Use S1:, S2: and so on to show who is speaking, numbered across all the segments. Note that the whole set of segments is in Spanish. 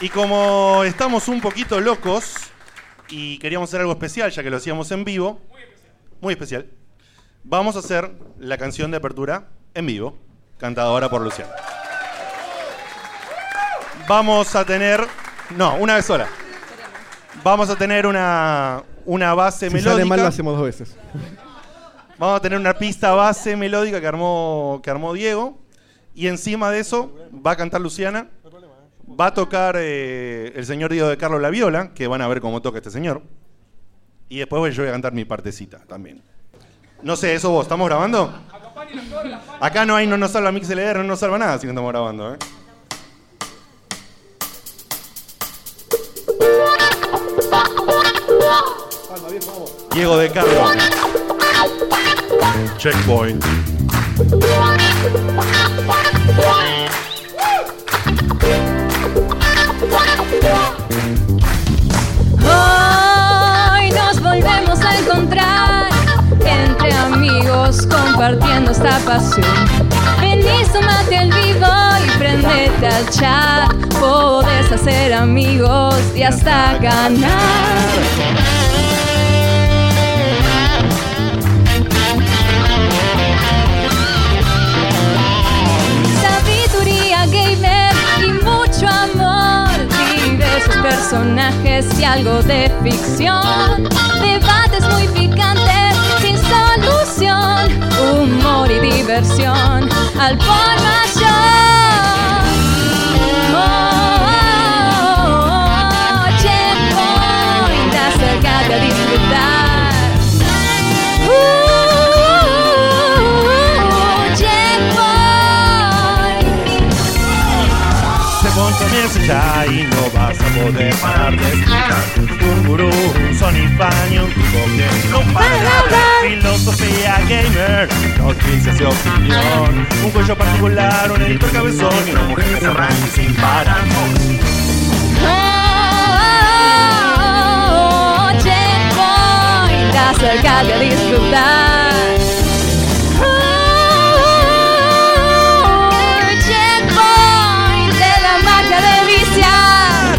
S1: Y como estamos un poquito locos y queríamos hacer algo especial, ya que lo hacíamos en vivo, muy especial, vamos a hacer la canción de apertura en vivo, cantada ahora por Luciano. Vamos a tener, no, una vez sola. Vamos a tener una, una base
S2: Si
S1: melódica.
S2: sale mal, lo hacemos dos veces.
S1: Vamos a tener una pista base melódica que armó, que armó Diego. Y encima de eso va a cantar Luciana. Va a tocar eh, el señor Diego de Carlos La Viola, que van a ver cómo toca este señor. Y después bueno, yo voy a cantar mi partecita también. No sé, eso vos, ¿estamos grabando? Acá no hay, no nos salva MixLR, no nos salva nada si no estamos grabando. ¿eh? Diego de Carlos. Checkpoint.
S3: Hoy nos volvemos a encontrar entre amigos compartiendo esta pasión. Vení, sumate al vivo y prendete al chat. Podés hacer amigos y hasta ganar. Sabiduría gamer y mucho amor. Diversos personajes y algo de ficción. Debates muy picantes sin solución. Humor y diversión al por mayor. Oh, oh, oh, oh, checkpoint, acércate a disfrutar. Uh, uh, uh, checkpoint.
S1: Se poncha bien ya y no vas a poder parar de escuchar. Un gurú, un Sony fan y un tipo que no para. Filosofía gamer, noticias y opinión. Un cuello particular, un editor cabezón y una mujer que se arranca sin parar.
S3: Oh, oh, oh, oh, oh, checkpoint, acércate a disfrutar. Oh, oh, oh, checkpoint, de la magia de viciar.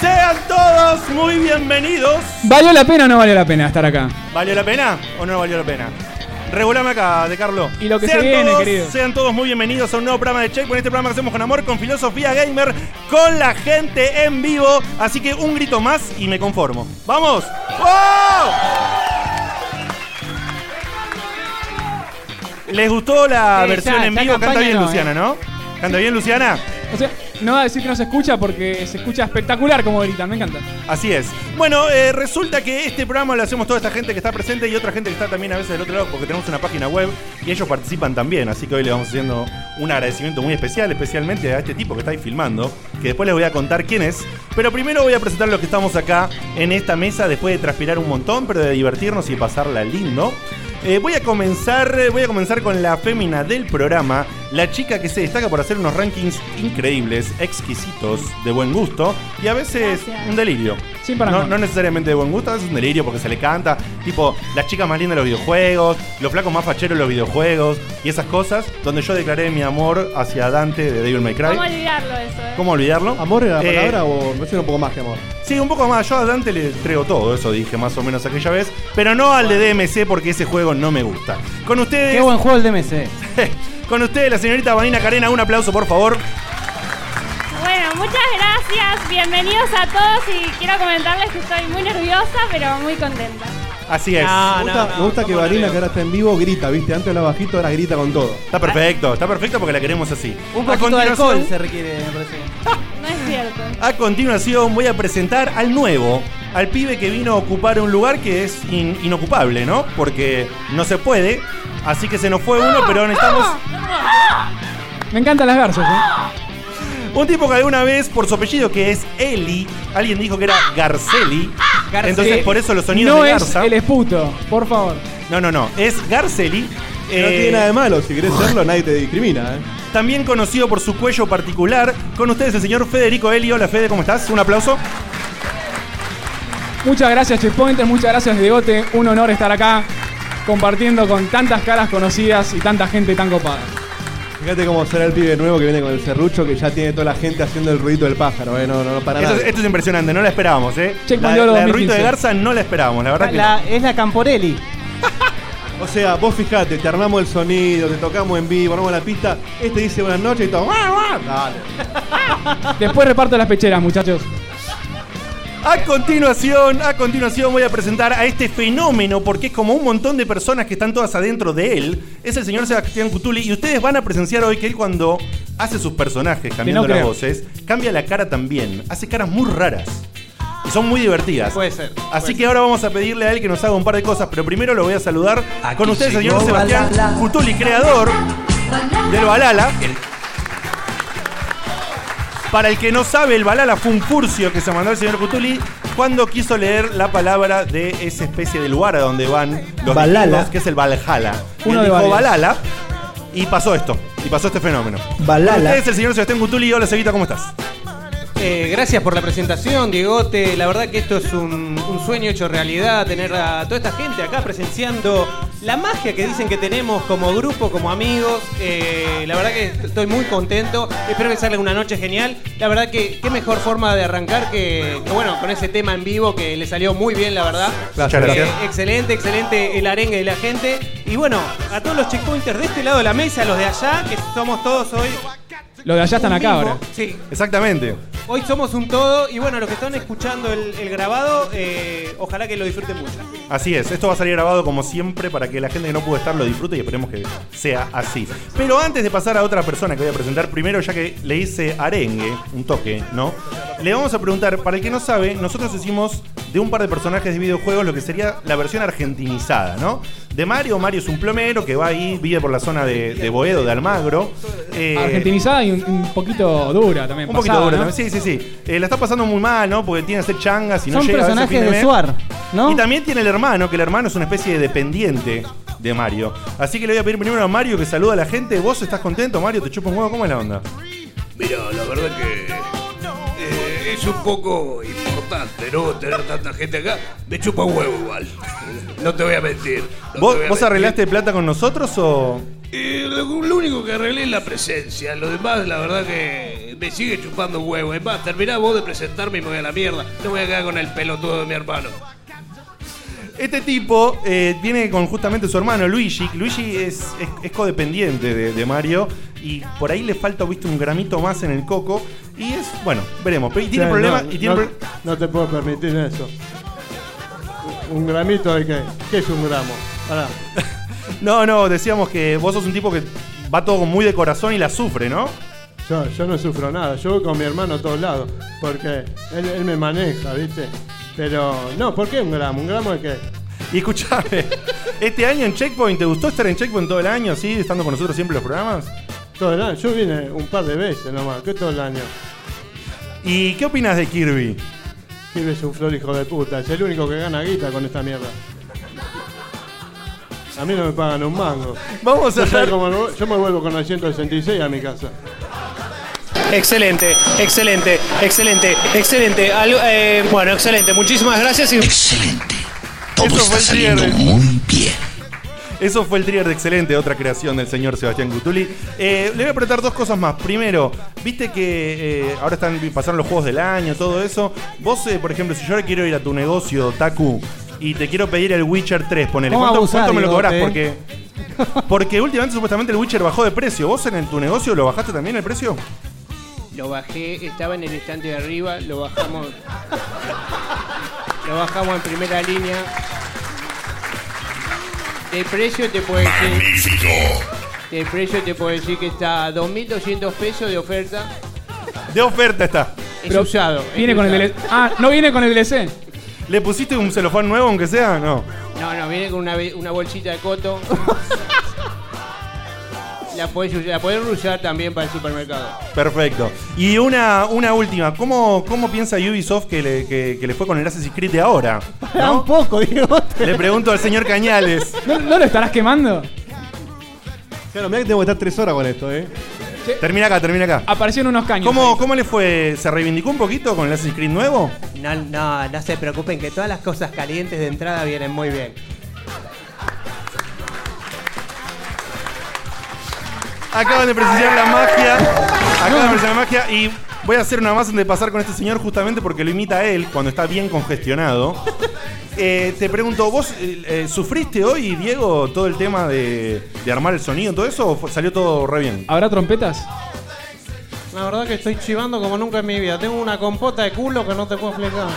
S1: Sean todos muy bienvenidos.
S4: ¿Valió la pena o no valió la pena estar acá?
S1: ¿Valió la pena o no valió la pena? Regulame acá, de Carlo.
S4: Y lo que se viene,
S1: todos,
S4: querido.
S1: Sean todos muy bienvenidos a un nuevo programa de Checkpoint. Este programa que hacemos con amor, con filosofía gamer, con la gente en vivo. Así que un grito más y me conformo. ¡Vamos! ¡Wow! ¿Les gustó la
S4: Sí,
S1: versión
S4: ya,
S1: en
S4: ya
S1: vivo? Canta
S4: campaña
S1: bien
S4: no,
S1: Luciana,
S4: eh.
S1: ¿no? ¿Canta bien Luciana?
S4: O sea, no va a decir que no se escucha porque se escucha espectacular como gritan, me encanta.
S1: Así es. Bueno, eh, resulta que este programa lo hacemos toda esta gente que está presente y otra gente que está también a veces del otro lado porque tenemos una página web y ellos participan también. Así que hoy le vamos haciendo un agradecimiento muy especial, especialmente a este tipo que está ahí filmando, que después les voy a contar quién es. Pero primero voy a presentar los que estamos acá en esta mesa después de transpirar un montón, pero de divertirnos y pasarla lindo. Eh, voy a comenzar, eh, voy a comenzar con la fémina del programa, la chica que se destaca por hacer unos rankings increíbles, exquisitos, de buen gusto y a veces
S3: Gracias.
S1: un delirio.
S4: Sin
S1: no,
S4: parangón.
S1: no necesariamente de buen gusto, a veces es un delirio porque se le canta, tipo las chicas más lindas de los videojuegos, los flacos más facheros de los videojuegos y esas cosas, donde yo declaré mi amor hacia Dante de Devil May Cry.
S5: ¿Cómo olvidarlo eso? eh?
S1: ¿Cómo olvidarlo?
S2: ¿Amor era la
S1: Eh,
S2: palabra o me suena un poco más que amor?
S1: Sí, un poco más. Yo a Dante le entrego todo, eso dije más o menos aquella vez. Pero no al de DMC porque ese juego no me gusta. Con ustedes.
S6: Qué buen juego el DMC.
S1: Con ustedes, la señorita Vanina Carena, un aplauso, por favor.
S5: Bueno, muchas gracias, bienvenidos a todos y quiero comentarles que estoy muy nerviosa pero muy contenta.
S1: Así es.
S2: me gusta, me gusta que Vanina, que ahora está en vivo, grita, ¿viste? Antes hablaba bajito, ahora grita con todo.
S1: Está perfecto, está perfecto porque la queremos así.
S6: Un
S1: A
S6: poquito de
S1: continuación-
S6: alcohol se requiere, me parece.
S5: No es cierto.
S1: A continuación voy a presentar al nuevo, al pibe que vino a ocupar un lugar que es in- inocupable, ¿no? Porque no se puede, así que se nos fue uno, pero necesitamos...
S4: Me encantan las garzas, ¿eh?
S1: Un tipo que alguna vez, por su apellido que es Eli, alguien dijo que era Garceli. Entonces, por eso los sonidos
S4: no
S1: de
S4: es
S1: Garza.
S4: el esputo, por favor.
S1: No, no, no. Es Garceli.
S2: No
S1: eh,
S2: tiene nada de malo, si querés serlo nadie te discrimina, ¿eh?
S1: También conocido por su cuello particular. Con ustedes el señor Federico Eli. Hola Fede, ¿cómo estás? Un aplauso.
S4: Muchas gracias, Checkpointer. Muchas gracias, Diegote. Un honor estar acá compartiendo con tantas caras conocidas y tanta gente tan copada.
S2: Fíjate cómo será el pibe nuevo que viene con el serrucho que ya tiene toda la gente haciendo el ruido del pájaro, ¿eh? No, no, no, para
S1: Esto,
S2: nada.
S1: es- esto es impresionante, no la esperábamos, ¿eh?
S4: Checkpoint
S1: la,
S4: de oro
S1: la del ruido
S4: 2015.
S1: de Garza no la esperábamos, la verdad que
S7: La-
S1: no.
S7: es la Camporelli.
S2: O sea, vos fijate, te armamos el sonido, te tocamos en vivo, armamos la pista, este dice buenas noches y todo. "Guau, guau". Dale.
S4: Después reparto las pecheras, muchachos.
S1: A continuación, a continuación voy a presentar a este fenómeno porque es como un montón de personas que están todas adentro de él. Es el señor Sebastián Cutuli y ustedes van a presenciar hoy que él cuando hace sus personajes cambiando
S4: no
S1: las
S4: creo.
S1: voces, cambia la cara también. Hace caras muy raras. Y son muy divertidas.
S7: Puede ser.
S1: Así que ahora vamos a pedirle a él que nos haga un par de cosas, pero primero lo voy a saludar con ustedes, señor
S8: llegó
S1: Sebastián
S8: Balala.
S1: Cutuli, creador del Balala. Para el que no sabe, el Balala fue un furcio que se mandó el señor Cutuli cuando quiso leer la palabra de esa especie de lugar a donde van los
S8: Balala.
S1: vikingos, que es el Valhalla. Y
S4: Uno
S1: él
S4: de
S1: dijo
S4: varios.
S1: Balala y pasó esto, y pasó este fenómeno.
S8: Balala.
S1: Con Ustedes, el señor Sebastián Cutuli. Hola, Sevita, ¿cómo estás?
S7: Eh, gracias por la presentación, Diegote. La verdad que esto es un, un sueño hecho realidad, tener a toda esta gente acá presenciando la magia que dicen que tenemos como grupo, como amigos. Eh, la verdad que estoy muy contento. Espero que salga una noche genial. La verdad que qué mejor forma de arrancar que, que, bueno, con ese tema en vivo que le salió muy bien, la verdad.
S1: Muchas gracias.
S7: Eh, excelente, excelente el arengue de la gente. Y bueno, a todos los checkpointers de este lado de la mesa, los de allá, que somos todos hoy.
S4: Los de allá están
S7: un
S4: acá
S7: mismo.
S4: ahora.
S7: Sí,
S1: Exactamente.
S7: Hoy somos un todo y bueno, los que están escuchando el, el grabado, eh, ojalá que lo disfruten mucho.
S1: Así es, esto va a salir grabado como siempre para que la gente que no pudo estar lo disfrute y esperemos que sea así. Pero antes de pasar a otra persona que voy a presentar, primero ya que le hice arengue, un toque, ¿no? Le vamos a preguntar, para el que no sabe, nosotros hicimos de un par de personajes de videojuegos lo que sería la versión argentinizada, ¿no? De Mario, Mario es un plomero que va ahí, vive por la zona de, de Boedo, de Almagro. Eh,
S4: Argentinizada y un, un poquito dura también.
S1: Un poquito
S4: pasada,
S1: dura
S4: ¿no?
S1: también. Sí, sí, sí. Eh, la está pasando muy mal, ¿no? Porque tiene que hacer changas y no
S7: Son
S1: llega a veces
S7: personajes
S1: fin
S7: de
S1: mes.
S7: Suar, ¿no?
S1: Y también tiene el hermano, que el hermano es una especie de dependiente de Mario. Así que le voy a pedir primero a Mario que saluda a la gente. ¿Vos estás contento, Mario? ¿Te chupa un huevo? ¿Cómo es la onda?
S9: Mira, la verdad que eh, es un poco importante, ¿no? Tener tanta gente acá. Me chupa un huevo igual. No te voy a mentir.
S1: ¿Vos,
S9: no te voy a
S1: vos
S9: mentir.
S1: arreglaste plata con nosotros o.?
S9: Eh, lo, lo único que arreglé es la presencia. Lo demás, la verdad que me sigue chupando un huevo. Es más, terminá vos de presentarme y me voy a la mierda. No voy a quedar con el pelotudo de mi hermano.
S1: Este tipo eh, viene con justamente su hermano Luigi. Luigi es, es- es codependiente de, de Mario y por ahí le falta, viste, un gramito más en el coco. Y es, bueno, veremos. Pero y tiene
S10: Che,
S1: problemas.
S10: no,
S1: y tiene
S10: no-
S1: pro-
S10: no te puedo permitir eso. Un gramito de qué? ¿Qué es un gramo? Pará.
S1: No, no, decíamos que vos sos un tipo que va todo muy de corazón y la sufre, ¿no?
S10: Yo, yo no sufro nada. Yo voy con mi hermano a todos lados. Porque él, él me maneja, ¿viste? Pero, no, ¿por qué un gramo? ¿Un gramo de qué?
S1: Y escuchame, este año en Checkpoint, ¿te gustó estar en Checkpoint todo el año, sí? Estando con nosotros siempre en los programas.
S10: Todo el año. Yo vine un par de veces nomás. ¿Qué todo el año?
S1: ¿Y qué opinas de Kirby?
S10: Vive un flor hijo de puta. Es el único que gana guita con esta mierda. A mí no me pagan un mango.
S1: Vamos a
S10: Yo, sé
S1: hacer.
S10: cómo me vu- yo me vuelvo con el 166 a mi casa.
S7: Excelente, excelente, excelente, excelente. eh, bueno, excelente. Muchísimas gracias y
S8: Excelente. Todo
S1: Eso
S8: está
S1: fue el cierre.
S8: saliendo muy bien.
S1: Eso fue el trigger de excelente, otra creación del señor Sebastián Gutuli. Eh, le voy a preguntar dos cosas más. Primero, viste que eh, ahora están pasaron los juegos del año, todo eso. Vos, eh, por ejemplo, si yo ahora quiero ir a tu negocio, Taku, y te quiero pedir el Witcher 3, ponele.
S7: Vamos a
S1: ¿Cuánto,
S7: abusar,
S1: cuánto me lo
S7: Diego,
S1: cobrás?
S7: ¿eh?
S1: Porque, porque últimamente supuestamente el Witcher bajó de precio. ¿Vos en el- tu negocio lo bajaste también el precio?
S7: Lo bajé, estaba en el estante de arriba, lo bajamos. lo bajamos en primera línea. De precio te puedo decir,
S8: Magnífico.
S7: de precio te puedo decir que está a 2.200 pesos de oferta.
S1: De oferta está.
S7: Es
S4: Pero
S7: usado. es
S4: Viene con el
S7: usado.
S4: DLC. Ah, no viene con el DLC.
S1: ¿Le pusiste un celofán nuevo aunque sea? No.
S7: No, no, viene con una, be- una bolsita de coto. La la podés, usar- la podés rullar también para el supermercado.
S1: Perfecto. Y una, una última. ¿Cómo, ¿Cómo piensa Ubisoft que le, que, que le fue con el Assassin's Creed de ahora?
S10: Un poco, Diego.
S1: Le pregunto al señor Cañales.
S4: ¿No, no lo estarás quemando?
S2: Claro, mirá que tengo que estar tres horas con esto, ¿eh?
S1: Termina acá, termina acá.
S4: Aparecieron unos caños.
S1: ¿Cómo,
S4: ahí.
S1: ¿Cómo le fue? ¿Se reivindicó un poquito con el Assassin's Creed nuevo?
S7: No, no, no se preocupen que todas las cosas calientes de entrada vienen muy bien.
S1: Acaban de presenciar la magia. Acaban de presenciar la magia. Y voy a hacer una más antes de pasar con este señor justamente porque lo imita a él cuando está bien congestionado. Eh, te pregunto, ¿vos eh, eh, sufriste hoy, Diego, todo el tema de, de armar el sonido, todo eso? ¿O fue- salió todo re bien?
S4: ¿Habrá trompetas?
S7: La verdad que estoy chivando como nunca en mi vida. Tengo una compota de culo que no te puedo explicar.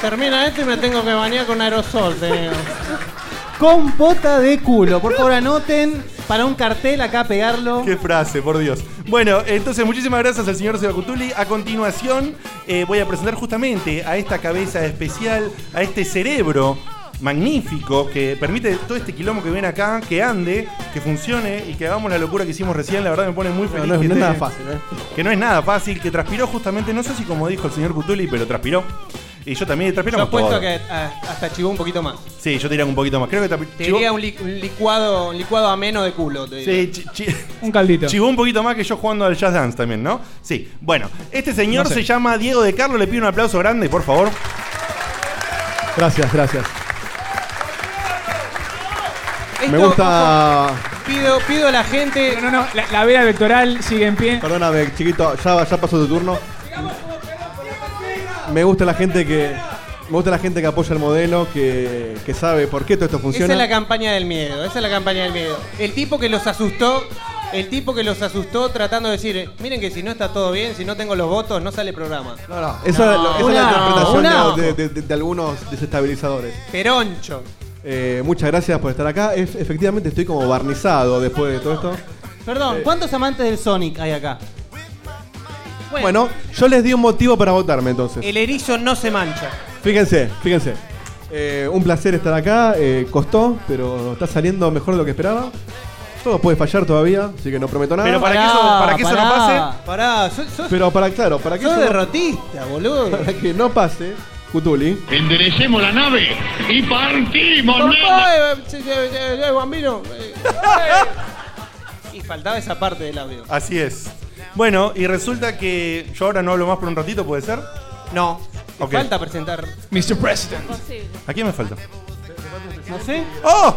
S7: Termina esto y me tengo que bañar con aerosol. te digo. Compota de culo. Por favor, anoten para un cartel acá pegarlo.
S1: Qué frase, por Dios. Bueno, entonces muchísimas gracias al señor Seba Cutuli. A continuación eh, voy a presentar justamente a esta cabeza especial, a este cerebro magnífico que permite todo este quilombo que viene acá, que ande, que funcione y que hagamos la locura que hicimos recién. La verdad me pone muy
S2: No,
S1: feliz.
S2: no, es-
S1: que
S2: no es
S1: esté-
S2: nada fácil, ¿eh?
S1: Que no es nada fácil, que transpiró justamente, no sé si como dijo el señor Cutuli, pero transpiró. Y yo también
S7: Yo
S1: transpiramos
S7: apuesto
S1: todos.
S7: que ah, hasta chivó un poquito más.
S1: Sí, yo tiré un poquito más. Creo que
S7: Te
S1: tapi-
S7: diría
S1: chivó,
S7: un, li- un licuado, un licuado ameno de culo. Te diría.
S1: sí, chi- chi-
S4: Un caldito.
S1: Chivó un poquito más que yo jugando al Jazz Dance también, ¿no? Sí. Bueno, este señor
S4: No sé.
S1: se llama Diego de Carlos. Le pido un aplauso grande, por favor.
S2: Gracias, gracias.
S7: Esto-
S2: Me gusta.
S7: Pido, pido a la gente.
S4: No, no, no. La, la vela vectoral sigue en pie.
S2: Perdóname, chiquito, ya, va- ya pasó tu turno. Me gusta la gente que. Me gusta la gente que apoya el modelo, que, que sabe por qué todo esto
S7: Esa
S2: funciona.
S7: es la campaña del miedo, esa es la campaña del miedo. El tipo que los asustó, el tipo que los asustó tratando de decir, eh, miren que si no está todo bien, si no tengo los votos, no sale programa.
S2: No, no, esa,
S7: No,
S2: esa es la
S7: una,
S2: interpretación
S7: una.
S2: de, de- de- de algunos desestabilizadores.
S7: Peroncho.
S2: Eh, muchas gracias por estar acá. Ef- efectivamente estoy como barnizado después de todo esto.
S1: Eh.
S7: Perdón, ¿cuántos amantes del Sonic hay acá? Bueno,
S2: Bueno, yo les di un motivo para votarme entonces.
S7: el erizo no se mancha.
S2: Fíjense, fíjense. Eh, un placer estar acá. eh, costó, pero está saliendo mejor de lo que esperaba. Todo puede fallar todavía, así que no prometo nada.
S1: Pero para- que eso- para que eso no pase-
S7: Pará, sos, sos-
S2: Pero para claro, para que,
S7: sos
S2: eso no,
S7: derrotista, boludo.
S2: para que no pase, Cutuli.
S9: Enderecemos la nave y partimos,
S7: Papá, eh, eh, eh, eh, eh, bambino, eh, eh. Y faltaba esa parte del audio.
S1: Así es. Bueno, y resulta que yo ahora no hablo más por un ratito, ¿puede ser?
S7: No, te
S1: Ok.
S7: falta presentar.
S4: Mr. President.
S5: Posible.
S1: ¿A quién me falta?
S7: No sé.
S1: ¡Oh!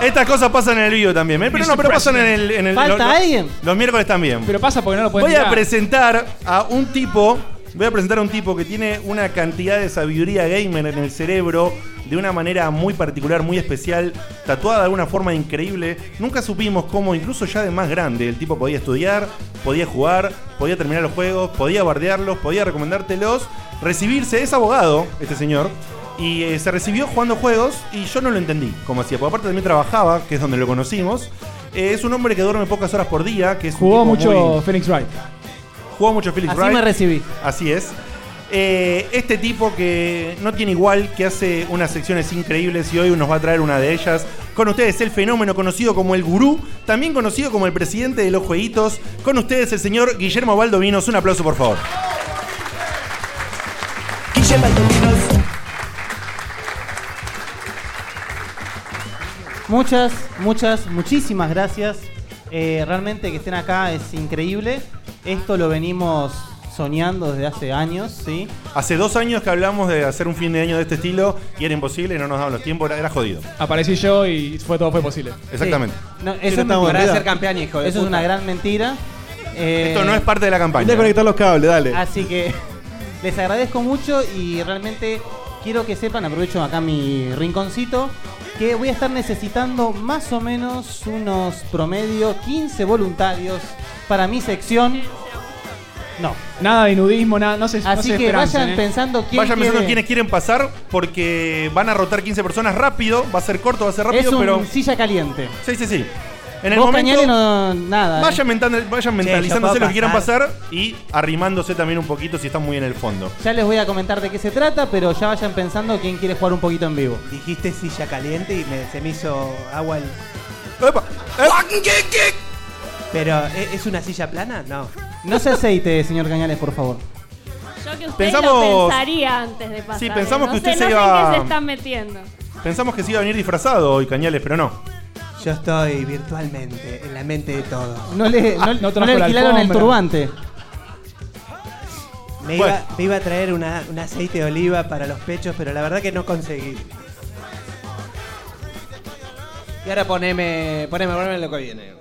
S1: Estas cosas pasan en el vivo también. ¿eh? Pero no,
S4: Mr.
S1: pero pasan en el. en el-
S7: ¿Falta
S1: lo- lo-
S7: alguien?
S1: Los miércoles también.
S4: Pero pasa porque no lo pueden
S1: Voy a
S4: tirar.
S1: presentar a un tipo. Voy a presentar a un tipo que tiene una cantidad de sabiduría gamer en el cerebro de una manera muy particular, muy especial, tatuada de alguna forma increíble. Nunca supimos cómo, incluso ya de más grande, el tipo podía estudiar, podía jugar, podía terminar los juegos, podía bardearlos, podía recomendártelos, recibirse. Es abogado, este señor. Y eh, se recibió jugando juegos y yo no lo entendí cómo hacía. Porque aparte también trabajaba, que es donde lo conocimos. Eh, es un hombre que duerme pocas horas por día, que es un
S4: Jugó
S1: tipo
S4: mucho
S1: muy-
S4: Phoenix Wright.
S1: Jugó mucho Felix
S7: Así
S1: Wright.
S7: me recibí.
S1: Así es. Eh, este tipo que no tiene igual, que hace unas secciones increíbles y hoy nos va a traer una de ellas. Con ustedes el fenómeno conocido como el gurú, también conocido como el presidente de los jueguitos. Con ustedes el señor Guillermo Baldovinos. Un aplauso, por favor.
S6: Muchas, muchas, muchísimas gracias. Eh, realmente que estén acá es increíble. Esto lo venimos soñando desde hace años, ¿sí?
S1: Hace dos años que hablamos de hacer un fin de año de este estilo y era imposible, no nos daban los tiempos, era, era jodido.
S4: Aparecí yo y fue todo fue posible.
S1: Exactamente.
S6: Sí. No, eso
S2: no
S6: es
S2: estamos
S6: mentira.
S2: en
S7: Para ser campeón, hijo de
S6: Eso es
S7: puta.
S6: una gran mentira. Eh,
S1: Esto no es parte de la
S2: Vení a
S1: campaña.
S2: conectar los cables, dale.
S6: Así que les agradezco mucho y realmente quiero que sepan, aprovecho acá mi rinconcito, que voy a estar necesitando más o menos unos promedio 15 voluntarios para mi sección. No.
S4: Nada de nudismo, nada. No se no
S6: Así
S4: se
S6: que
S4: esperancen,
S6: vayan
S4: eh.
S6: pensando quién
S1: Vayan pensando
S6: quiere-
S1: en quiénes quieren pasar porque van a rotar 15 personas rápido, va a ser corto, va a ser rápido,
S6: es un
S1: pero...
S6: silla caliente.
S1: Sí, sí, sí. En el
S6: Vos,
S1: momento.
S6: Cañale, no- nada, ¿eh?
S1: Vayan, mentando- vayan mentalizándose lo
S6: ya
S1: que quieran
S6: puedo
S1: pasar y arrimándose también un poquito si están muy en el fondo.
S6: Ya les voy a comentar de qué se trata, pero ya vayan pensando quién quiere jugar un poquito en vivo.
S7: Dijiste silla caliente y me- se me hizo agua el. Pero, ¿e- ¿es una silla plana? No.
S6: No se aceite, señor Cañales, por favor.
S5: Yo que usted lo
S1: Pensamos-
S5: pensaría antes de pasar.
S1: Sí,
S5: ¿eh?
S1: pensamos
S5: No
S1: que usted
S5: sé-
S1: se
S5: no sé
S1: iba-
S5: en qué se están metiendo.
S1: Pensamos que se iba a venir disfrazado hoy, Cañales, pero no.
S7: Yo estoy virtualmente, en la mente de todos.
S6: No le, Ah, no, no
S7: trajo
S6: le
S7: la
S6: alquilaron el
S7: alfombra.
S6: turbante.
S7: Me,
S6: Bueno.
S7: iba, me iba a traer una- un aceite de oliva para los pechos, pero la verdad que no conseguí. Y ahora poneme, poneme, poneme lo que viene.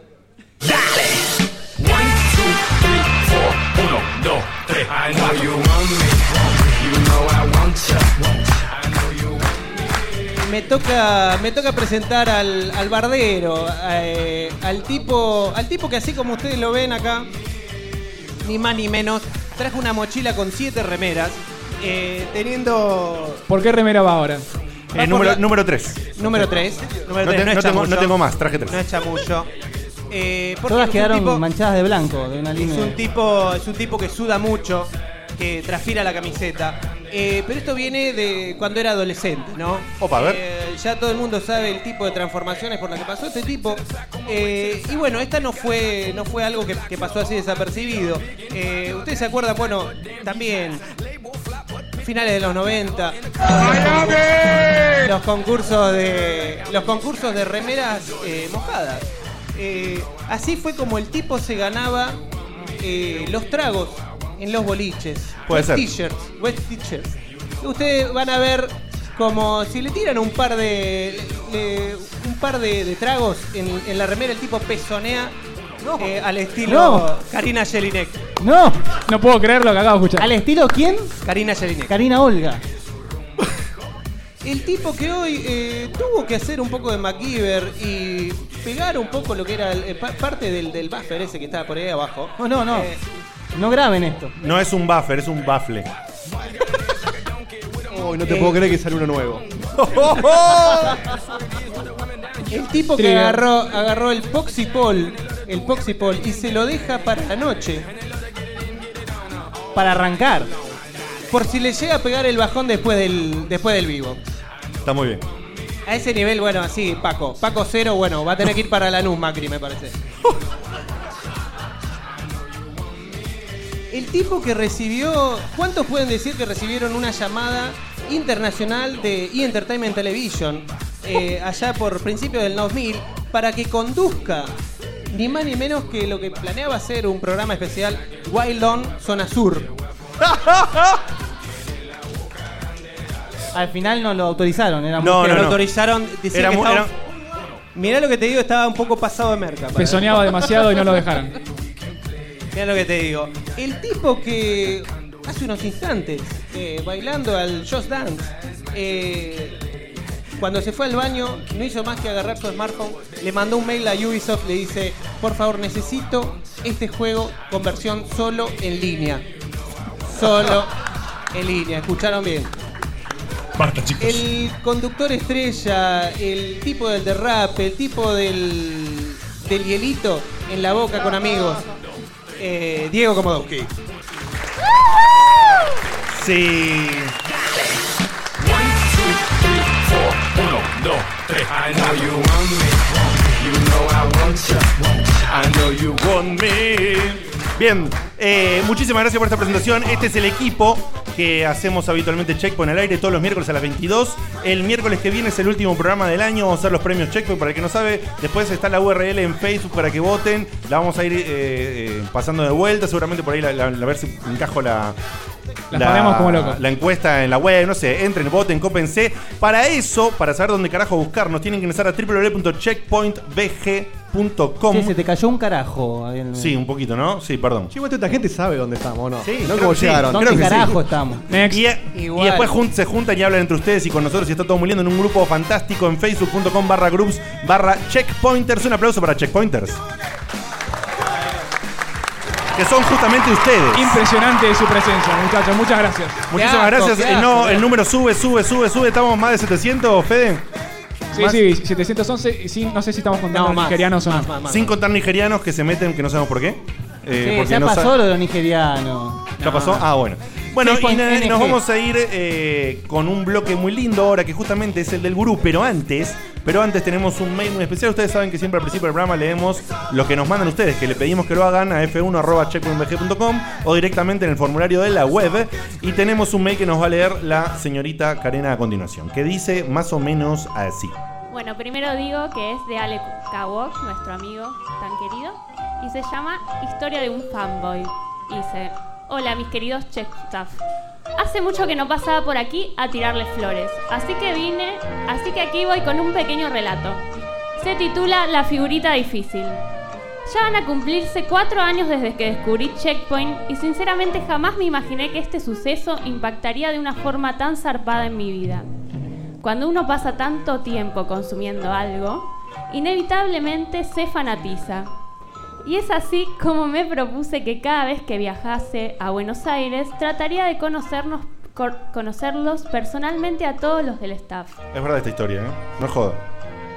S7: Me toca, me toca presentar al, al bardero, eh, al tipo, al tipo que así como ustedes lo ven acá, ni más ni menos, trajo una mochila con siete remeras, eh, teniendo
S4: ¿Por qué remera va ahora?
S1: Eh, número, número 3.
S7: número 3.
S1: No te- no tengo- no tengo más, traje tres.
S7: No es chamullo. Eh, porque
S6: Todas
S7: es un
S6: quedaron
S7: tipo-
S6: manchadas de blanco, de una
S7: Es
S6: línea.
S7: un tipo, es un tipo que suda mucho, que transpira la camiseta. Eh, pero esto viene de cuando era adolescente, ¿no?
S1: Opa, a ver.
S7: Eh, ya todo el mundo sabe el tipo de transformaciones por las que pasó este tipo. Eh, y bueno, esta no fue, no fue algo que, que pasó así desapercibido. Eh, Ustedes se acuerdan, bueno, también finales de los 90. Los concursos de los concursos de remeras eh, mojadas. Eh, así fue como el tipo se ganaba eh, los tragos en los boliches.
S1: Puede
S7: Wet
S1: ser.
S7: T-shirts, wet t-shirts. Ustedes van a ver como si le tiran un par de le- un par de, de tragos en, en la remera el tipo pezonea eh, al estilo
S6: No.
S7: Karina Jelinek.
S6: ¡No!
S4: No puedo creer lo que acabo de escuchar.
S6: ¿Al estilo quién?
S7: Karina Jelinek.
S6: Karina Olga.
S7: El tipo que hoy eh, tuvo que hacer un poco de MacGyver y pegar un poco lo que era el- eh, pa- parte del, del buffer ese que estaba por ahí abajo.
S6: No, Oh, no, no.
S7: Eh,
S6: No graben esto.
S1: No es un buffer, es un baffle.
S2: Uy, no te
S6: Eh.
S2: puedo creer que sale uno nuevo.
S7: el tipo que
S2: Trigger.
S7: agarró, agarró el Poxipol, el Poxipol y se lo deja para la noche,
S6: Para arrancar.
S7: por si le llega a pegar el bajón después del, después del vivo.
S1: Está muy bien.
S7: A ese nivel, bueno, así, Paco. Paco cero, bueno, va a tener que ir para la NUS, Macri, me parece. El tipo que recibió. ¿Cuántos pueden decir que recibieron una llamada internacional de E! Entertainment Television eh, allá por principio del 2000 para que conduzca ni más ni menos que lo que planeaba ser un programa especial Wild On Zona Sur?
S6: Al final no lo autorizaron. Era
S1: No,
S6: muy
S1: no,
S7: Lo
S1: no.
S7: autorizaron. decían
S1: Era
S7: que
S1: mu-
S7: estaba- Mirá lo que te digo, estaba un poco pasado de merca. padre.
S4: Pezoneaba demasiado y no lo dejaron.
S7: Mira lo que te digo. El tipo que hace unos instantes, eh, bailando al Just Dance, eh, cuando se fue al baño, no hizo más que agarrar su smartphone, le mandó un mail a Ubisoft, le dice, por favor, necesito este juego con versión solo en línea. Solo en línea, escucharon bien.
S11: Basta, chicos.
S7: El conductor estrella, el tipo del derrape, el tipo del, del hielito en la boca con amigos. Eh, Diego Komodowski.
S1: Sí. Bien, eh, muchísimas gracias por esta presentación. Este es el equipo que hacemos habitualmente Checkpoint al aire todos los miércoles a las 22. El miércoles que viene es el último programa del año. Vamos a hacer los premios Checkpoint para el que no sabe. Después está la URL en Facebook para que voten. La vamos a ir eh, eh, pasando de vuelta. Seguramente por ahí la, la- la- a ver si encajo la,
S4: La ponemos como locos.
S1: la encuesta en la web, no sé, entren, voten, cópense. Para eso, para saber dónde carajo buscarnos, tienen que ingresar a www.checkpointbg.com.
S6: Che, se te cayó un carajo. ahí en-
S1: Sí, un poquito, ¿no? Sí, perdón.
S2: Che, igual toda esta gente sabe dónde estamos, ¿no?
S1: Sí,
S2: no
S1: creo
S2: como
S1: que sí.
S2: llegaron.
S1: ¿Dónde Creo que sí.
S6: carajo estamos?
S1: Y, y
S6: Igual.
S1: después jun- se juntan y hablan entre ustedes y con nosotros y está todo muy lindo en un grupo fantástico en facebook.com barra groups barra checkpointers. Un aplauso para checkpointers. Que son justamente ustedes.
S4: Impresionante su presencia, muchachos. Muchas gracias.
S1: Eh, Muchísimas gracias. Eh, no, el número sube, sube, sube, sube. Estamos más de 700, Fede.
S4: Sí, sí, 711, sí, no sé si estamos contando
S6: No, más,
S4: nigerianos o no.
S1: Sin contar nigerianos que se meten, que no sabemos por qué. Eh,
S6: Sí,
S1: porque
S6: ya
S1: no sa-
S6: pasó lo de los nigerianos.
S1: ¿Ya pasó? Ah, bueno. Bueno, y na- nos vamos a ir eh, con un bloque muy lindo ahora, que justamente es el del gurú, pero antes, pero antes tenemos un mail muy especial. Ustedes saben que siempre al principio del programa leemos lo que nos mandan ustedes, que le pedimos que lo hagan a f1.checkpointbg.com o directamente en el formulario de la web. Y tenemos un mail que nos va a leer la señorita Karena a continuación, que dice más o menos así.
S5: Bueno, primero digo que es de Ale Kawok, nuestro amigo tan querido, y se llama Historia de un fanboy. Y dice, hola mis queridos Check Staff. Hace mucho que no pasaba por aquí a tirarles flores, así que vine, así que aquí voy con un pequeño relato. Se titula La figurita difícil. Ya van a cumplirse cuatro años desde que descubrí Checkpoint y sinceramente jamás me imaginé que este suceso impactaría de una forma tan zarpada en mi vida. Cuando uno pasa tanto tiempo consumiendo algo, inevitablemente se fanatiza. Y es así como me propuse que cada vez que viajase a Buenos Aires trataría de conocernos, cor- conocerlos personalmente a todos los del staff.
S1: Es verdad esta historia, ¿eh? No jodas.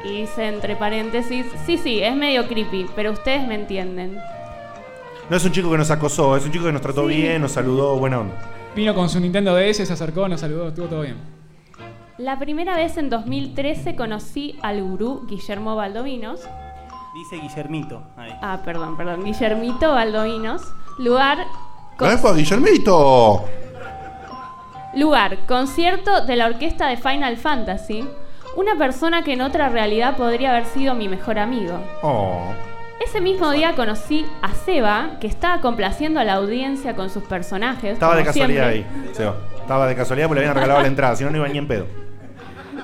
S5: Y dice entre paréntesis, sí, sí, es medio creepy, pero ustedes me entienden.
S1: No es un chico que nos acosó, es un chico que nos trató bien, nos saludó, buena onda.
S4: Vino con su Nintendo DS, se acercó, nos saludó, estuvo todo bien.
S5: La primera vez en 2013 conocí al gurú Guillermo Baldovinos,
S6: Dice Guillermito. Ahí.
S5: ah, perdón, perdón, Guillermito Baldovinos, lugar
S12: ¡Ahí fue Guillermito!
S5: Lugar, concierto de la orquesta de Final Fantasy. Una persona que en otra realidad podría haber sido mi mejor amigo.
S3: 어.
S1: Oh.
S5: Ese mismo día conocí a Seba, que estaba complaciendo a la audiencia con sus personajes.
S1: Estaba de
S5: como
S1: casualidad
S5: siempre,
S1: ahí, Seba. Estaba de casualidad porque le habían regalado la entrada, si no, no iba ni en pedo.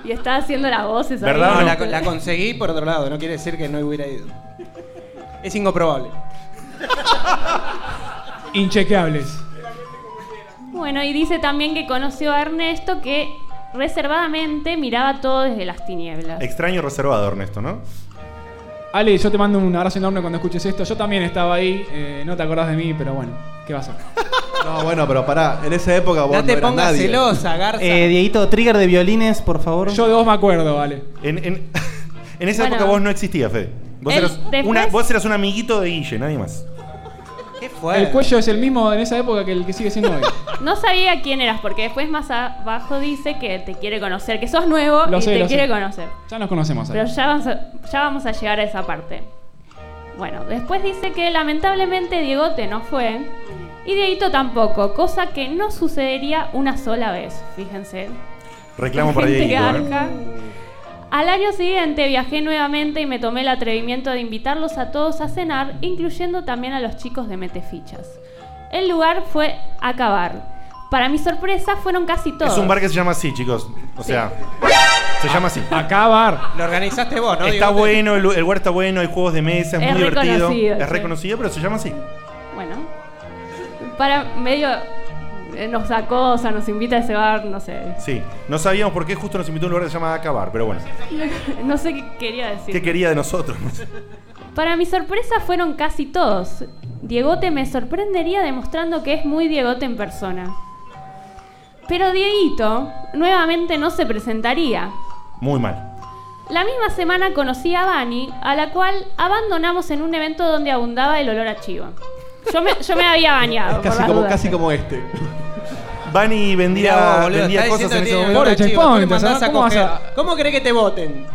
S5: Y estaba haciendo las voces. ahí.
S7: No, la, la conseguí por otro lado, no quiere decir que no hubiera ido. Es incomprobable.
S4: Inchequeables.
S5: Bueno, y dice también que conoció a Ernesto, que reservadamente miraba todo desde las tinieblas.
S1: Extraño reservado, Ernesto, ¿no?
S4: Ale, yo te mando un abrazo enorme cuando escuches esto. Yo también estaba ahí, eh, no te acordás de mí, pero bueno, ¿qué va a ser?
S2: No, bueno, pero pará, en esa época vos
S4: No
S2: no,
S4: te
S2: eras
S4: pongas
S2: nadie.
S4: celosa, Garza.
S6: Eh, Dieguito, trigger de violines, por favor.
S4: Yo de vos me acuerdo, vale.
S1: En, en- en esa
S5: Bueno.
S1: época vos no existías, Fede. Vos,
S5: Él
S1: eras
S5: después-
S1: una- vos eras un amiguito de Guille, nadie más.
S4: El cuello es el mismo en esa época que el que sigue siendo hoy.
S5: No sabía quién eras, porque después más abajo dice que te quiere conocer, que sos nuevo
S4: Lo
S5: y
S4: sé,
S5: te
S4: lo
S5: quiere
S4: sé.
S5: conocer.
S4: Ya nos conocemos ¿eh?
S5: Pero
S4: Ale.
S5: ya vamos, a, ya vamos a llegar a esa parte. Bueno, después dice que lamentablemente Diegote no fue y Dieguito tampoco, cosa que no sucedería una sola vez, fíjense.
S1: Reclamo para
S5: Gente
S1: Dieguito. ¿eh?
S5: garca. Al año siguiente viajé nuevamente y me tomé el atrevimiento de invitarlos a todos a cenar, incluyendo también a los chicos de Metefichas. El lugar fue Acabar. Para mi sorpresa fueron casi todos.
S1: Es un bar que se llama así, chicos. O sea, se llama así.
S4: Acá bar.
S7: Lo organizaste vos, ¿no?
S1: Está
S7: Diegote?
S1: bueno, el lu- el lugar está bueno, hay juegos de mesa, es,
S5: Es
S1: muy divertido.
S5: reconocido,
S1: Es
S5: sí.
S1: reconocido, pero se llama así.
S5: Bueno, para medio eh, nos acosa, nos invita a ese bar, no sé.
S1: Sí. No sabíamos por qué justo nos invitó a un lugar que se llama Acabar, pero bueno.
S5: No sé qué quería decir.
S1: ¿Qué quería de nosotros?
S5: Para mi sorpresa fueron casi todos. Diegote me sorprendería demostrando que es muy Diegote en persona. Pero Dieguito nuevamente no se presentaría.
S1: Muy mal.
S5: La misma semana conocí a Vani, a la cual abandonamos en un evento donde abundaba el olor a chivo. Yo me, yo me había bañado. por
S2: Casi
S5: las
S2: como,
S5: dudas.
S2: casi como este.
S1: Bani
S7: Mirá
S1: vendía,
S7: vos, boludo,
S1: vendía
S7: está
S1: cosas en ese momento.
S7: diciendo que tiene un olor a chivo, después lo mandás a coger. ¿Cómo crees que te voten?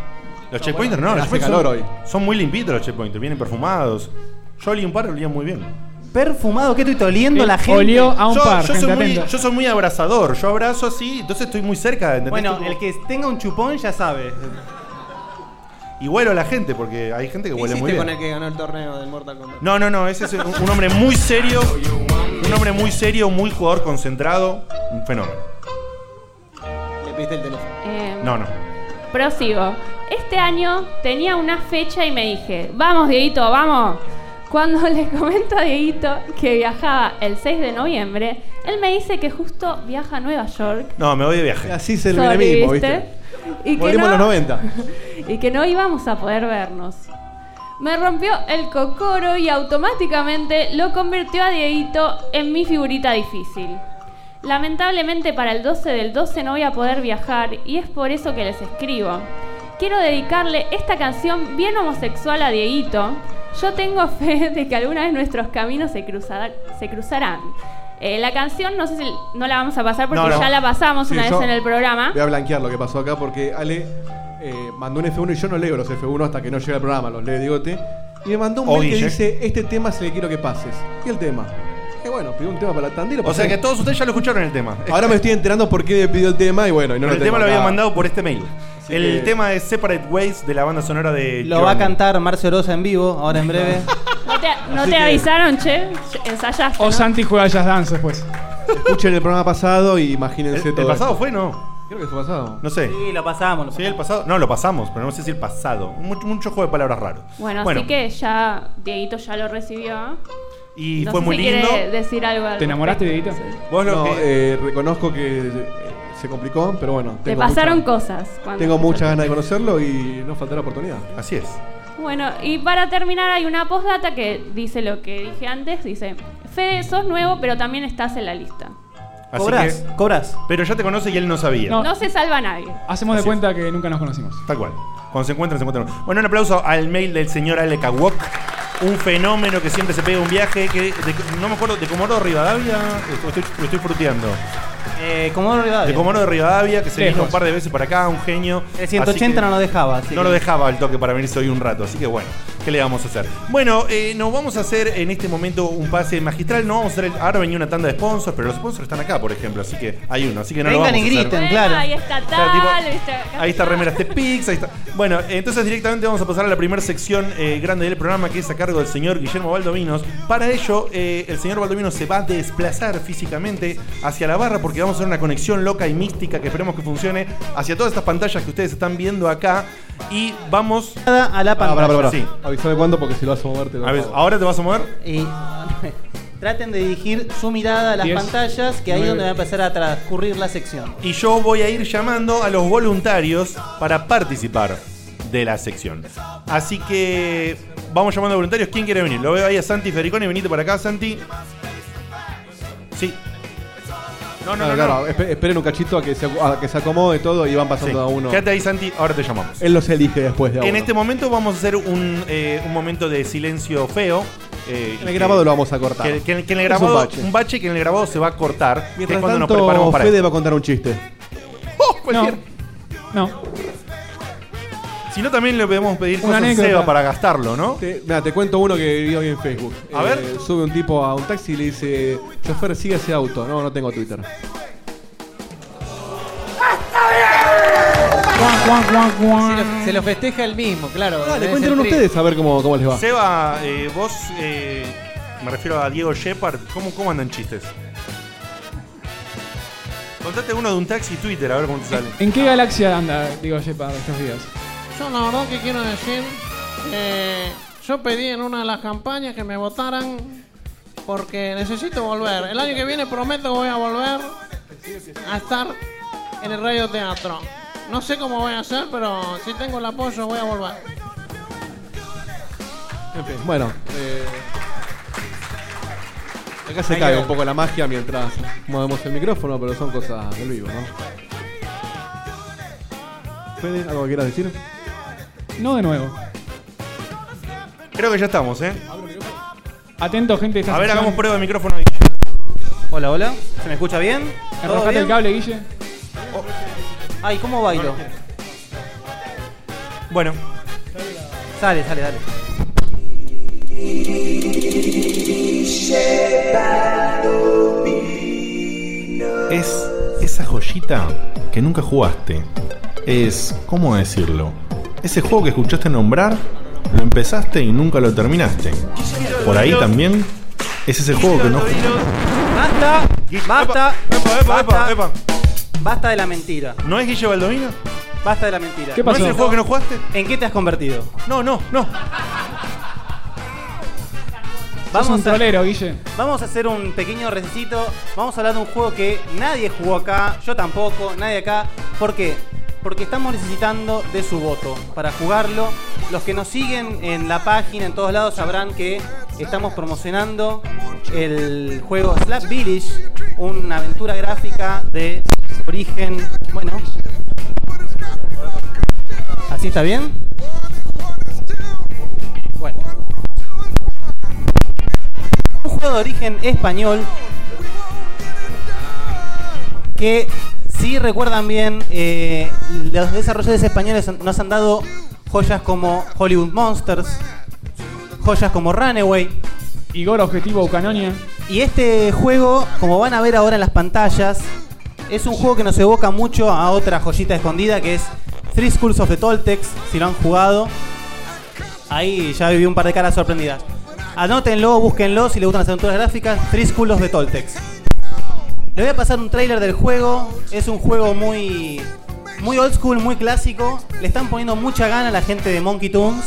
S1: Los checkpointers no, los
S2: hace
S1: checkpointers
S2: calor
S1: son, son muy limpitos los checkpointers, vienen perfumados. Yo olí un par, olía muy bien.
S6: Perfumado, ¿qué estoy oliendo la gente?
S1: yo, Yo soy, muy, yo soy muy abrazador, yo abrazo así, entonces estoy muy cerca. ¿entendés?
S6: Bueno,
S1: Tipo,
S6: el que tenga un chupón ya sabe.
S1: Y huelo a la gente, porque hay gente que
S7: ¿Qué
S1: huele muy
S7: hiciste
S1: bien.
S7: con el que ganó el torneo del Mortal Kombat?
S1: No, no, no, ese es un, un hombre muy serio, un hombre muy serio, muy jugador concentrado, un fenómeno.
S7: Le pediste el teléfono.
S5: Eh,
S1: No, no.
S5: Prosigo. Este año tenía una fecha y me dije, vamos Dieguito, vamos. Cuando le comento a Dieguito que viajaba el 6 de noviembre, él me dice que justo viaja a Nueva York.
S1: No, me voy de viaje.
S2: Así se
S5: Sorry,
S2: el mismo,
S5: ¿viste?
S2: ¿viste?
S5: Y que,
S2: Volvimos
S5: no,
S2: a los 90.
S5: y que no íbamos a poder vernos. Me rompió el cocoro y automáticamente lo convirtió a Dieguito en mi figurita difícil. Lamentablemente para el 12 del 12 no voy a poder viajar y es por eso que les escribo. Quiero dedicarle esta canción bien homosexual a Dieguito. Yo tengo fe de que alguna vez nuestros caminos se, cruzar- se cruzarán. Eh, la canción no sé si no la vamos a pasar porque
S2: No, no.
S5: ya la pasamos
S2: Sí,
S5: una
S2: yo
S5: vez en el
S4: ¿Ah?
S5: programa.
S2: Voy a blanquear lo que pasó acá porque Ale eh, mandó un F1 y yo no leo los F1 hasta que no llega el programa, los lee Digote. Y me mandó un
S1: O
S2: mail que
S1: Guille.
S2: dice, este tema se le quiero que pases. ¿Qué el tema? Dije, Eh, bueno, pidió un tema para la tanda y lo
S1: O sea
S2: pasé.
S1: que todos ustedes ya lo escucharon el tema.
S2: Ahora me estoy enterando por qué pidió el tema y bueno, y no
S1: el tema lo había
S2: acá.
S1: mandado por este mail.
S2: Así
S1: El
S2: que-
S1: tema es Separate Ways de la banda sonora de.
S6: Lo va a
S1: Journey.
S6: cantar Marcio Rosa en vivo, ahora en breve.
S5: No te, no
S6: Así
S5: te
S6: que-
S5: avisaron, che. Ensayaste.
S4: O
S5: ¿no?
S4: Santi juega Jazz Dance después.
S2: Escuchen el programa pasado y imagínense
S1: ¿El, el
S2: todo.
S1: pasado
S2: esto.
S1: fue, no?
S2: Creo que fue pasado.
S1: No sé.
S6: Sí, lo pasamos.
S1: Sí, el pasado. No, lo pasamos, pero no sé si el pasado. Mucho, mucho juego de palabras raro.
S5: Bueno,
S1: Bueno.
S5: así que ya Dieguito ya lo recibió.
S1: Y
S5: No
S1: fue
S5: sé
S1: muy
S5: si
S1: lindo.
S5: quiere decir algo. al respecto.
S1: Vos lo
S2: no,
S1: que-
S2: eh, reconozco que eh, se complicó, pero bueno.
S5: Te
S2: tengo
S5: pasaron
S2: mucha-
S5: cosas. cuando
S2: Tengo
S5: escuchaste.
S2: muchas ganas de conocerlo y no faltará oportunidad.
S1: Así es.
S5: Bueno, y para terminar hay una postdata que dice lo que dije antes. Dice, Fede, sos nuevo, pero también estás en la lista.
S1: Así
S6: Cobras,
S1: que-
S6: cobras.
S1: Pero ya te conoce y él no sabía.
S5: No, se salva nadie.
S1: Ah,
S4: Hacemos de cuenta que nunca nos conocimos.
S1: Tal cual. Cuando se encuentran, se encuentran. Bueno, un aplauso al mail del señor Ale Kawok. Un fenómeno que siempre se pega un viaje. que de- No me acuerdo, de Comodoro Rivadavia. Esto- Estoy, lo estoy fruteando.
S6: Eh, Comodoro Rivadavia.
S1: De Comodoro Rivadavia, que se
S6: Lejos.
S1: vino un par de veces para acá, un genio.
S6: El 180 no lo dejaba, así
S1: no
S6: que-
S1: lo dejaba el toque para venirse hoy un rato. Así que bueno, ¿qué le vamos a hacer? Bueno, eh, nos vamos a hacer en este momento un pase magistral. No vamos a hacer. el- ahora venía una tanda de sponsors, pero los sponsors están acá, por ejemplo. Así que hay uno. Así que no lo
S6: Vengan
S1: vamos
S6: y
S1: a hacer.
S6: griten, claro.
S5: Ahí está
S1: Claro, tipo,
S5: tal, está acá.
S1: Ahí está Remeras de Pix, ahí está. Bueno, entonces directamente vamos a pasar a la primera sección eh, grande del programa que es a cargo del señor Guillermo Baldovinos. Para ello, eh, el señor Baldovinos se va a desplazar físicamente hacia la barra porque vamos a hacer una conexión loca y mística que esperemos que funcione hacia todas estas pantallas que ustedes están viendo acá y vamos
S6: a la
S2: Ah, pará, pará, pará.
S1: Sí.
S2: Avísame cuándo porque si lo vas a moverte.
S1: A ver, ahora te vas a mover.
S6: Y traten de dirigir su mirada a las
S1: Diez,
S6: pantallas, que ahí es
S1: nueve.
S6: donde va a empezar a transcurrir la sección.
S1: Y yo voy a ir llamando a los voluntarios para participar de la sección. Así que vamos llamando a voluntarios. ¿Quién quiere venir? Lo veo ahí a Santi Fericone. Venite para acá, Santi. Sí. No, no,
S2: Claro,
S1: no.
S2: claro,
S1: no.
S2: espe- esperen un cachito a que, se, a que se acomode todo y van
S1: Sí.
S2: pasando a uno.
S1: Quédate ahí, Santi. Ahora te llamamos.
S2: Él los elige después de a
S1: En
S2: uno.
S1: este momento vamos a hacer un, eh, un momento de silencio feo. eh,
S2: En
S1: y
S2: el grabado
S1: que-
S2: lo vamos a cortar.
S1: Que, que- que en el
S2: Es
S1: grabado,
S2: un
S1: un
S2: bache.
S1: bache. que en el grabado se va a cortar. que es
S2: Mientras
S1: cuando nos
S2: tanto,
S1: preparamos para
S2: Fede
S1: esto.
S2: va a contar un chiste.
S4: No.
S1: Si no, también le podemos pedir
S2: Una
S1: cosas a
S2: anécdota.
S1: Seba para gastarlo, ¿no?
S2: Te, mira, te cuento uno que vi hoy en Facebook. Eh,
S1: A ver.
S2: Sube un tipo a un taxi y le dice: Chofer, sigue ese auto. No, no tengo Twitter.
S6: Se lo, se lo festeja el mismo, claro.
S2: Dale,
S6: Debe
S2: cuenten
S6: ser
S2: uno
S6: triste.
S2: ustedes a ver cómo, cómo les va.
S1: Seba, eh, vos, eh, me refiero a Diego Shepard, ¿cómo, ¿cómo andan chistes? Contate uno de un taxi Twitter, a ver cómo te sale.
S4: ¿En qué galaxia anda, digo, Jepa, estos días?
S13: Yo la verdad que quiero decir, eh, yo pedí en una de las campañas que me votaran porque necesito volver. El año que viene prometo que voy a volver a estar en el radio teatro. No sé cómo voy a hacer, pero si tengo el apoyo voy a volver.
S2: En fin, bueno, eh, acá se
S13: Ahí
S2: cae
S13: quedó.
S2: un poco la magia mientras movemos el micrófono, pero son cosas del vivo, ¿no? Fede, ¿algo que quieras decir?
S4: No de nuevo.
S1: Creo que ya estamos, ¿eh?
S4: Atento, gente. esta
S1: A ver,
S4: sección.
S1: hagamos prueba de micrófono. ahí.
S6: Hola, hola. ¿Se me escucha bien? ¿Todo
S4: Arrojate el
S6: bien?
S4: cable, Guille.
S6: Ay, ¿cómo bailo?
S1: Bueno.
S6: Sale, sale, dale.
S1: este
S12: Es esa joyita que nunca jugaste. Es, ¿cómo decirlo? Ese juego que escuchaste nombrar, lo empezaste y nunca lo terminaste. Por ahí también es ese juego que no
S6: Basta, basta, basta, basta de la mentira.
S1: ¿No es Guille Baldomino?
S6: Basta de la mentira.
S1: ¿Qué pasó? ¿No es el juego que no
S6: jugaste? ¿En qué te has convertido?
S1: No, no, no.
S6: Vamos
S4: Sos un
S6: a-
S4: trolero, Guille.
S6: Vamos a hacer un pequeño recito. Vamos a hablar de un juego que nadie jugó acá, yo tampoco, nadie acá. ¿Por qué? Porque estamos necesitando de su voto para jugarlo. Los que nos siguen en la página, en todos lados, sabrán que estamos promocionando el juego Slap Village, una aventura gráfica de origen. Bueno, así ¿Sí está bien? Bueno. Un juego de origen español que, si recuerdan bien, eh, los desarrolladores españoles han- nos han dado joyas como Hollywood Monsters, joyas como Runaway.
S4: Igor Objetivo Ucanonia.
S6: Y este juego, como van a ver ahora en las pantallas, es un juego que nos evoca mucho a otra joyita escondida que es Three Schools of the Toltecs, si lo han jugado. Ahí ya viví un par de caras sorprendidas. Anótenlo, búsquenlo si les gustan las aventuras gráficas, Three Schools of the Toltecs. Les voy a pasar un tráiler del juego, es un juego muy muy old school, muy clásico. Le están poniendo mucha gana a la gente de Monkey Toons,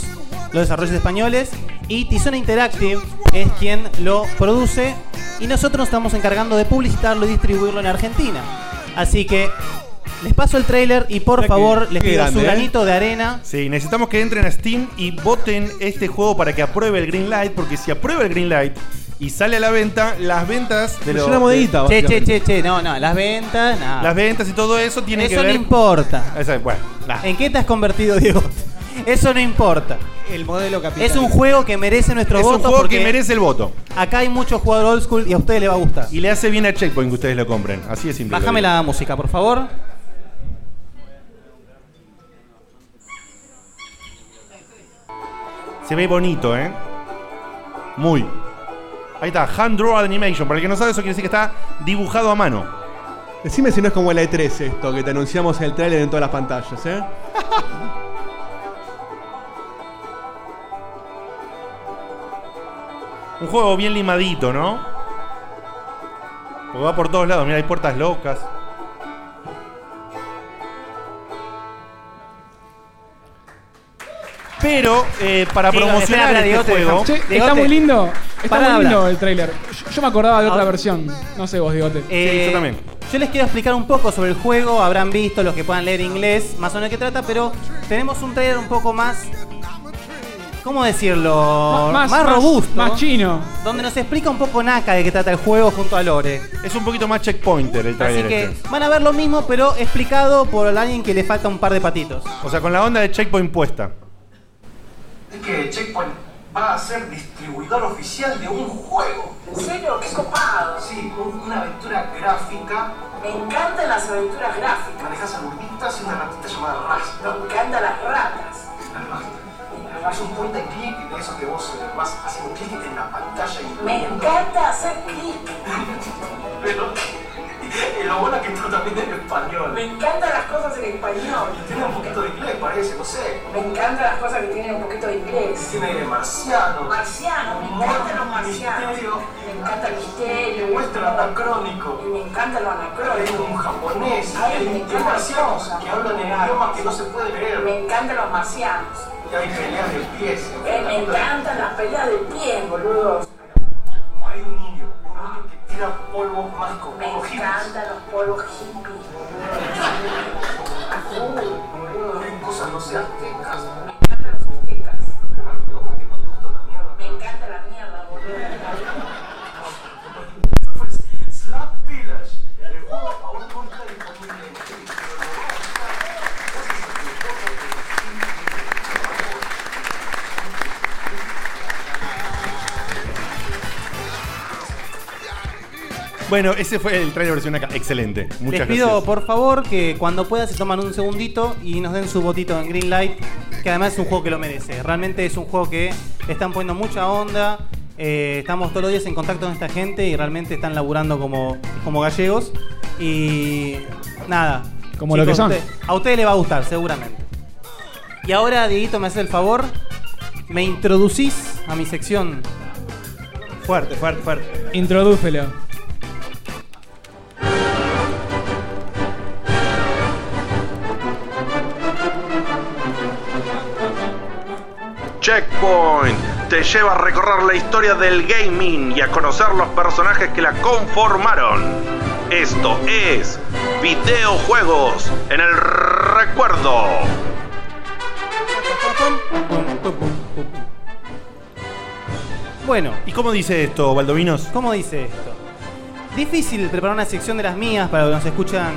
S6: los desarrollos españoles. Y Tizona Interactive es quien lo produce. Y nosotros nos estamos encargando de publicitarlo y distribuirlo en Argentina. Así que les paso el trailer y por favor les
S1: Qué
S6: pido
S1: grande,
S6: su
S1: ¿eh?
S6: granito de arena.
S1: Sí, necesitamos que entren a Steam y voten este juego para que apruebe el Green Light, porque si aprueba el Green Light y sale a la venta, las ventas
S6: Pues
S1: de los.
S6: Che, che, che, che, no, no, las ventas, no.
S1: Las ventas y todo eso tiene
S6: Eso
S1: que ver.
S6: no importa. Eh,
S1: bueno,
S6: ¿En qué te has convertido, Diego? Eso no importa.
S7: El modelo capital.
S6: Es un juego que merece nuestro
S1: es
S6: voto.
S1: un juego que
S6: porque
S1: merece el voto.
S6: Acá hay muchos jugadores old school y a ustedes les va a gustar.
S1: Y le hace bien a Checkpoint que ustedes lo compren. Así de simple.
S6: Bájame la música, por favor.
S1: Se ve bonito, ¿eh? Muy. Ahí está, Hand Draw Animation. Para el que no sabe, eso quiere decir que está dibujado a mano.
S14: Decime si no es como el E3 esto, que te anunciamos en el tráiler en todas las pantallas, ¿eh?
S1: Un juego bien limadito, ¿no? Porque va por todos lados. Mira, hay puertas locas. Pero eh, para
S4: Digo,
S1: promocionar
S4: espera, espera,
S1: este
S4: Diegote,
S1: juego,
S4: Che, está muy lindo. Está
S6: Pará de
S4: muy
S6: hablar.
S4: lindo el trailer. Yo, yo me acordaba de otra versión. No sé vos, Digote.
S6: Eh, Yo les quiero explicar un poco sobre el juego. Habrán visto los que puedan leer inglés, más o menos de qué trata, pero tenemos un trailer un poco más. ¿Cómo decirlo?
S4: Más- más-
S6: robusto.
S4: más chino.
S6: Donde nos explica un poco Naka de qué trata el juego junto a Lore.
S1: Es un poquito más checkpointer el
S6: Así
S1: trailer. este.
S6: que van a ver lo mismo, pero explicado por alguien que le falta un par de patitos.
S1: O sea, con la onda de checkpoint puesta.
S3: Es que Checkpoint va a ser distribuidor oficial de un juego. ¿En serio? ¡Qué copado! Sí, un- una aventura gráfica. Me encantan las aventuras gráficas. Manejas a gurbitas y una ratita llamada Raz. Me encantan las ratas. Es un point and click de eso que vos eh, vas haciendo clic en la pantalla y
S15: Me encanta hacer clic.
S3: Pero y lo bueno es que está también en español.
S15: Me encantan las cosas en español.
S3: Tiene un poquito de inglés, parece, no sé.
S15: Me encantan las cosas que tienen un poquito de inglés.
S3: Tiene marciano.
S15: Marciano, me encantan los marcianos. Me encanta el misterio.
S3: Me gusta lo anacrónico.
S15: Y me encanta lo
S3: Hay
S15: anacrónico.
S3: un japonés,
S15: Ay, me
S3: hay
S15: encantan las
S3: demasiados
S15: cosas.
S3: que hablan en idiomas que no se puede leer.
S15: Me encantan los marcianos.
S3: Y hay peleas de pies.
S15: Eh, me encantan las peleas de pies, boludo.
S3: Hay un indio, un indio que tira polvo mágico.
S15: Me encantan los polvos hippies, boludo.
S3: Hay cosas, no sé, aztecas.
S15: Me encanta la mierda, boludo.
S3: Slap Village, el juego aún no está disponible en Steam.
S1: Bueno, ese fue el trailer versión acá. Excelente. Muchas
S6: Les pido
S1: gracias.
S6: por favor que cuando puedan se toman un segundito y nos den su votito en Green Light, que además es un juego que lo merece. Realmente es un juego que le están poniendo mucha onda. eh, estamos todos los días en contacto con esta gente y realmente están laburando como, como gallegos. Y nada.
S4: Como lo que son.
S6: A usted- a ustedes les va a gustar, seguramente. Y ahora, Dieguito, me hace el favor. Me introducís a mi sección.
S1: Fuerte, fuerte, fuerte.
S4: Introdúcelo.
S16: Checkpoint te lleva a recorrer la historia del gaming y a conocer los personajes que la conformaron. Esto es videojuegos en el recuerdo.
S6: Bueno.
S1: ¿Y cómo dice esto, Baldovinos?
S6: ¿Cómo dice esto? Difícil preparar una sección de las mías para los que nos escuchan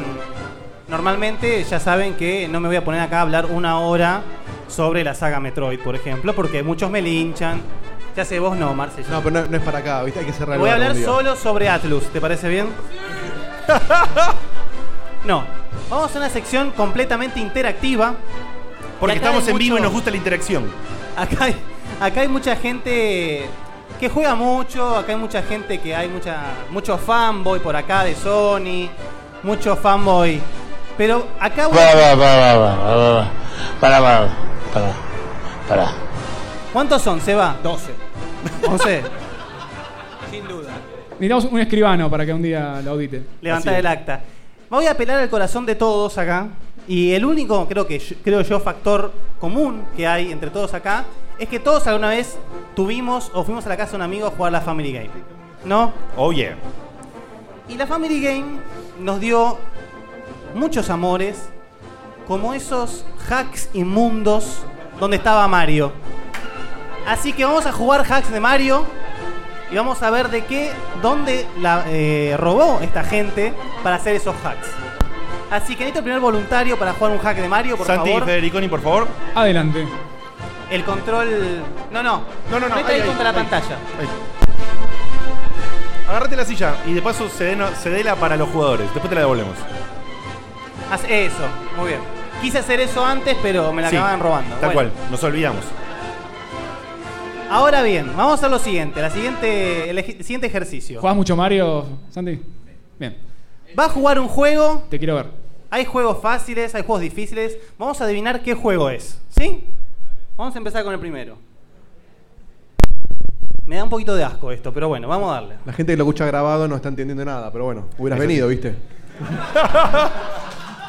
S6: normalmente. Ya saben que no me voy a poner acá a hablar una hora sobre la saga Metroid, por ejemplo, porque muchos me linchan. Ya sé, vos no, Marcelo.
S2: No, pero no, no es para acá, ¿viste? Hay que cerrar el
S6: Voy a
S2: bar
S6: hablar
S2: un día.
S6: solo sobre Atlus, ¿te parece bien? no. Vamos a una sección completamente interactiva.
S1: Porque
S6: acá
S1: estamos
S6: hay
S1: en vivo y
S6: mucho-
S1: nos gusta la interacción.
S6: Acá hay, acá hay mucha gente que juega mucho, acá hay mucha gente que hay mucha mucho fanboy por acá de Sony, mucho fanboy. Pero acá
S8: Para, para, para, para, para, para, para, para.
S6: ¿Cuántos son, Seba? 12. 11.
S7: Sin duda.
S4: Necesitamos un escribano para que un día lo audite.
S6: Levantar el acta. Voy a apelar al corazón de todos acá. Y el único, creo que creo yo, factor común que hay entre todos acá es que todos alguna vez tuvimos o fuimos a la casa de un amigo a jugar la Family Game. ¿No?
S1: Oh yeah.
S6: Y la Family Game nos dio muchos amores, como esos hacks inmundos donde estaba Mario. Así que vamos a jugar hacks de Mario y vamos a ver de qué, dónde la eh, robó esta gente para hacer esos hacks. Así que necesito el primer voluntario para jugar un hack de Mario, por
S1: Santi
S6: favor.
S1: Federiconi, por favor.
S4: Adelante.
S6: El control. No, no.
S1: No, no, no.
S6: Ahí,
S1: ahí, ahí,
S6: contra la
S1: ahí.
S6: pantalla.
S1: Ahí. Agárrate la silla y de paso cedeno- cedela para los jugadores. Después te la devolvemos.
S6: Haz eso. Muy bien. Quise hacer eso antes, pero me la
S1: Sí,
S6: acababan robando.
S1: Tal
S6: Bueno.
S1: cual, nos olvidamos.
S6: Ahora bien, vamos a hacer lo siguiente, la siguiente, el, ej- siguiente ejercicio.
S4: ¿Jugás mucho Mario, Santi? Bien.
S6: Va a jugar un juego.
S4: Te quiero ver.
S6: Hay juegos fáciles, hay juegos difíciles. Vamos a adivinar qué juego es, ¿sí? Vamos a empezar con el primero. Me da un poquito de asco esto, pero bueno, vamos a darle.
S2: La gente que lo escucha grabado no está entendiendo nada, pero bueno, hubieras
S6: Eso sí.
S2: venido, ¿viste?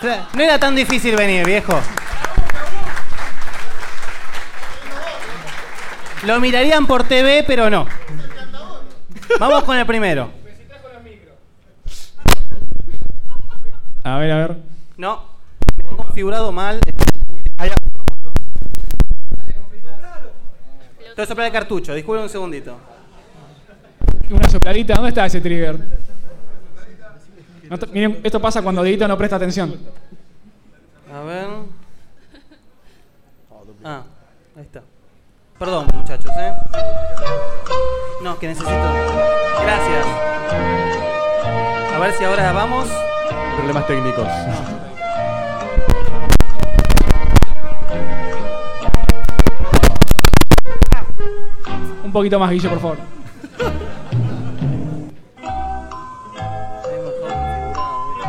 S6: Tra- No era tan difícil venir, viejo. Lo mirarían por TV, pero no. Vamos con el primero.
S4: A ver, a ver.
S6: No, me han configurado mal. Te voy a soplar el cartucho, disculpen un segundito.
S4: Una sopladita. ¿Dónde está ese trigger? No te- miren, esto pasa cuando Dieguito no presta atención.
S6: A ver. Ah, ahí está. Perdón, muchachos, ¿eh? No, que necesito. Gracias. A ver si ahora vamos.
S2: Problemas técnicos.
S4: Un poquito más, Guille, por favor.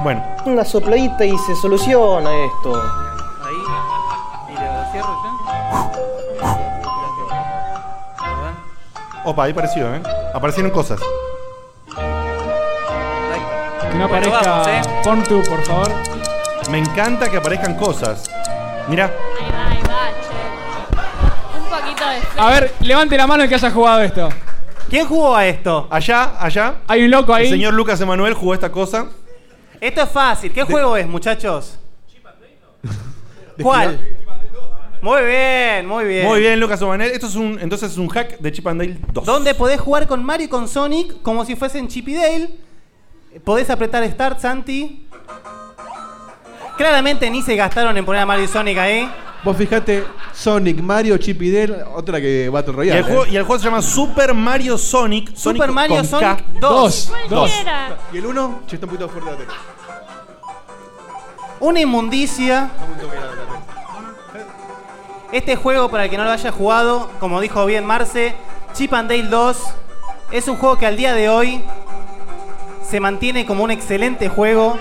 S1: Bueno.
S17: Una sopladita y se soluciona esto.
S6: Ahí. Y lo cierro ¿eh? ya. A ver.
S1: Opa, ahí pareció, ¿eh? Aparecieron cosas.
S4: Que no aparezca
S6: eh.
S4: Form 2, por favor.
S1: Me encanta que aparezcan cosas. Mirá,
S5: Ahí va, ahí va, che. Un poquito de fe.
S4: A ver, levante la mano el que haya jugado esto.
S6: ¿Quién jugó a esto?
S1: Allá, allá.
S4: Hay un loco ahí.
S1: el señor Lucas Emanuel jugó esta cosa.
S6: Esto es fácil. ¿Qué juego es, muchachos? ¿Cuál? Muy bien, muy bien.
S1: Muy bien, Lucas Emanuel. Esto es un, entonces es un hack de Chip and Dale 2.
S6: Donde podés jugar con Mario y con Sonic como si fuesen Chip y Dale. Podés apretar Start, Santi. Claramente ni se gastaron en poner a Mario y Sonic ahí.
S2: Vos fijate, Sonic, Mario, Chip y Dale, otra que Battle
S1: Y
S2: Royale. ¿eh?
S1: el, juego, y el juego se llama Super Mario Sonic. Sonic
S2: Super Mario
S1: con
S2: Sonic
S1: K.
S2: 2.
S1: Dos.
S2: ¿Y el uno? Che, está un poquito fuerte la tele.
S6: Una inmundicia. Este juego, para el que no lo haya jugado, como dijo bien Marce, Chip and Dale 2 es un juego que al día de hoy se mantiene como un excelente juego.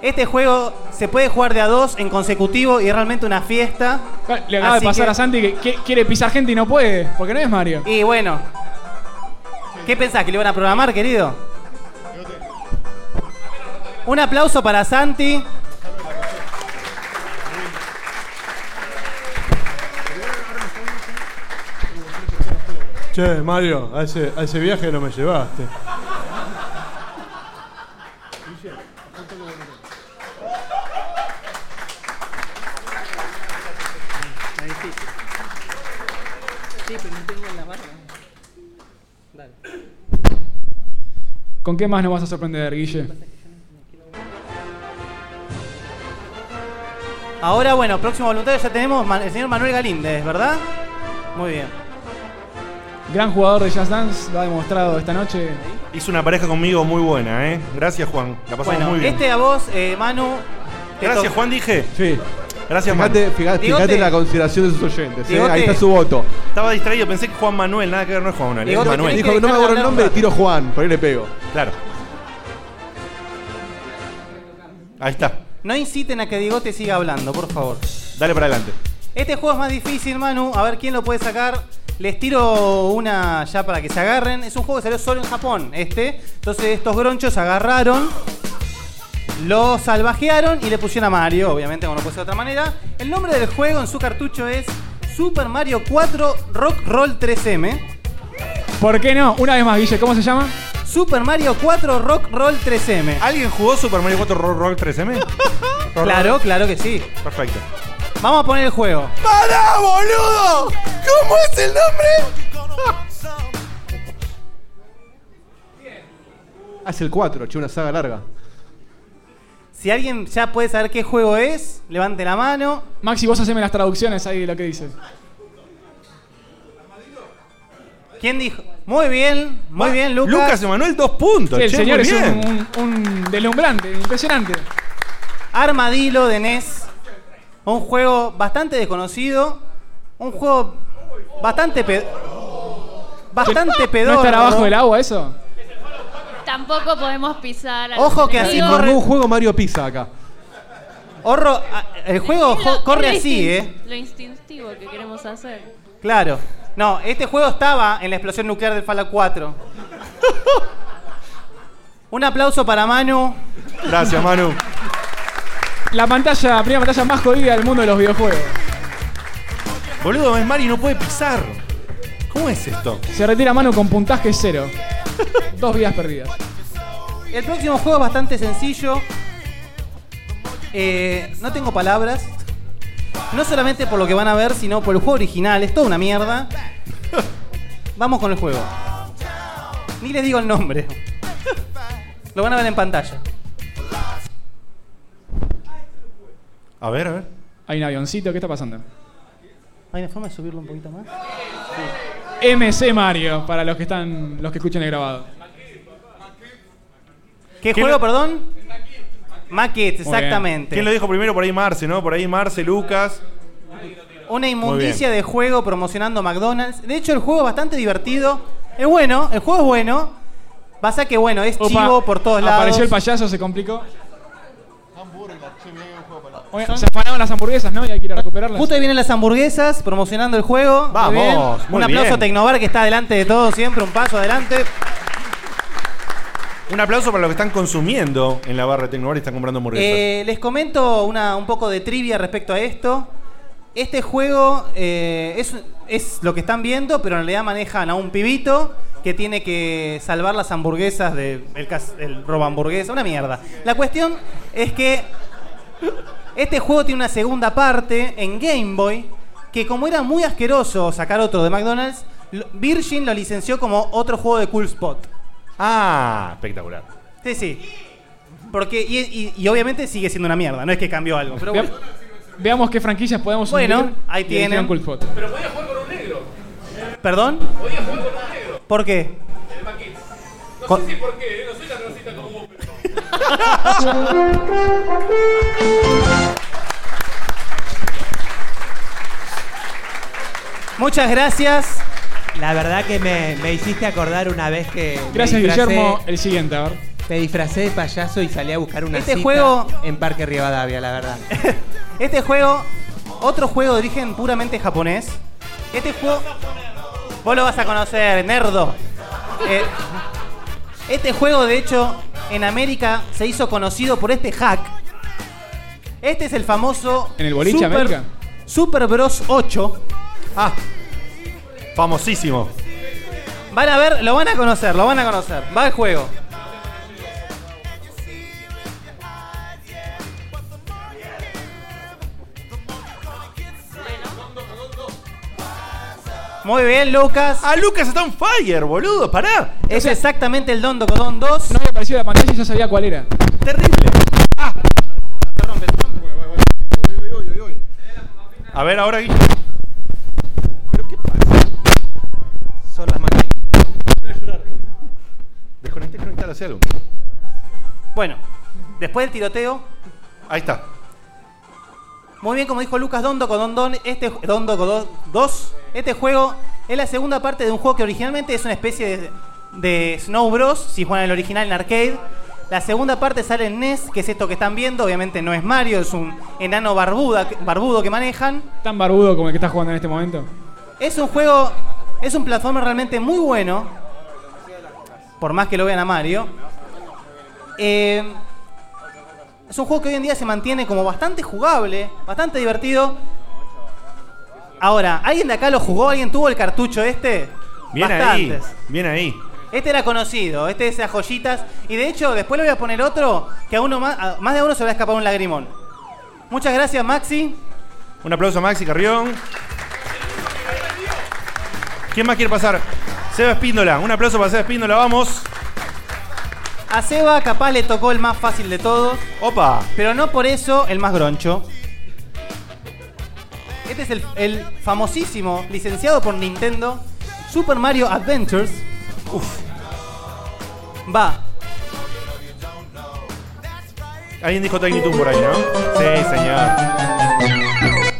S6: Este juego se puede jugar de a dos en consecutivo y es realmente una fiesta.
S4: Le acaba de pasar a Santi que, que quiere pisar gente y no puede, porque no es Mario.
S6: Y bueno, ¿qué pensás? ¿Que le van a programar, querido? Un aplauso para Santi.
S10: Che, Mario, a ese, a ese viaje no me llevaste.
S6: Sí, pero no tengo la barra. Dale.
S4: ¿Con qué más nos vas a sorprender, Guille?
S6: Ahora, bueno, próximo voluntario ya tenemos ma- el señor Manuel Galíndez, ¿verdad? Muy bien.
S4: Gran jugador de Jazz Dance, lo ha demostrado esta noche.
S1: Hizo una pareja conmigo muy buena, ¿eh? Gracias, Juan. La pasamos
S6: Bueno,
S1: muy bien.
S6: este a vos, eh, Manu. te
S1: Gracias,
S6: toca.
S1: Juan, dije.
S2: Sí.
S1: Gracias,
S2: Fíjate,
S1: Manu.
S2: fíjate,
S1: Digote.
S2: fíjate en la consideración de sus oyentes. ¿eh?
S1: Digote.
S2: Ahí está su voto.
S1: Estaba distraído, pensé que Juan Manuel, nada que ver, no es Juan Manuel. es Manuel.
S2: Dijo que no me acuerdo el nombre, tiro Juan, por ahí le pego.
S1: Claro. Ahí está.
S6: No inciten a que Digote siga hablando, por favor.
S1: Dale para adelante.
S6: Este juego es más difícil, Manu. A ver quién lo puede sacar. Les tiro una ya para que se agarren. Es un juego que salió solo en Japón, este. Entonces estos gronchos agarraron, lo salvajearon y le pusieron a Mario, obviamente, como no puede ser de otra manera. El nombre del juego en su cartucho es Super Mario 4 Rock Roll 3M.
S4: ¿Por qué no? Una vez más, Guille, ¿cómo se llama?
S6: Super Mario 4 Rock Roll 3M.
S1: ¿Alguien jugó Super Mario 4 Rock Roll 3M?
S6: claro, claro que sí.
S1: Perfecto.
S6: Vamos a poner el juego.
S18: ¡Pará, boludo! ¿Cómo es el nombre?
S1: Ah,
S2: Hace el 4, che, una saga larga.
S6: Si alguien ya puede saber qué juego es, levante la mano.
S4: Maxi, vos haceme las traducciones ahí de lo que dices.
S6: ¿Quién dijo? Muy bien, muy bien, Lucas.
S1: Lucas Emanuel, dos puntos.
S4: Sí, el
S1: che,
S4: señor
S1: muy
S4: es
S1: bien.
S4: un, un- un deslumbrante, impresionante.
S6: Armadillo de NES. Un juego bastante desconocido. Un juego bastante pe- Bastante
S4: ¿No
S6: pedorro.
S4: estar abajo del agua eso?
S5: Tampoco podemos pisar. a los
S6: Ojo que así
S5: enemigos.
S6: corre.
S2: Armó un juego Mario Pisa acá.
S6: Horro, a- el juego jo-
S5: Lo-
S6: corre
S5: lo
S6: así,
S5: instin-
S6: ¿eh?
S5: Lo instintivo que queremos hacer.
S6: Claro. No, este juego estaba en la explosión nuclear del Fallout 4. Un aplauso para Manu.
S1: Gracias, Manu.
S4: La pantalla, la primera pantalla más jodida del mundo de los videojuegos.
S1: Boludo, es Mario y no puede pisar. ¿Cómo es esto?
S4: Se retira Manu con puntaje cero. Dos vidas perdidas.
S6: El próximo juego es bastante sencillo. Eh, no tengo palabras. No solamente por lo que van a ver, sino por el juego original. Es toda una mierda. Vamos con el juego. Ni les digo el nombre. Lo van a ver en pantalla.
S1: A ver, a ver.
S4: Hay un avioncito, ¿qué está pasando?
S6: ¿Hay una forma de subirlo un poquito más?
S4: MC Mario, para los que están, los que escuchen el grabado.
S6: ¿Qué
S1: ¿Quién
S6: juego,
S1: lo-
S6: perdón? Maquet,
S1: Muy bien.
S6: exactamente.
S1: ¿Quién lo dijo primero? Por ahí Marce, ¿no? Por ahí Marce, Lucas.
S6: Una inmundicia de juego promocionando McDonald's. De hecho, el juego es bastante divertido. Es bueno, el juego es bueno. Pasa que, bueno, es
S4: Opa,
S6: chivo por todos lados.
S4: Apareció el payaso, se complicó. Oye, se afanaron las hamburguesas, ¿no? Y hay que ir a recuperarlas.
S6: Justo ahí vienen las hamburguesas promocionando el juego. Muy
S4: Vamos,
S6: bien.
S4: muy
S6: Un aplauso
S4: bien.
S6: a Tecnobar que está delante de todo siempre, un paso adelante.
S1: Un aplauso para los que están consumiendo en la barra de Tecnobar y están comprando hamburguesas.
S6: Eh, les comento una, un poco de trivia respecto a esto. Este juego eh, es, es lo que están viendo, pero en realidad manejan a un pibito que tiene que salvar las hamburguesas del el, cas- el robo hamburguesa, una mierda. La cuestión es que este juego tiene una segunda parte en Game Boy que como era muy asqueroso sacar otro de McDonald's, lo- Virgin lo licenció como otro juego de Cool Spot.
S1: Ah, espectacular.
S6: Sí, sí. Porque, y, y- y obviamente sigue siendo una mierda, no es que cambió algo. Pero bueno.
S4: Veamos qué franquicias podemos
S6: Bueno,
S4: unir
S6: ahí
S4: y
S6: tienen.
S4: eligieron Cool Spot.
S6: ¿Perdón? ¿Por qué?
S18: No
S6: sé
S18: si por qué, ¿eh? no soy tan racista como vos, pero.
S6: Muchas gracias.
S7: La verdad que me, me hiciste acordar una vez que. me
S4: Gracias,
S7: disfracé-
S4: Guillermo. El siguiente, a ver.
S7: Me disfracé de payaso y salí a buscar una
S6: Este
S7: cita
S6: juego-
S7: en Parque Rivadavia, la verdad.
S6: Este juego, otro juego de origen puramente japonés. Este juego. Vos lo vas a conocer, nerdo. Eh, este juego, de hecho, en América se hizo conocido por este hack. Este es el famoso.
S4: ¿En el boliche
S6: Super-
S4: América?
S6: Super Bros 8. Ah,
S1: Famosísimo.
S6: van a ver, lo van a conocer, lo van a conocer. Va el juego. Muy bien, Lucas.
S1: Ah, Lucas está on fire, boludo. Pará.
S6: Es exactamente el Dondo Codón 2.
S4: No había aparecido la pantalla y ya sabía cuál era.
S1: Terrible. A ver, ahora Guille.
S7: Son las máquinas.
S1: Desconecté, conectar hacia algo.
S7: Bueno, después del tiroteo.
S1: Ahí está.
S6: Muy bien, como dijo Lucas Dondo con Dondon, este ju- Dondo con Do- 2, este juego es la segunda parte de un juego que originalmente es una especie de, de Snow Bros, si juegan el original en arcade. La segunda parte sale en NES, que es esto que están viendo, obviamente no es Mario, es un enano barbuda, barbudo que manejan.
S4: Tan barbudo como el que estás jugando en este momento.
S6: Es un juego, es un plataforma realmente muy bueno, por más que lo vean a Mario. Eh, es un juego que hoy en día se mantiene como bastante jugable, bastante divertido. Ahora, ¿alguien de acá lo jugó? ¿Alguien tuvo el cartucho este?
S1: Bien
S6: Bastantes.
S1: ahí. Bien ahí.
S6: Este era conocido, este es esas joyitas. Y de hecho, después le voy a poner otro que a uno más, a más de a uno se le va a escapar un lagrimón. Muchas gracias, Maxi.
S1: Un aplauso a Maxi Carrión. ¿Quién más quiere pasar? Seba Espíndola. Un aplauso para Seba Espíndola, vamos.
S6: A Seba capaz le tocó el más fácil de todos.
S1: Opa.
S6: Pero no por eso el más groncho. Este es el, el famosísimo, licenciado por Nintendo, Super Mario Adventures. Uf. Va,
S1: Alguien dijo Tiny Toon por ahí, ¿no? Sí, señor.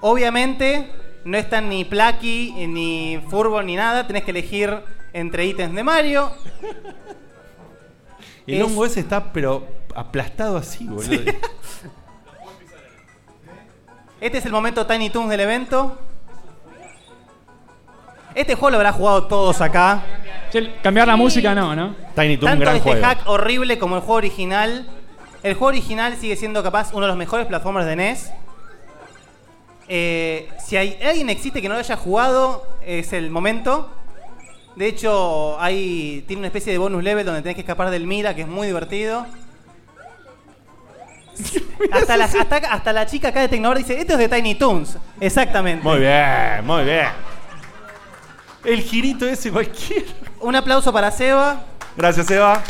S6: Obviamente no están ni Plucky, ni Furbo, ni nada. Tenés que elegir entre ítems de Mario.
S1: El
S6: Es-
S1: hongo ese está, pero aplastado así, boludo.
S6: Este es el momento Tiny Toons del evento. Este juego lo habrá jugado todos acá.
S4: Cambiar la música no, ¿no?
S1: Tiny
S6: Tanto este hack horrible como el juego original. El juego original sigue siendo capaz uno de los mejores platformers de NES. Eh, si hay, alguien existe que no lo haya jugado, es el momento. De hecho, hay, tiene una especie de bonus level donde tenés que escapar del Mira, que es muy divertido. hasta, la, hasta- hasta la chica acá de Tecnobar dice, esto es de Tiny Toons. Exactamente.
S1: Muy bien, muy bien. El girito ese cualquiera.
S6: Un aplauso para Seba.
S1: Gracias, Seba.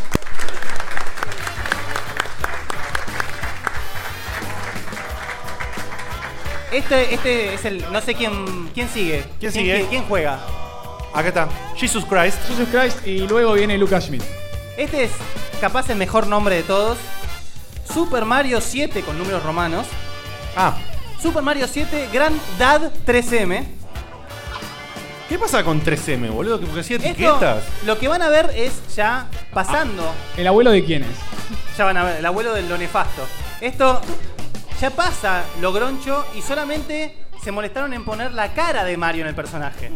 S6: Este, este es el. No sé quién. ¿Quién sigue?
S1: ¿Quién sigue?
S6: ¿Quién, quién juega?
S1: Acá está. Jesus Christ.
S4: Jesus Christ y luego viene Lucas Schmidt.
S6: Este es capaz el mejor nombre de todos. Super Mario 7 con números romanos.
S1: Ah.
S6: Super Mario 7 Grand Dad 3M.
S1: ¿Qué pasa con 3M, boludo? ¿Que Porque hacía
S6: Esto,
S1: etiquetas. Ah.
S6: lo que van a ver es ya pasando.
S4: ¿El abuelo de quién es?
S6: Ya van a ver, el abuelo de lo nefasto. Esto ya pasa lo groncho y solamente se molestaron en poner la cara de Mario en el personaje.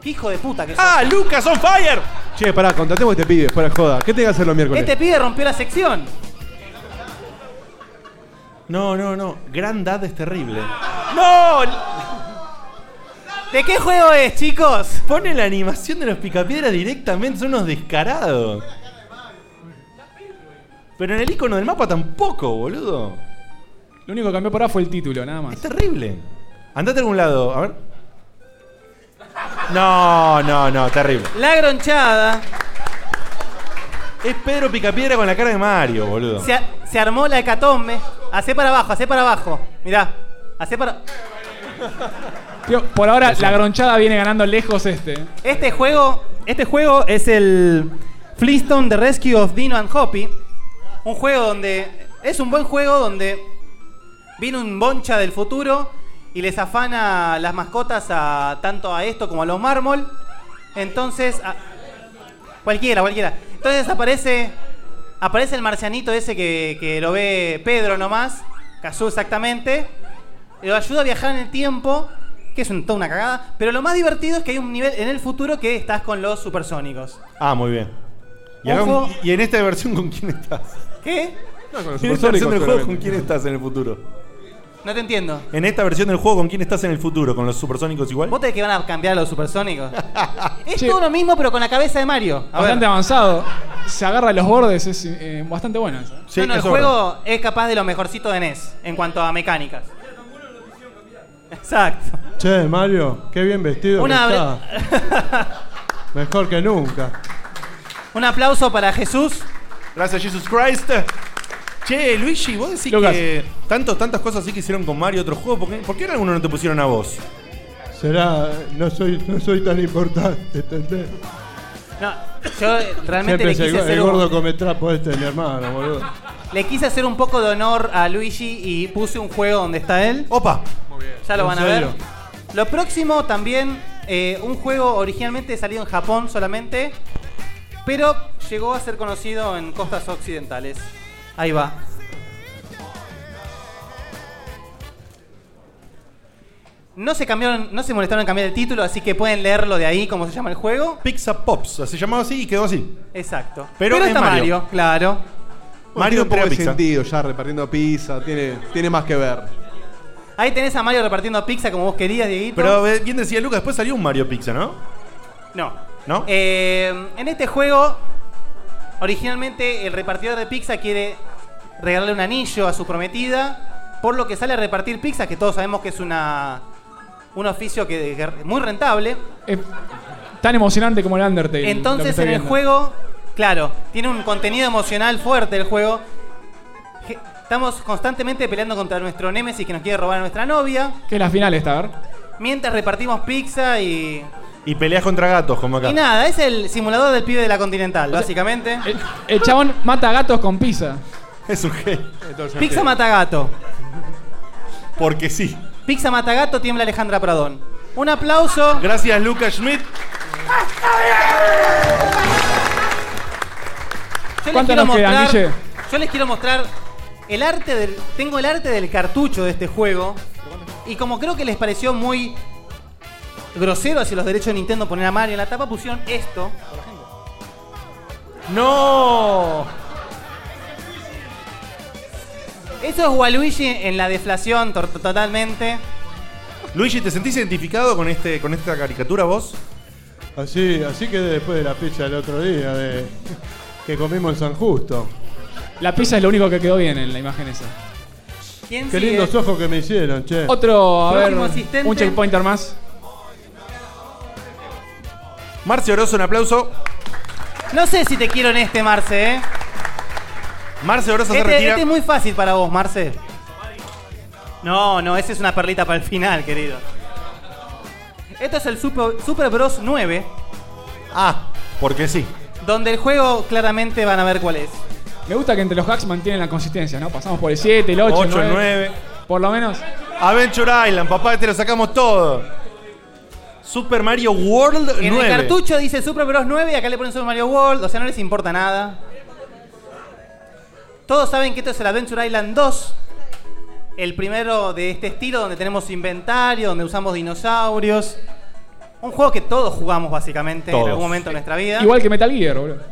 S6: Qué Hijo de puta que sos.
S1: ¡Ah, Lucas on fire!
S2: Che, pará, contratemos a este pibe, fuera de joda. ¿Qué tenés que hacer los miércoles?
S6: Este pibe rompió la sección.
S1: No, no, no. Grandad es terrible. ¡No!
S6: ¿De qué juego es, chicos?
S1: Pone la animación de los picapiedras directamente, son unos descarados. Pero en el icono del mapa tampoco, boludo.
S4: Lo único que cambió por ahora fue el título, nada más. Es
S1: terrible. Andate a algún lado, a ver. No, no, no, terrible.
S6: La gronchada.
S1: Es Pedro Picapiedra con la cara de Mario, boludo.
S6: Se, a- se armó la hecatombe. Hacé para abajo, hacé para abajo. Mirá. Hacé para.
S4: Tío, por ahora la gronchada viene ganando lejos este.
S6: Este juego. Este juego es el Flintstone The Rescue of Dino and Hoppy. Un juego donde. Es un buen juego donde viene un boncha del futuro y les afana las mascotas a tanto a esto como a los mármol. Entonces. a- cualquiera, cualquiera. Entonces aparece. Aparece el marcianito ese que, que lo ve Pedro nomás. Cazú exactamente. Lo ayuda a viajar en el tiempo. Que es un- toda una cagada. Pero lo más divertido es que hay un nivel en el futuro que estás con los supersónicos.
S1: Ah, muy bien. Y,
S6: Un
S1: acá-
S6: juego-
S1: y en esta versión, ¿con quién estás?
S6: ¿Qué?
S1: En esta versión del juego, ¿con quién estás en el futuro?
S6: No te entiendo.
S1: En esta versión del juego, ¿con quién estás en el futuro? ¿Con los supersónicos igual?
S6: ¿Vos te que van a cambiar a los supersónicos? es todo lo mismo, pero con la cabeza de Mario. A ver.
S4: bastante avanzado. Se agarra de los bordes, es eh, bastante bueno. eso.
S6: No, no, el juego es capaz de lo mejorcito de NES en cuanto a mecánicas. Exacto.
S10: Che, Mario, qué bien vestido
S6: Una
S10: que
S6: abre-
S10: está. Mejor que nunca.
S6: Un aplauso para Jesús.
S1: Gracias, Jesus Christ. Che, Luigi, vos decís
S4: Lucas.
S1: que tantos, tantas cosas así que hicieron con Mario otro juego. ¿Por qué, por qué en alguno no te pusieron a vos?
S10: Será, no soy, no soy tan importante, ¿entendés?
S6: No, yo eh, realmente
S10: Siempre
S6: le
S10: es el,
S6: quise,
S10: go- el
S6: hacer
S10: gordo
S6: un,
S10: come trapo este, mi hermano, boludo.
S6: le quise hacer un poco de honor a Luigi y puse un juego donde está él.
S1: ¡Opa!
S6: Ya lo
S10: ¿En
S6: van a ver.
S10: serio?
S6: Lo próximo también, eh, un juego originalmente salido en Japón solamente, pero llegó a ser conocido en costas occidentales. Ahí va. No se cambiaron, no se molestaron en cambiar el título, así que pueden leerlo de ahí, como se llama el juego.
S1: Pizza Pops, se llamaba así y quedó así.
S6: Exacto.
S1: Pero es
S6: está
S1: Mario.
S6: claro.
S2: Mario
S6: Mario
S2: tiene un poco
S6: entrega
S2: de
S6: pizza.
S2: sentido ya repartiendo pizza, tiene, tiene más que ver.
S6: Ahí tenés a Mario repartiendo pizza como vos querías, Dieguito.
S1: Pero eh, bien decía Lucas, después salió un Mario Pizza, ¿no?
S6: No.
S1: ¿No?
S6: Eh, en este juego, originalmente el repartidor de pizza quiere regalarle un anillo a su prometida, por lo que sale a repartir pizza, que todos sabemos que es una un oficio que, que- muy rentable.
S4: Tan emocionante como el Undertale. lo Eh, que
S6: Entonces
S4: estoy
S6: en el
S4: viendo.
S6: juego, claro, tiene un contenido emocional fuerte el juego. Je- Estamos constantemente peleando contra nuestro némesis que nos quiere robar a nuestra novia,
S4: Que es la final esta, a ver.
S6: mientras repartimos pizza y...
S1: Y peleas contra gatos, como acá.
S6: Y nada, es el simulador del pibe de la Continental, básicamente.
S4: El chabón mata gatos con pizza.
S1: Es un genio.
S6: Pizza mata gato.
S1: Porque sí.
S6: Pizza mata gato, tiembla Alejandra Pradón. Un aplauso.
S1: Gracias, Lucas Schmidt.
S6: Yo les
S4: ¿Cuánto
S6: quiero
S4: nos queda,
S6: mostrar.
S4: Guille?
S6: Yo les quiero mostrar el arte del. Tengo el arte del cartucho de este juego. Y como creo que les pareció muy grosero hacia los derechos de Nintendo poner a Mario en la tapa, pusieron esto.
S1: ¡No!
S6: Eso es Waluigi en la deflación tor- totalmente.
S1: Luigi, ¿te sentís identificado con, este, con esta caricatura vos?
S4: Ah,
S10: Así, así quedé después de la pizza del otro día de, que comimos en San Justo.
S4: La pizza es lo único que quedó bien en la imagen esa.
S6: ¿Quién
S10: Qué lindos ojos que me hicieron, che.
S4: Otro, a ver,
S10: Próximo asistente.
S4: un checkpointer más.
S1: Marce Oroso, un aplauso.
S6: No sé si te quiero en este, Marce, ¿eh?
S1: Marce Oroso se
S6: Este-
S1: retira.
S6: este es muy fácil para vos, Marce. No, no, esa es una perlita para el final, querido. Esto es el Super, Super Bros 9.
S1: Ah, porque sí.
S6: Donde el juego claramente van a ver cuál es.
S4: Me gusta que entre los hacks mantienen la consistencia, ¿no? Pasamos por el 7, el 8,
S1: Ocho,
S4: el 9.
S1: nueve.
S4: Por lo menos.
S1: Adventure Island, papá, te lo sacamos todo. Super Mario World
S6: En
S1: 9.
S6: el cartucho dice Super Bros 9 y acá le ponen Super Mario World, o sea, no les importa nada. Todos saben que esto es el Adventure Island 2. El primero de este estilo donde tenemos inventario, donde usamos dinosaurios. Un juego que todos jugamos básicamente en
S1: Todos.
S6: algún momento de nuestra vida.
S4: Igual que Metal Gear, boludo.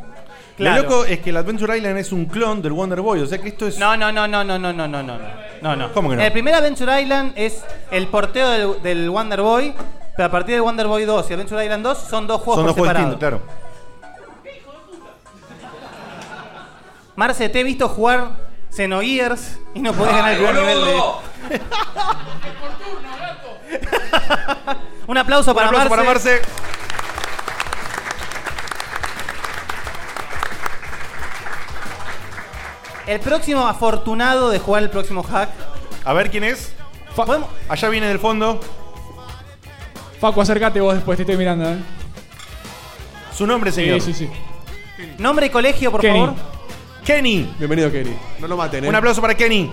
S1: Lo loco es que el Adventure Island es un clon del Wonder Boy, o sea que esto es.
S6: No, no, no, no, no, no, no, no, no. No, no.
S1: ¿Cómo que no?
S6: El primer Adventure Island es el porteo del, del Wonder Boy, pero a partir de Wonder Boy 2 y Adventure Island 2 son dos juegos
S1: Son dos
S6: por
S1: juegos
S6: separado.
S1: distintos, claro.
S6: Marce, te he visto jugar Xenogears y no podés ganar el primer nivel de... Un aplauso para
S1: Un aplauso para Marce.
S6: El próximo afortunado de jugar el próximo hack.
S1: A ver quién es.
S6: ¿Podemos?
S1: Allá viene del fondo.
S4: Facu, acércate vos después, te estoy mirando, ¿eh?
S1: Su nombre, señor.
S4: Sí, sí, sí.
S6: Nombre y colegio, por
S1: Kenny.
S6: favor.
S1: Kenny.
S2: Bienvenido, Kenny. No lo maten, ¿eh?
S1: Un aplauso para Kenny.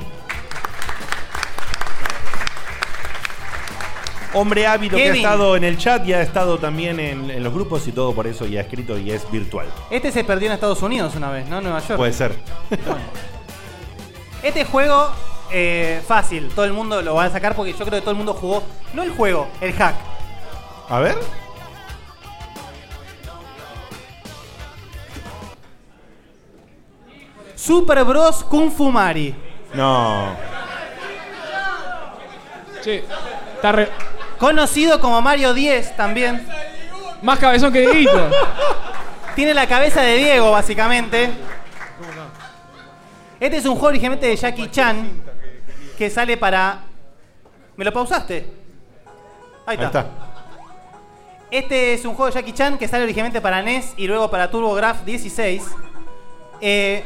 S1: Hombre ávido que ha
S6: Kevin.
S1: estado en el chat y ha estado también en, en los grupos y todo por eso y ha escrito y es virtual.
S6: Este se perdió en Estados Unidos una vez, ¿no? En Nueva York.
S1: Puede ser.
S6: Este juego, eh, fácil, todo el mundo lo va a sacar porque yo creo que todo el mundo jugó, no el juego, el hack.
S1: A ver.
S6: Super Bros Kung Fu Mari.
S1: No.
S4: Che, está re...
S6: Conocido como Mario 10 también.
S4: Más cabezón que Dieguito.
S6: Tiene la cabeza de Diego, básicamente. Este es un juego originalmente de Jackie Chan que sale para. ¿Me lo pausaste? Ahí está. E Este es un juego de Jackie Chan que sale originalmente para NES y luego para TurboGraf 16. Eh,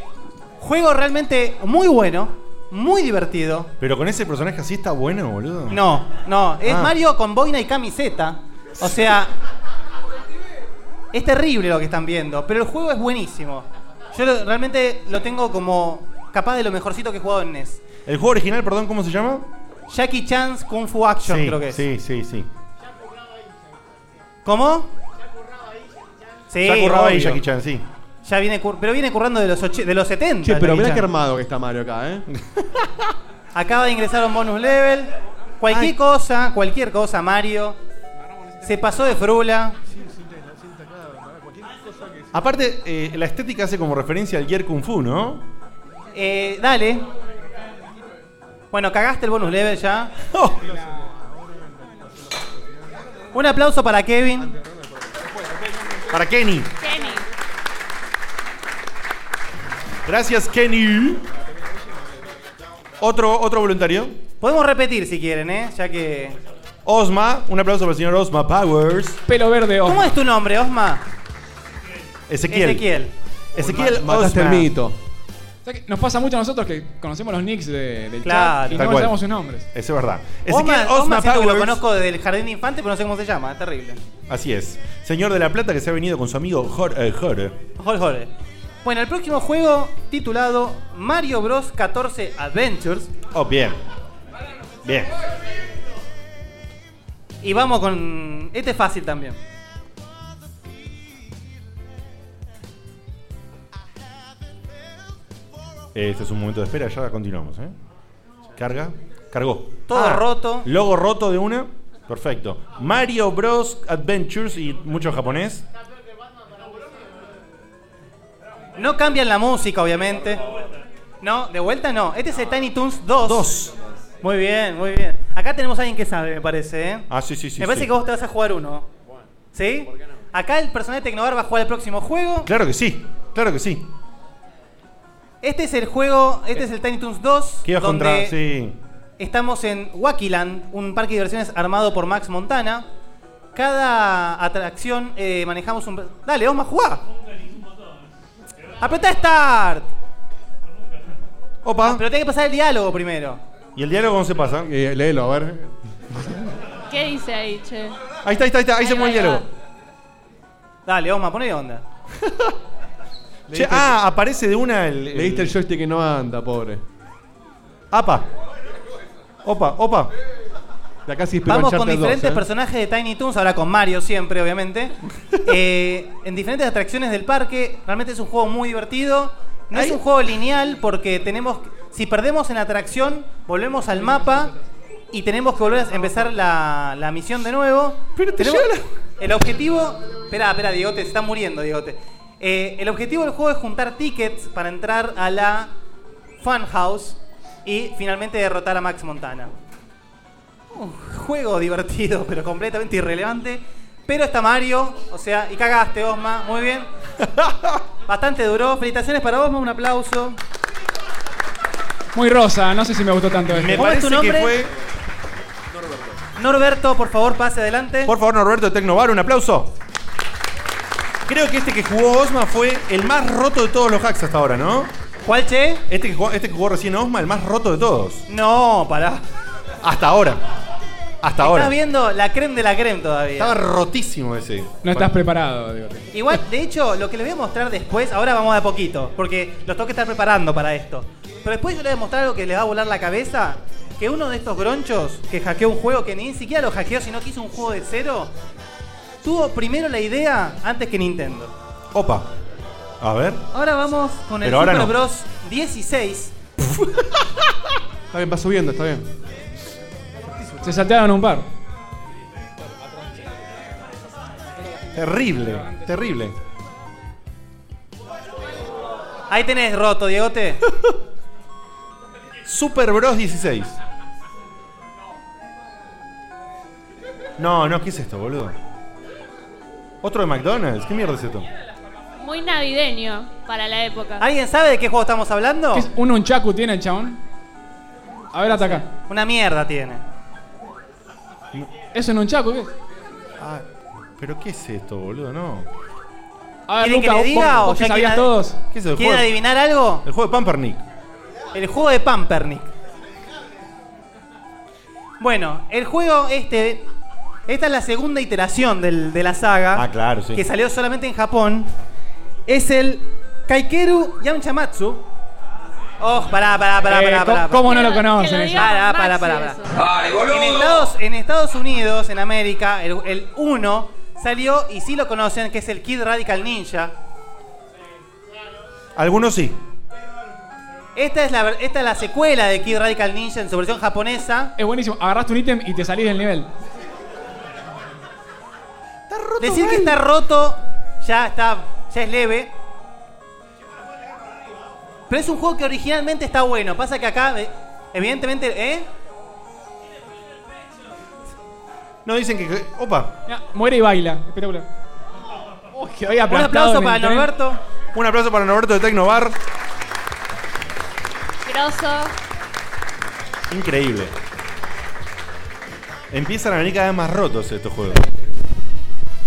S6: juego realmente muy bueno, muy divertido.
S1: Pero con ese personaje así está bueno, boludo.
S6: No, no, es
S1: Ah.
S6: Mario con boina y camiseta. O sea, es terrible lo que están viendo, pero el juego es buenísimo. Yo lo- realmente lo tengo como capaz de lo mejorcito que he jugado en NES.
S1: ¿El juego original, perdón, cómo se llama?
S6: Jackie Chan's Kung Fu Action,
S1: sí,
S6: creo que es.
S1: sí, sí, sí.
S6: ¿Cómo? Sí,
S1: Ya curraba ahí
S6: obvio.
S1: Jackie Chan, sí.
S6: Ya viene, cur- pero viene currando de los, och- de los 70.
S2: Che, pero
S6: Jackie
S2: mirá
S6: Chan.
S2: qué armado que está Mario acá, ¿eh?
S6: Acaba de ingresar a un bonus level. Cualquier cosa, cualquier cosa, Mario. Se pasó de frula.
S1: Aparte, eh, la estética hace como referencia al Gear Kung Fu, ¿no?
S6: Eh, dale. Bueno, cagaste el bonus level ya. Un aplauso para Kevin.
S1: Para Kenny. Gracias, Kenny. Otro, otro voluntario.
S6: Podemos repetir si quieren, ¿eh? Ya que.
S1: Osma, un aplauso para el señor Osma Powers.
S4: Pelo verde, Osma.
S6: ¿Cómo es tu nombre, Osma?
S1: Ezequiel.
S6: Ezequiel.
S1: Ezequiel
S4: Ma- mataste
S1: Osma.
S4: el O sea que nos pasa mucho a nosotros que conocemos los nicks de, del chat y
S1: Tal
S4: no
S1: cual.
S4: sabemos sus nombres.
S1: Eso es verdad.
S6: Osma,
S1: Ezequiel Osma,
S6: Osma siento que lo
S1: Powers.
S6: conozco del jardín de infantes, pero no sé cómo se llama. Terrible.
S1: Así es. Señor de la Plata que se ha venido con su amigo eh, Jorge.
S6: Jorge. Bueno, el próximo juego titulado Mario Bros 14 Adventures.
S1: Oh, bien. Bien.
S6: Y vamos con. Este es fácil también.
S1: Este es un momento de espera, ya continuamos. ¿eh? Carga. Cargó.
S6: Todo roto.
S1: Logo roto de una. Perfecto. Mario Bros. Adventures y mucho japonés.
S6: No cambian la música, obviamente. No, de vuelta no. Este es el Tiny Toons 2. Muy bien, muy bien. Acá tenemos a alguien que sabe, me parece, ¿eh?
S1: Ah, sí, sí, sí.
S6: me parece
S1: sí.
S6: que vos te vas a jugar uno. ¿Sí? Acá el personaje de Tecnobar va a jugar el próximo juego.
S1: Claro que sí. Claro que sí.
S6: Este es el juego, este es el Tiny Toons 2.
S1: ¿Qué Eh, ibas
S6: donde
S1: contra? Sí.
S6: Estamos en Wakiland, un parque de diversiones armado por Max Montana. Cada atracción eh, manejamos un... Dale, vamos a jugar. Apretá Start.
S1: Opa.
S6: Pero tiene que pasar el diálogo primero.
S1: ¿Y el diálogo cómo se pasa?
S2: Eh, léelo, a ver.
S5: ¿Qué dice ahí, che?
S1: Ahí está, ahí está, ahí, está. ahí se
S5: Ahí
S1: mueve el
S5: va, ahí
S1: diálogo.
S6: Dale, Osma, ponle onda.
S1: Che, ah, aparece de una el.
S2: Le diste el joystick que no anda, pobre.
S1: Apa. Opa, opa.
S2: De acá sí espero
S6: Vamos con
S2: Uncharted 2,
S6: diferentes
S2: ¿eh?
S6: personajes de Tiny Toons, ahora con Mario siempre, obviamente. Eh, en diferentes atracciones del parque. Realmente es un juego muy divertido. No es un juego lineal porque tenemos... Si perdemos en la atracción, volvemos al mapa y tenemos que volver a empezar la, la misión de nuevo. Pero El objetivo... Espera, espera, Diegote, se está muriendo, Diegote. Eh, el objetivo del juego es juntar tickets para entrar a la Funhouse y finalmente derrotar a Max Montana. Un juego divertido, pero completamente irrelevante. Pero está Mario, o sea, y cagaste, Osma, muy bien. Bastante duró. Felicitaciones para Osma, un aplauso.
S4: Muy rosa, no sé si me gustó tanto este. esto.
S6: ¿Me ¿Cómo es tu nombre? Norberto, por favor, pase adelante.
S1: Por favor, Norberto de Tecnobar, un aplauso. Creo que este que jugó Osma fue el más roto de todos los hacks hasta ahora, ¿no?
S6: ¿Cuál, Che?
S1: Este que jugó, este que jugó recién Osma, el más roto de todos.
S6: No, pará.
S1: Hasta ahora. Hasta ahora.
S6: Estás viendo la creme de la creme todavía.
S1: Estaba rotísimo ese.
S4: No estás preparado, digo.
S6: Igual, de hecho, lo que les voy a mostrar después, ahora vamos de a poquito, porque los tengo que estar preparando para esto. Pero después yo les voy a mostrar algo que les va a volar la cabeza, que uno de estos gronchos que hackeó un juego que ni siquiera lo hackeó, sino que hizo un juego de cero, tuvo primero la idea antes que Nintendo.
S1: Opa. A ver.
S6: Ahora vamos con el
S1: Pero ahora
S6: Super
S1: no.
S6: Bros 16.
S2: Está bien, va subiendo, está bien.
S4: Se saltearon un par.
S1: Terrible, terrible.
S6: Ahí tenés roto, Diegote.
S1: Super Bros 16. No, no, ¿qué es esto, boludo? ¿Otro de McDonald's? ¿Qué mierda es esto?
S5: Muy navideño para la época.
S6: ¿Alguien sabe de qué juego estamos hablando?
S4: ¿Un Unchaku tiene el chabón? A ver, ataca.
S6: Una mierda tiene.
S4: ¿Es un Unchaku?
S1: Ah, ¿Pero qué es esto, boludo? No.
S7: Ah,
S4: A ver,
S6: ¿Quieren que
S4: Luca, Ah,
S6: le
S4: vos-
S6: diga
S4: vos
S6: o
S4: que
S6: ya
S4: sabías
S6: quieren-
S4: todos.
S6: ¿Qué es el ¿Quieren juego? adivinar algo?
S1: El juego de Pampernick.
S6: El juego de Pampernick. Bueno, el juego este. Esta es la segunda iteración del- de la saga.
S12: Ah, claro, sí.
S6: Que salió solamente en Japón. Es el Kaikeru Yamchamatsu. Oh, pará, pará, pará,
S4: Eh,
S6: pará,
S4: ¿cómo-
S6: pará.
S4: cómo no lo conocen Que lo eso? diga
S6: Pará,
S4: Maxi
S6: pará, pará, pará.
S4: eso.
S6: En Estados- En Estados Unidos, en América, el- el 1 salió y sí lo conocen, que es el Kid Radical Ninja.
S1: Algunos sí.
S6: Esta es, la, ver- esta es la secuela de Kid Radical Ninja en su versión japonesa.
S4: Es buenísimo. Agarraste un ítem y te salís del nivel.
S6: Decir que está roto ya está ya es leve. Pero es un juego que originalmente está bueno. Pasa que acá, eh, evidentemente, ¿eh?
S1: No, dicen que. Opa.
S4: Ah, muere y baila. Espectacular. Uy, que había
S6: Un aplauso para Norberto.
S1: Un aplauso para Norberto de Tecnobar.
S5: Grosso.
S1: Increíble. Empiezan a venir cada vez más rotos estos juegos.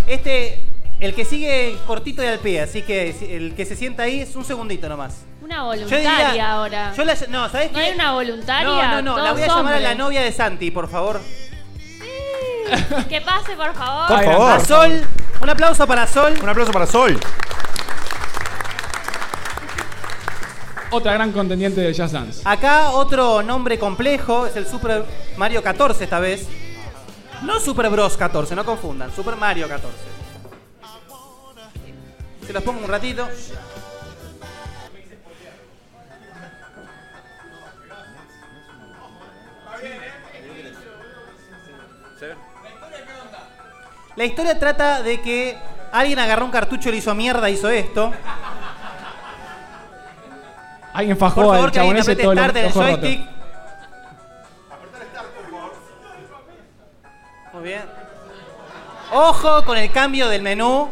S6: Este, el que sigue cortito y al pie, así que si- el que se sienta ahí es un segundito nomás.
S5: Una
S6: Yo
S5: voluntaria
S6: diría-
S5: ahora.
S6: yo la- no, ¿sabes
S5: Ah. ¿No hay una voluntaria?
S6: No, no, no, la
S5: Todos
S6: voy a llamar a la
S5: hombres.
S6: novia de Santi, por favor.
S5: Que pase, por favor.
S6: Por favor. A Sol. Un aplauso para Sol.
S1: Un aplauso para Sol.
S4: Otra gran contendiente de Jazz Dance.
S6: Acá otro nombre complejo es el Super Mario 14 esta vez. No Super Bros 14, no confundan, Super Mario 14. Se los pongo un ratito. La historia trata de que alguien agarró un cartucho, le hizo mierda, hizo esto.
S4: Alguien
S6: Por
S4: fajó
S6: favor,
S4: al
S6: que alguien
S4: chabón ese
S6: apriete
S4: todo el
S6: Start en el
S4: ojo roto.
S6: joystick. Muy bien. Ojo con el cambio del menú.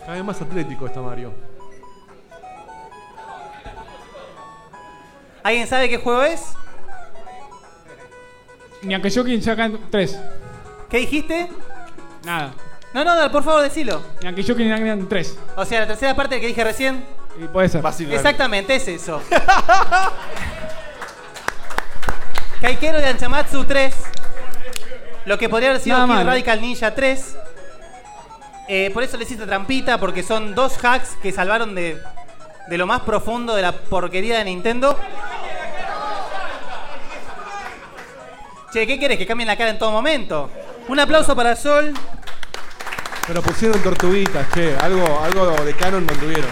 S2: Cada vez más atlético está Mario.
S6: ¿Alguien sabe qué juego es?
S4: Ni aunque yo quien saca tres.
S6: ¿Qué dijiste?
S4: Nada.
S6: No, no, dale, por favor, decilo.
S4: Ni aunque yo quien saca tres.
S6: O sea, la tercera parte que dije recién.
S4: Y puede ser.
S6: Exactamente, es eso. Kaikero de Anchamatsu 3. Lo que podría haber sido
S4: Nada
S6: Kid
S4: mal.
S6: Radical Ninja 3. Eh, por eso le hiciste trampita, porque son dos hacks que salvaron de, de lo más profundo de la porquería de Nintendo. Che, ¿qué querés? Que cambien la cara en todo momento. Un aplauso para Sol.
S2: Pero pusieron tortuguitas, che. Algo, algo de canon mantuvieron.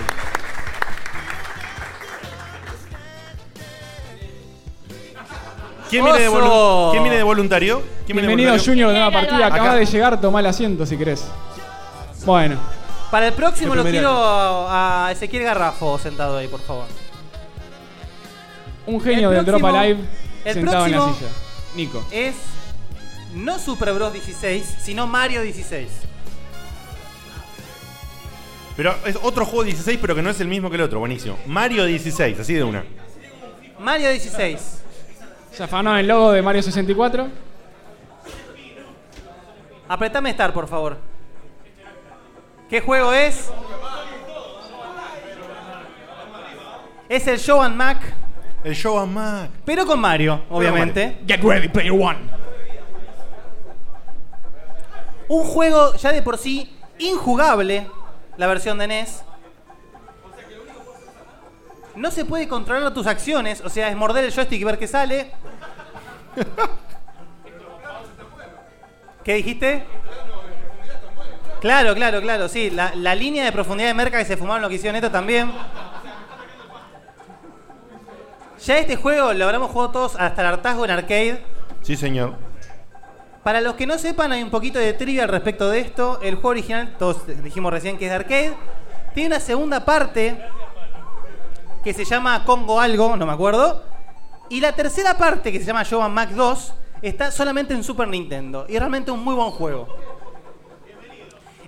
S1: ¿Quién viene, de
S4: Oso.
S1: volu- ¿Quién viene de voluntario? ¿Quién viene de
S4: Bienvenido
S1: voluntario?
S4: Junior de una
S1: Acá.
S4: partida. Acabas de llegar, tomá el asiento si querés. Bueno.
S6: Para el próximo
S4: El
S6: lo
S4: primer
S6: quiero
S4: año.
S6: a Ezequiel Garrafo sentado ahí, por favor.
S4: Un genio
S6: El
S4: del Drop
S6: próximo-
S4: Alive
S6: el
S4: sentado en la
S6: próximo-
S4: silla. Nico.
S6: Es no Super Bros 16, sino Mario 16.
S1: Pero es otro juego 16, pero que no es el mismo que el otro. Buenísimo. Mario 16, así de una.
S6: Mario 16.
S4: Se afanó el logo de Mario 64.
S6: Apretame Star, por favor. ¿Qué juego es? Es el Show and Mac.
S1: El Show and Mac.
S6: Pero con Mario, obviamente.
S4: Get ready, player one.
S6: Un juego ya de por sí injugable, la versión de E NES. No se puede controlar tus acciones, o sea, es morder el joystick y ver qué sale. ¿Qué dijiste? Claro, claro, claro, sí. La, la línea de profundidad de merca que se fumaron lo que hicieron esto también. Ya este juego lo habremos jugado todos hasta el hartazgo en arcade.
S1: Sí, señor.
S6: Para los que no sepan, hay un poquito de trivia al respecto de esto. El juego original, todos dijimos recién que es de arcade, tiene una segunda parte que se llama Congo Algo, no me acuerdo. Y la tercera parte, que se llama Jovan Mac 2, está solamente en Super Nintendo. Y es realmente un muy buen juego.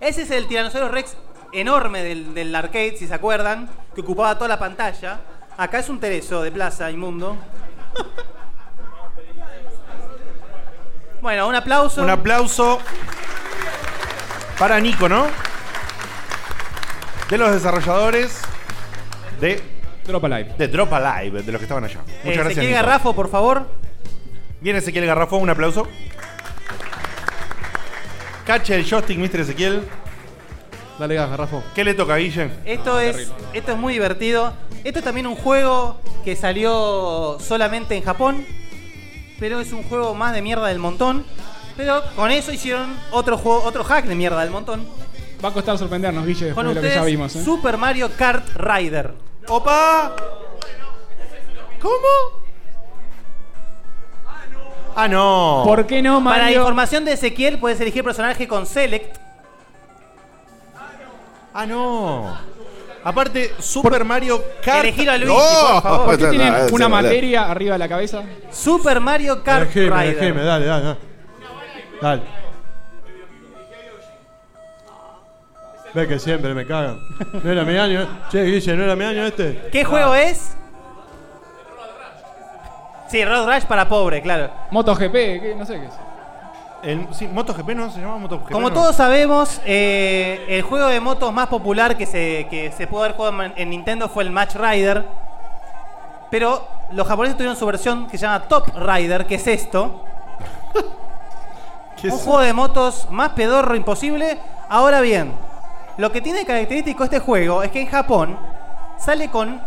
S6: Ese es el Tiranosaurio Rex enorme del, del arcade, si se acuerdan, que ocupaba toda la pantalla. Acá es un tereso de plaza, inmundo. Bueno, un aplauso.
S1: Un aplauso. para Nico, ¿no? De los desarrolladores de
S4: Drop Alive.
S1: De Drop Alive, de los que estaban allá. Muchas
S6: Eh,
S1: gracias.
S6: Ezequiel
S1: Nico.
S6: Garrafo, por favor.
S1: Viene Ezequiel Garrafo, un aplauso. Cache el joystick, Mr. Ezequiel.
S2: Dale gas, Garrafo.
S1: ¿Qué le toca a Guille?
S6: Esto es, esto es muy divertido. Esto es también un juego que salió solamente en Japón, pero es un juego más de mierda del montón. Pero con eso hicieron otro juego, otro hack de mierda del montón.
S4: Va a costar sorprendernos, Guille, después
S6: Con
S4: de lo que
S6: ustedes,
S4: ya vimos. ¿eh?
S6: Super Mario Kart Rider.
S1: ¡Opa! ¿Cómo? Ah, no.
S4: ¿Por qué no,
S6: Para
S4: Mario?
S6: información de Ezequiel, puedes elegir personaje con Select.
S1: Ah, no. Aparte, Super Mario Kart. ¡Oh!
S6: Elegir a Luigi,
S1: No.
S6: por favor.
S4: ¿Por qué
S1: No,
S4: tienen
S1: no, no,
S4: una
S1: no, no.
S4: materia arriba de la cabeza?
S6: Super Mario Kart
S10: Elegime,
S6: Rider.
S10: elegime, dale, dale, dale. Dale. Ve que siempre me cagan. No era mi año. eh. Che, Guille, ¿no era mi año este?
S6: ¿Qué juego es? Sí, Road Rash para pobre, claro.
S4: MotoGP, ¿qué? no sé qué es.
S1: El, sí, MotoGP no se llama MotoGP.
S6: Como
S1: no?
S6: todos sabemos, eh, el juego de motos más popular que se, que se pudo haber jugado en- en Nintendo fue el Match Rider. Pero los japoneses tuvieron su versión que se llama Top Rider, que es esto. Un juego de motos más pedorro imposible. Ahora bien, lo que tiene característico este juego es que en Japón sale con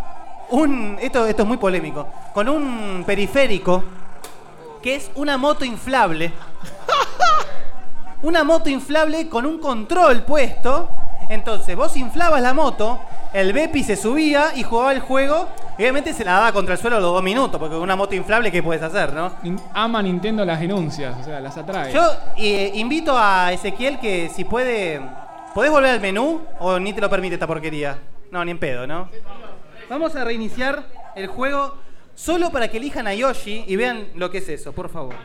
S6: un... Esto, esto es muy polémico. Con un periférico que es una moto inflable. Una moto inflable con un control puesto. Entonces vos inflabas la moto, el Bepi se subía y jugaba el juego. Y obviamente se la daba contra el suelo a los dos minutos, porque con una moto inflable, ¿qué puedes hacer, no?
S4: Nin- Ama Nintendo las denuncias, o sea, las atrae.
S6: Yo eh, invito a Ezequiel que si puede. ¿Podés volver al menú o ni te lo permite esta porquería? No, ni en pedo, ¿no? Vamos a reiniciar el juego solo para que elijan a Yoshi y vean lo que es eso, por favor.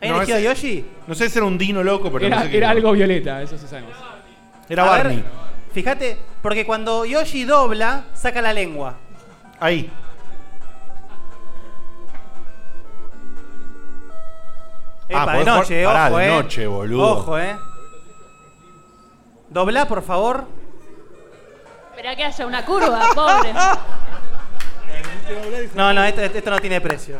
S6: ¿Hay
S1: No,
S6: elegido a
S1: es-
S6: Yoshi?
S1: No sé si era un dino loco, pero
S4: era
S1: no sé qué
S4: era algo violeta, eso sí sabemos.
S1: Era
S6: A ver,
S1: Barney.
S6: Fíjate, porque cuando Yoshi dobla, saca la lengua.
S1: Ahí.
S6: Epa, de
S1: Ah, podés jugar-
S6: noche,
S1: pará,
S6: ojo,
S1: de
S6: eh.
S1: noche, boludo.
S6: Ojo, eh. Doblá, por favor.
S5: Esperá que haya una curva, pobre.
S6: No, no, esto, esto no tiene precio.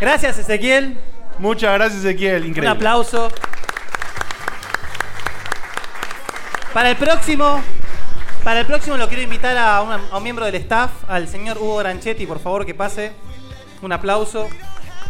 S6: Gracias, Ezequiel.
S1: Muchas gracias, Ezequiel. Increíble.
S6: Un aplauso. Para el próximo, para el próximo lo quiero invitar a, una- a un miembro del staff, al señor Hugo Granchetti, por favor, que pase. Un aplauso.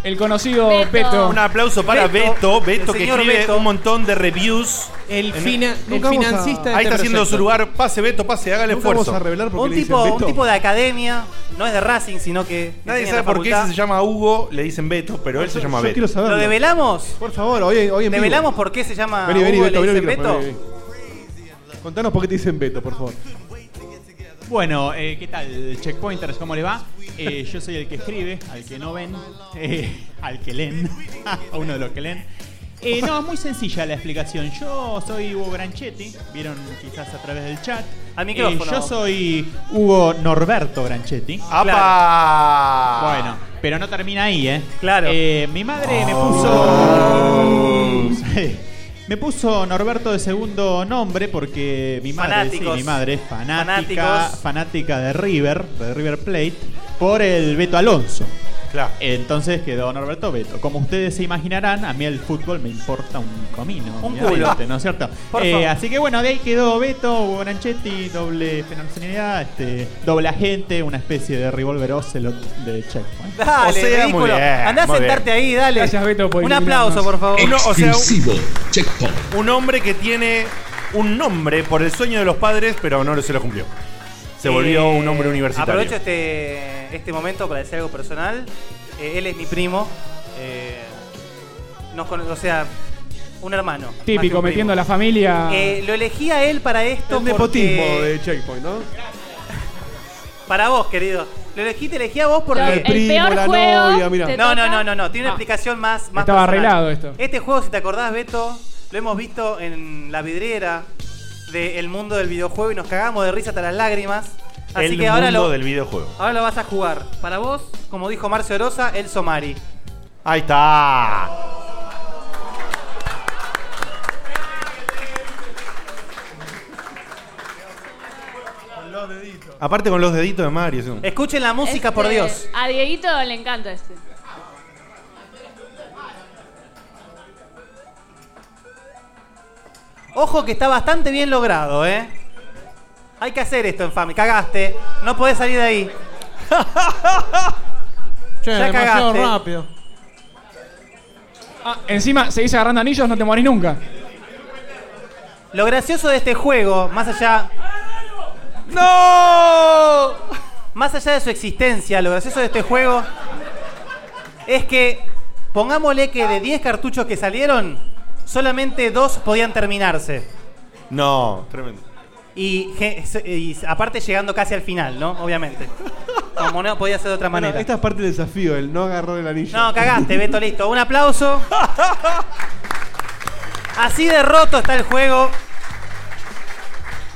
S4: El conocido Beto.
S1: Un aplauso para Beto, Beto,
S6: el
S1: que
S6: señor
S1: escribe
S6: Beto.
S1: un montón de reviews.
S7: El,
S6: fina- el Nunca vamos a- financista de
S1: Ahí
S6: este
S1: está haciendo su
S6: proyecto.
S1: lugar. Pase, Beto, pase, haga el
S6: Nunca
S1: esfuerzo.
S6: vamos a revelar un, tipo, un tipo de academia, no es de Racing, sino que. enseña
S1: Nadie
S6: en
S1: sabe
S6: la
S1: por qué ese
S6: facultad.
S1: se llama Hugo, le dicen Beto, pero él se llama Beto.
S6: ¿Lo develamos? Por favor, hoy, hoy
S2: en vivo.
S6: ¿Develamos por qué se llama
S2: Vení, vení,
S6: Hugo,
S2: Beto,
S6: le
S2: vení el
S6: dicen
S2: micrófono.
S6: Beto?
S2: vení, vení. Contanos por qué te dicen Beto, por favor.
S15: Bueno, eh, ¿qué tal, checkpointers? ¿Cómo le va? Eh, yo soy el que escribe, al que no ven, eh, al que leen, a uno de los que leen. Eh, no, es muy sencilla la explicación. Yo soy Hugo Granchetti, vieron quizás a través del chat.
S6: Al micrófono.
S15: yo soy Hugo Norberto Granchetti.
S1: ¡Apa!
S15: Bueno, pero no termina ahí, ¿eh?
S6: Claro.
S15: mi madre me puso. Sí. Me puso Norberto de segundo nombre porque mi madre,
S6: Fanáticos.
S15: sí, mi madre es fanática,
S6: Fanáticos.
S15: fanática de River, de River Plate, por el Beto Alonso.
S1: Claro.
S15: Entonces quedó Norberto Beto. Como ustedes se imaginarán, a mí el fútbol me importa un comino.
S6: Un
S15: obviamente,
S6: culo.
S15: ¿No es cierto?
S6: Por
S15: Eh,
S6: favor.
S15: así que bueno, de ahí quedó Beto, Hugo Branchetti, doble fenomenalidad, este, doble agente, una especie de revolver ocelot de Checkpoint.
S6: Dale,
S15: O sea,
S6: ridículo.
S15: muy bien,
S6: Andá a
S15: muy bien.
S6: sentarte ahí, dale.
S15: Gracias, Beto, por
S6: Un
S15: iluminarnos.
S6: aplauso, por favor.
S1: Uno, o sea, un, un hombre que tiene un nombre por el sueño de los padres, pero no se lo cumplió. Se volvió
S6: Eh,
S1: un hombre universitario.
S6: Aprovecho este, este momento para decir algo personal. Eh, él es mi primo. eh, nos cono- o sea, un hermano. más que
S4: Típico,
S6: un primo.
S4: metiendo a la familia.
S6: Eh, lo elegí a él para esto.
S4: El nepotismo
S6: porque-
S4: de
S2: Checkpoint, ¿no?
S6: Para vos, querido. Lo elegí, te elegí a vos porque.
S2: El El primo, peor la juego novia, mirá. te
S6: No, no,
S2: toca.
S6: no, no, no. Tiene una explicación más, más.
S4: Estaba
S6: personal.
S4: arreglado esto.
S6: Este juego, si te acordás, Beto, lo hemos visto en la vidriera del mundo del videojuego y nos cagamos de risa hasta las lágrimas. Así
S1: el
S6: que
S1: mundo
S6: ahora lo,
S1: del videojuego.
S6: ahora lo vas a jugar. Para vos, como dijo Marcio Orosa, el Somari.
S1: Ahí está. Aparte con los deditos de Mario. sí.
S6: Escuchen la música, por
S5: Este,
S6: Dios.
S5: A Dieguito le encanta este.
S6: Ojo que está bastante bien logrado, ¿eh? Hay que hacer esto en Fami. Cagaste. No podés salir de ahí.
S13: Che,
S6: ya
S13: demasiado
S6: cagaste.
S13: rápido.
S4: Ah, encima seguís agarrando anillos, no te morís nunca.
S6: Lo gracioso de este juego, más allá.
S4: ¡No!
S6: Más allá de su existencia, lo gracioso de este juego es que, pongámosle que de 10 cartuchos que salieron, solamente 2 podían terminarse.
S1: No, tremendo.
S6: Y, ge- y aparte llegando casi al final, ¿no? Obviamente. Como no podía ser de otra
S2: Bueno,
S6: manera.
S2: esta es parte del desafío, el no agarrar el anillo.
S6: No, cagaste, Beto, listo. Un aplauso. Así de roto está el juego.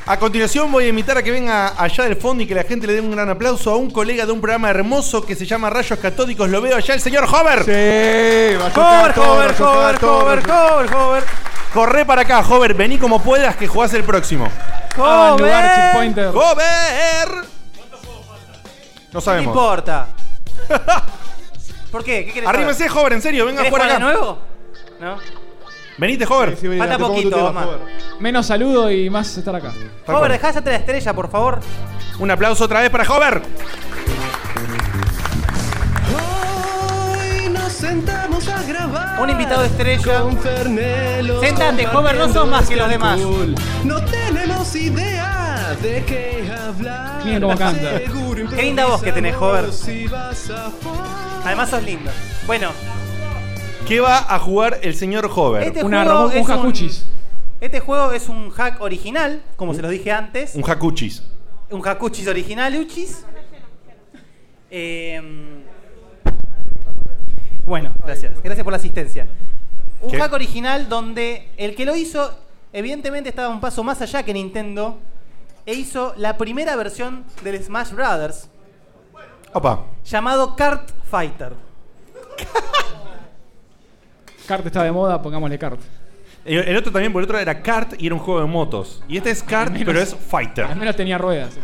S1: A continuación voy a invitar a que venga allá del fondo y que la gente le dé un gran aplauso a un colega de un programa hermoso que se llama Rayos Catódicos. Lo veo allá, el señor Hover. Sí,
S2: a chocar
S1: Hover,
S2: todo, va a
S1: Hover,
S2: chocar
S1: Hover,
S2: todo, va a
S1: Hover, Hover, Hover. Corre para acá, Hover. Vení como puedas que jugás el próximo.
S6: Ah, en lugar
S1: Hover.
S6: checkpointer.
S1: Hover. No
S6: No
S1: sabemos.
S6: importa. ¿Por qué? ¿Qué querés
S1: Arrímese,
S6: saber?
S1: Hover, en serio, venga
S6: ¿Querés
S1: por
S6: jugar
S1: acá.
S6: de nuevo? ¿No?
S1: Venite, Hover.
S6: Falta poquito, vamos.
S4: Menos saludo y más estar acá.
S6: Hover, dejá hacerte la estrella, por favor.
S1: Un aplauso otra vez para Hover.
S6: Hoy nos sentamos a grabar. Un invitado estrella. Sentate, Hover, no sos más que los demás.
S19: No tenemos idea de qué hablar.
S6: Miren cómo canta. Qué linda voz que tenés, Hover.
S19: Si vas a
S6: Además sos lindo. Bueno,
S1: ¿Qué va a jugar el señor Hover?
S6: Este juego es un- Este juego es un hack original, como se los dije antes.
S1: Un jacuchis.
S6: Un jacuchis original, Uchis. Eh, bueno, gracias. Gracias por la asistencia. Un
S17: ¿Qué?
S6: hack original donde el que lo hizo, evidentemente, estaba un paso más allá que Nintendo. E hizo la primera versión del Smash Brothers
S1: Opa.
S6: llamado Kart Fighter.
S4: Kart está de moda, pongámosle Kart.
S1: El, el otro también, por el otro era Kart y era un juego de motos. Y este es Kart,
S4: menos-
S1: pero es Fighter.
S4: Al menos tenía ruedas.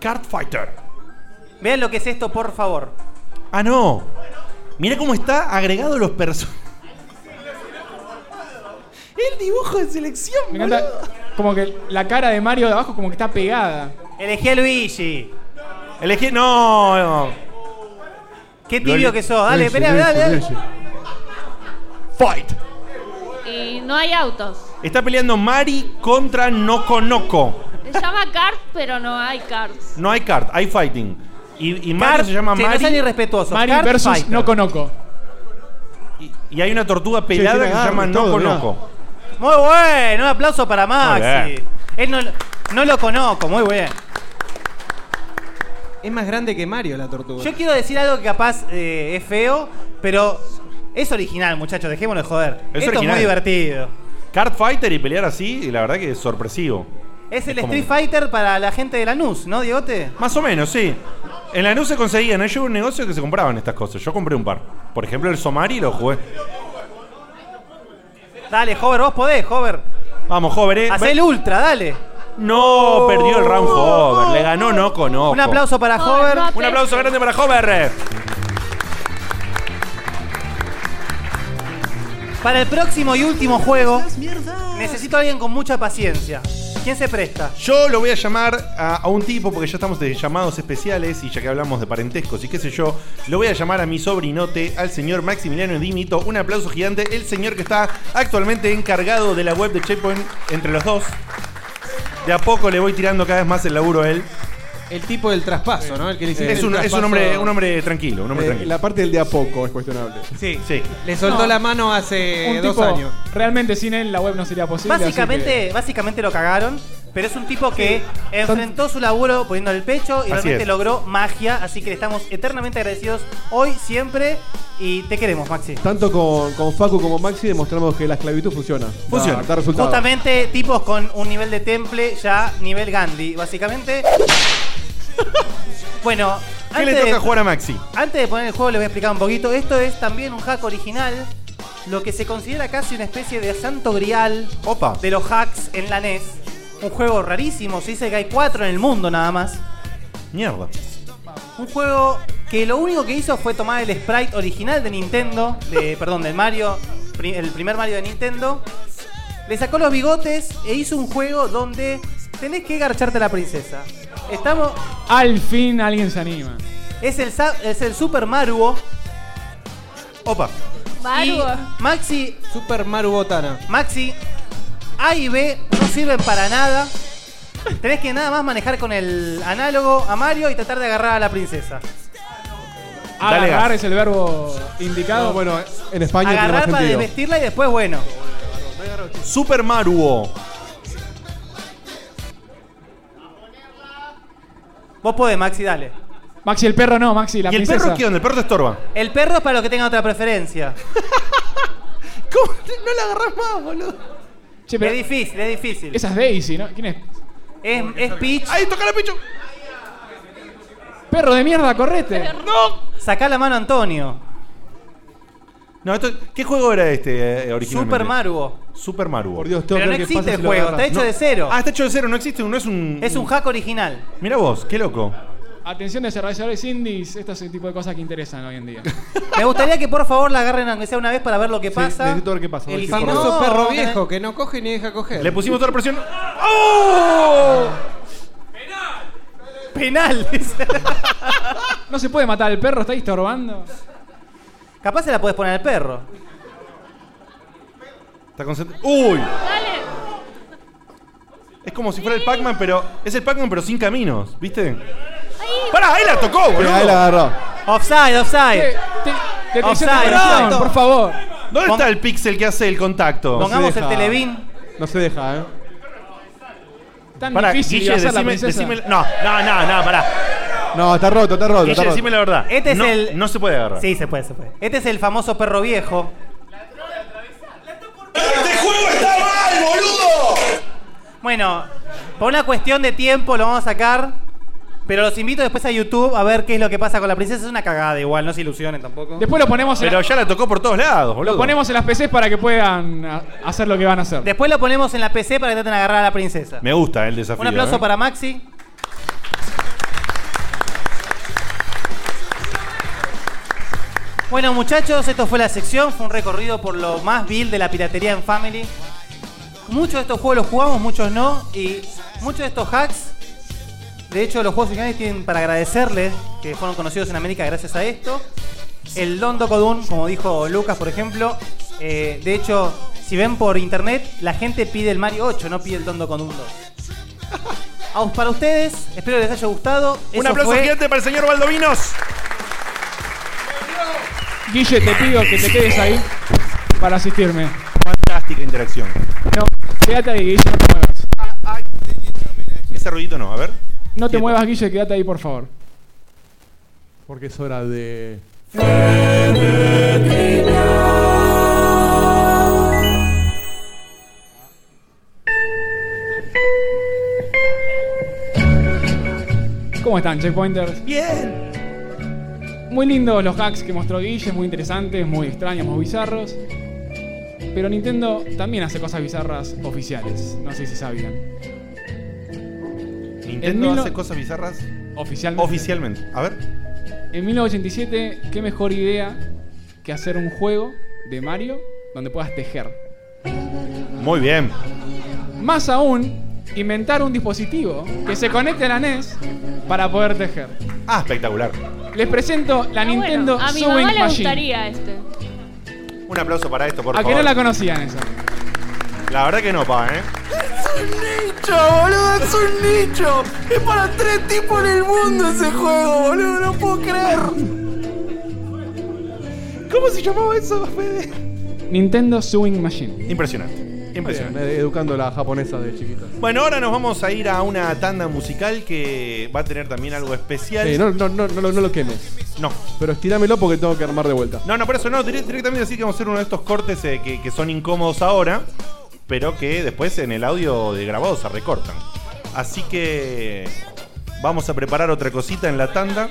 S1: Kart Fighter.
S6: Vean lo que es esto, por favor.
S1: Ah, no. Mira cómo está agregado los personajes. El dibujo de selección,
S4: Me encanta. Como que la cara de Mario de abajo como que está pegada.
S6: Elegí a Luigi.
S1: Elegí. No, no.
S6: Qué tibio que sos. Dale,
S1: Luigi,
S6: espera, dale, dale.
S1: Luigi, Fight.
S5: Y no hay autos.
S1: Está peleando Mari contra Noco Noco.
S5: Se llama kart, pero no hay karts.
S1: No hay Kart, hay Fighting. Y, y Mario se llama
S6: Sí, no
S1: Mari.
S6: sean irrespetuosos.
S1: Mari
S6: Kart
S1: versus
S6: Fighter.
S4: Noco Noco.
S1: Y hay una tortuga
S6: tiene
S1: pelada que se
S6: agarre
S1: llama
S6: y todo,
S1: Noco
S6: mirá.
S1: Noco.
S6: Muy bueno, un aplauso para
S1: Muy
S6: Maxi.
S1: bien.
S6: Él no, no lo conozco, muy bien.
S7: Es más grande que Mario la tortuga.
S6: Yo quiero decir algo que capaz eh, es feo, pero es original, muchachos, dejémonos de joder. Esto
S1: original.
S6: es muy divertido.
S1: Kart Fighter y pelear así, y la verdad que es sorpresivo.
S6: Es el
S1: Es como-
S6: Street Fighter para la gente de Lanús, ¿no, Diegote?
S1: Más o menos, sí. En la se conseguían, ¿no? yo iba a un negocio que se compraban estas cosas. Yo compré un par. Por ejemplo, el Somari lo jugué.
S6: Dale, Hover, vos podés, Hover.
S1: Vamos, Hover, eh.
S6: Hacé el ultra, dale.
S1: No, perdió el round Hover. Le ganó no conozco.
S6: Un aplauso para Hover.
S1: Un aplauso grande para Hover.
S6: Para el próximo y último juego, necesito a alguien con mucha paciencia. ¿Quién se presta?
S1: Yo lo voy a llamar a, a un tipo porque ya estamos de llamados especiales y ya que hablamos de parentescos y qué sé yo, lo voy a llamar a mi sobrinote, al señor Maximiliano Dimito. Un aplauso gigante, el señor que está actualmente encargado de la web de Checkpoint entre los dos. De a poco le voy tirando cada vez más el laburo a él.
S7: El tipo del traspaso, ¿no? El que le hiciste
S1: Es
S7: el
S1: un, es un
S7: traspaso.
S1: hombre, un hombre tranquilo, un hombre
S7: Eh,
S1: tranquilo.
S2: La parte del de a poco es cuestionable.
S7: Sí.
S1: Sí.
S7: Le soltó
S4: No.
S7: la mano hace
S4: Un
S7: dos
S4: tipo,
S7: años.
S4: realmente sin él la web no sería posible. así
S6: Básicamente,
S4: que-
S6: básicamente lo cagaron, pero es un tipo que enfrentó su laburo poniendo el pecho y
S4: Así
S6: realmente
S4: es.
S6: logró magia, así que le estamos eternamente agradecidos hoy, siempre, y te queremos, Maxi.
S2: Tanto con, con Facu como Maxi demostramos que la esclavitud funciona.
S6: Funciona.
S2: Da, da resultado.
S6: Justamente tipos con un nivel de temple ya nivel Gandhi, básicamente. bueno,
S1: ¿Qué le
S6: antes
S1: toca
S6: de-
S1: jugar a Maxi?
S6: Antes de poner el juego les voy a explicar un poquito. Esto es también un hack original, lo que se considera casi una especie de santo grial
S1: Opa.
S6: de los hacks en la NES. Un juego rarísimo, se dice que hay cuatro en el mundo nada más.
S1: Mierda.
S6: Un juego que lo único que hizo fue tomar el sprite original de Nintendo, de, perdón, del Mario, pri- el primer Mario de Nintendo. Le sacó los bigotes e hizo un juego donde tenés que garcharte a la princesa. Estamos.
S4: Al fin alguien se anima.
S6: Es el, sa- es el Super Mario.
S1: Opa.
S6: Mario. Maxi. Super Mario Botana. Maxi. A y B no sirven para nada. Tenés que nada más manejar con el análogo a Mario y tratar de agarrar a la princesa.
S2: Dale
S4: Agarrar
S2: gas.
S4: es el verbo indicado.
S2: No, bueno, en España tiene
S6: agarrar
S2: más
S6: para
S2: sentido.
S6: desvestirla y después, bueno.
S1: Super Mario.
S6: Vos podés, Maxi, dale.
S4: Maxi, el perro no, Maxi, la
S6: ¿Y el
S4: princesa.
S6: perro qué onda?
S1: El perro te estorba.
S6: El perro es para los que tengan otra preferencia.
S7: ¿Cómo? No la agarrás más, boludo.
S6: es difícil, es difícil.
S4: Esa es Daisy, ¿no? ¿Quién es?
S6: Es, es Peach.
S1: ¡Ahí, toca la Pichu!
S4: Perro de mierda, correte.
S1: ¡No!
S6: Sacá la mano, Antonio.
S1: No, esto- ¿Qué juego era este eh, originalmente?
S6: Super Mario.
S1: Super Mario.
S6: Por Dios, tengo Pero que no ver qué existe pasa el si lo juego, agarras. está hecho de cero.
S1: Ah, está hecho de cero, no existe, no es un.
S6: Es un hack original.
S1: Mira vos, qué loco.
S4: Atención desarrolladores indies, esto es el tipo de cosas que interesan hoy en día.
S6: Me gustaría que por favor la agarren aunque sea una vez para ver lo que pasa.
S4: necesito ver qué pasa, a ver
S6: El
S4: si por
S6: famoso
S4: favor.
S6: perro
S7: Perro
S6: viejo.
S7: viejo que no coge ni deja coger.
S1: Le pusimos toda la presión. ¡Oh!
S6: Penal.
S4: no se puede matar al perro, está estorbando.
S6: Capaz se la podés poner al perro.
S1: Está concentrado. ¡Uy! Es como si fuera el Pac-Man, pero. Es el Pac-Man, pero sin caminos, ¿viste? ¡Pará! ¡Ahí la tocó, boludo!
S2: Ahí la agarró.
S6: Offside, offside.
S4: te
S6: Offside, offside.
S4: por favor.
S1: ¿Dónde está el pixel que hace el contacto?
S6: Pongamos el Televin.
S2: No se deja, ¿eh?
S4: Tan
S1: Pará,
S4: difícil
S1: Guille,
S4: hacer la
S1: decime,
S4: princesa.
S1: decime- No, no, no, no, pará.
S2: No, está roto, está roto.
S1: Guille,
S2: está roto.
S1: decime la verdad.
S6: Este es
S1: no,
S6: el-
S1: No se puede agarrar.
S6: Sí, se puede, se puede. Este es el famoso perro viejo.
S20: ¡Este juego está mal, boludo!
S6: Bueno, por una cuestión de tiempo lo vamos a sacar. Pero los invito después a YouTube a ver qué es lo que pasa con la princesa. Es una cagada igual, no se ilusionen tampoco.
S4: Después lo ponemos en
S6: Pero
S4: la-
S1: ya la tocó por todos lados,
S4: Lo ponemos en las PCs para que puedan a- hacer lo que van a hacer.
S6: Después lo ponemos en la PC para que traten de agarrar a la princesa.
S1: Me gusta el desafío.
S6: Un aplauso
S1: ¿eh?
S6: para Maxi. Bueno muchachos, esto fue la sección, fue un recorrido por lo más vil de la piratería en Family. Muchos de estos juegos los jugamos, muchos no, y muchos de estos hacks, de hecho los juegos originales tienen para agradecerles que fueron conocidos en América gracias a esto. El Londo Codun, como dijo Lucas por ejemplo, eh, de hecho si ven por internet la gente pide el Mario 8, no pide el Londo Codun 2. Aus para ustedes, espero les haya gustado.
S1: Un
S6: Eso
S1: aplauso
S6: fue-
S1: gigante para el señor Valdovinos.
S4: Guille, te pido que te quedes ahí para asistirme.
S1: Fantástica interacción.
S4: No, quédate ahí, Guille, no te muevas.
S1: Ese ruidito no, a ver.
S4: No te muevas, Guille, quédate ahí, por favor.
S2: Porque es hora de.
S4: ¿Cómo están, Checkpointers?
S1: Bien.
S4: Muy lindos los hacks que mostró Guille, muy interesantes, muy extraños, muy bizarros. Pero Nintendo también hace cosas bizarras oficiales, no sé si sabían. En
S1: Nintendo
S4: mil no-
S1: hace cosas bizarras.
S4: Oficialmente.
S1: Oficialmente. A ver.
S4: En 1987, qué mejor idea que hacer un juego de Mario donde puedas tejer.
S1: Muy bien.
S4: Más aún, inventar un dispositivo que se conecte a la NES para poder tejer.
S1: Ah, espectacular.
S4: Les presento la Nintendo
S5: Ah, a mi
S4: Sewing
S5: mamá le
S4: Machine.
S5: gustaría este.
S1: Un aplauso para esto, por
S4: a que
S1: favor.
S4: no la conocían esa.
S1: La verdad que no, pa, ¿eh?
S20: ¡Nicho, boludo! ¡Es un nicho! ¡Es para tres tipos en el mundo ese juego, boludo! ¡No puedo creer!
S1: ¿Cómo se llamaba eso, Fede?
S4: Nintendo Sewing Machine.
S1: Impresionante. Impresionante.
S2: Bien, educando a la japonesa de chiquita.
S1: Bueno, ahora nos vamos a ir a una tanda musical que va a tener también algo especial.
S2: Eh, no, no, no, no, lo- no lo quemes.
S1: No.
S2: Pero estirámelo porque tengo que armar de vuelta.
S1: No, no, por eso no, direct- directamente así que vamos a hacer uno de estos cortes eh, que, que son incómodos ahora, pero que después en el audio de grabado se recortan. Así que vamos a preparar otra cosita en la tanda.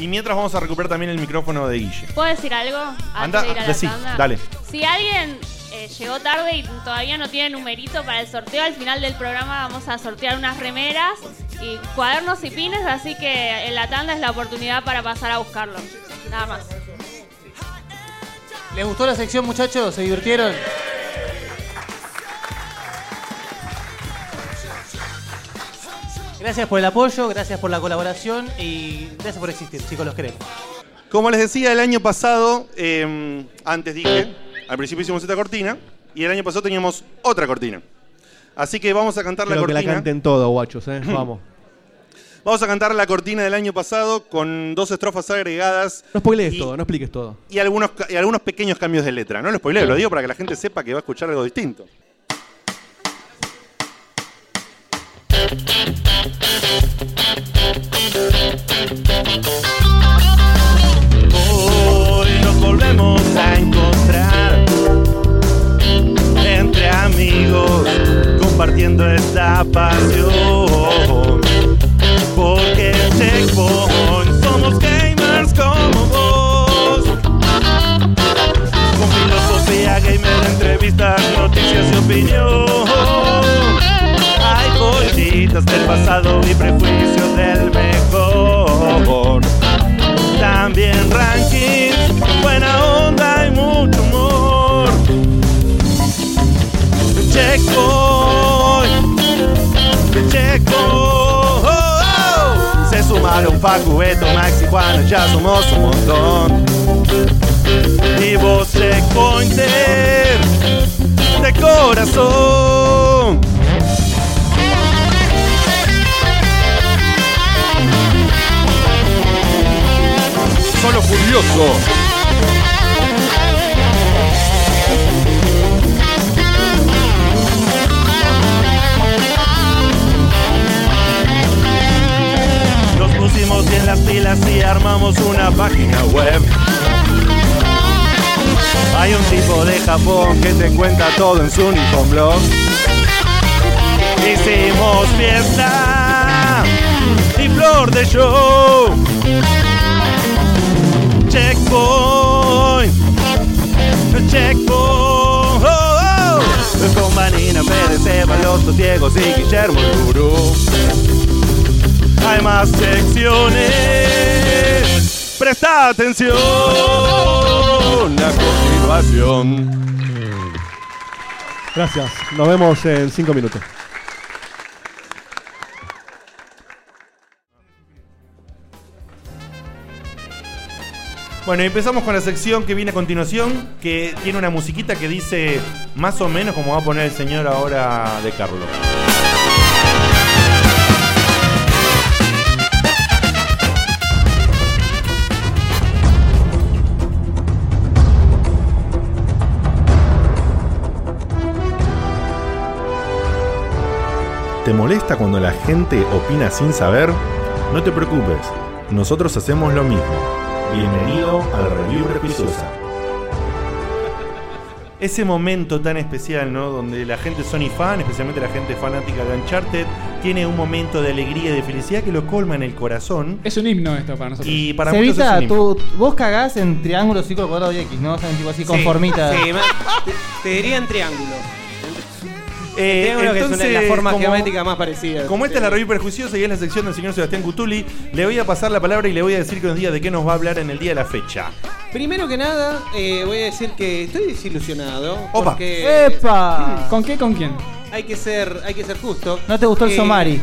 S1: Y mientras vamos a recuperar también el micrófono de Guille.
S5: ¿Puedo decir algo? Antes
S1: Anda,
S5: de ir a la
S1: decí,
S5: tanda?
S1: dale.
S5: Si alguien eh, eh, llegó tarde y todavía no tiene numerito para el sorteo. Al final del programa vamos a sortear unas remeras y cuadernos y pines, así que en la tanda es la oportunidad para pasar a buscarlo. Nada más.
S6: ¿Les gustó la sección, muchachos? ¿Se divirtieron? Gracias por el apoyo, gracias por la colaboración y gracias por existir, chicos, los queremos.
S21: Como les decía, el año pasado,
S1: em,
S21: eh, antes dije, al principio hicimos esta cortina y el año pasado teníamos otra cortina. Así que vamos a cantar la
S2: Creo que
S21: cortina.
S2: la canten todo, guachos, eh. Vamos.
S21: Vamos a cantar la cortina del año pasado con dos estrofas agregadas
S2: No spoilees todo, no expliques todo.
S21: y algunos, ca- y algunos pequeños cambios de letra. No lo spoileo, lo digo para que la gente sepa que va a escuchar algo distinto.
S1: Hoy nos volvemos a encontrar entre amigos compartiendo esta pasión. Porque en Checkpoint somos gamers como vos. Con filosofía gamer, entrevistas, noticias y opinión. Hay cositas del pasado y prejuicios del mejor. También rankings, buena onda y mucho humor. Checkpoint, Checkpoint. Se sumaron Facu, Beto, Max y Juana, ya somos un montón. Y vos Checkpointer, de corazón.
S10: Solo furioso.
S1: Nos pusimos bien las pilas y armamos una página web. Hay un tipo de Japón que te cuenta todo en su Nippon blog. Hicimos fiesta y flor de show. Checkpoint, checkpoint. oh. Con Vanina Pérez, Evaloto, Diego y Guillermo el Gurú. Hay más secciones. Presta atención. A continuación.
S2: Gracias. Nos vemos en cinco minutos.
S21: Bueno, y empezamos con la sección que viene a continuación, que tiene una musiquita que dice más o menos como va a poner el señor ahora de Carlos.
S22: ¿Te molesta cuando la gente opina sin saber? No te preocupes, nosotros hacemos lo mismo. Bienvenido al Review Repisosa.
S21: Ese momento tan especial, ¿no? Donde la gente Sony fan, especialmente la gente fanática de Uncharted, tiene un momento de alegría y de felicidad que lo colma en el corazón.
S4: Es un himno esto para nosotros.
S21: Y para muchos es
S6: Cevita,
S21: un himno.
S6: tú, vos cagás en triángulo, círculo, cuadrado y X, ¿no? O sea, tipo así conformita.
S7: Sí, ma- te, te diría en triángulo.
S21: Eh,
S7: triángulo que es una,
S21: entonces,
S7: la forma
S21: como-
S7: geométrica más parecida.
S21: Como esta es la review prejuiciosa y es la sección del señor Sebastián Cutuli, le voy a pasar la palabra y le voy a decir que nos diga de qué nos va a hablar en el día de la fecha.
S7: Primero que nada, eh, voy a decir que estoy desilusionado.
S21: Opa.
S7: Porque
S6: ¡Epa!
S4: ¿Con qué? ¿Con quién?
S7: hay que ser, hay que ser justo.
S6: ¿No te gustó el
S7: Eh,
S6: Somari?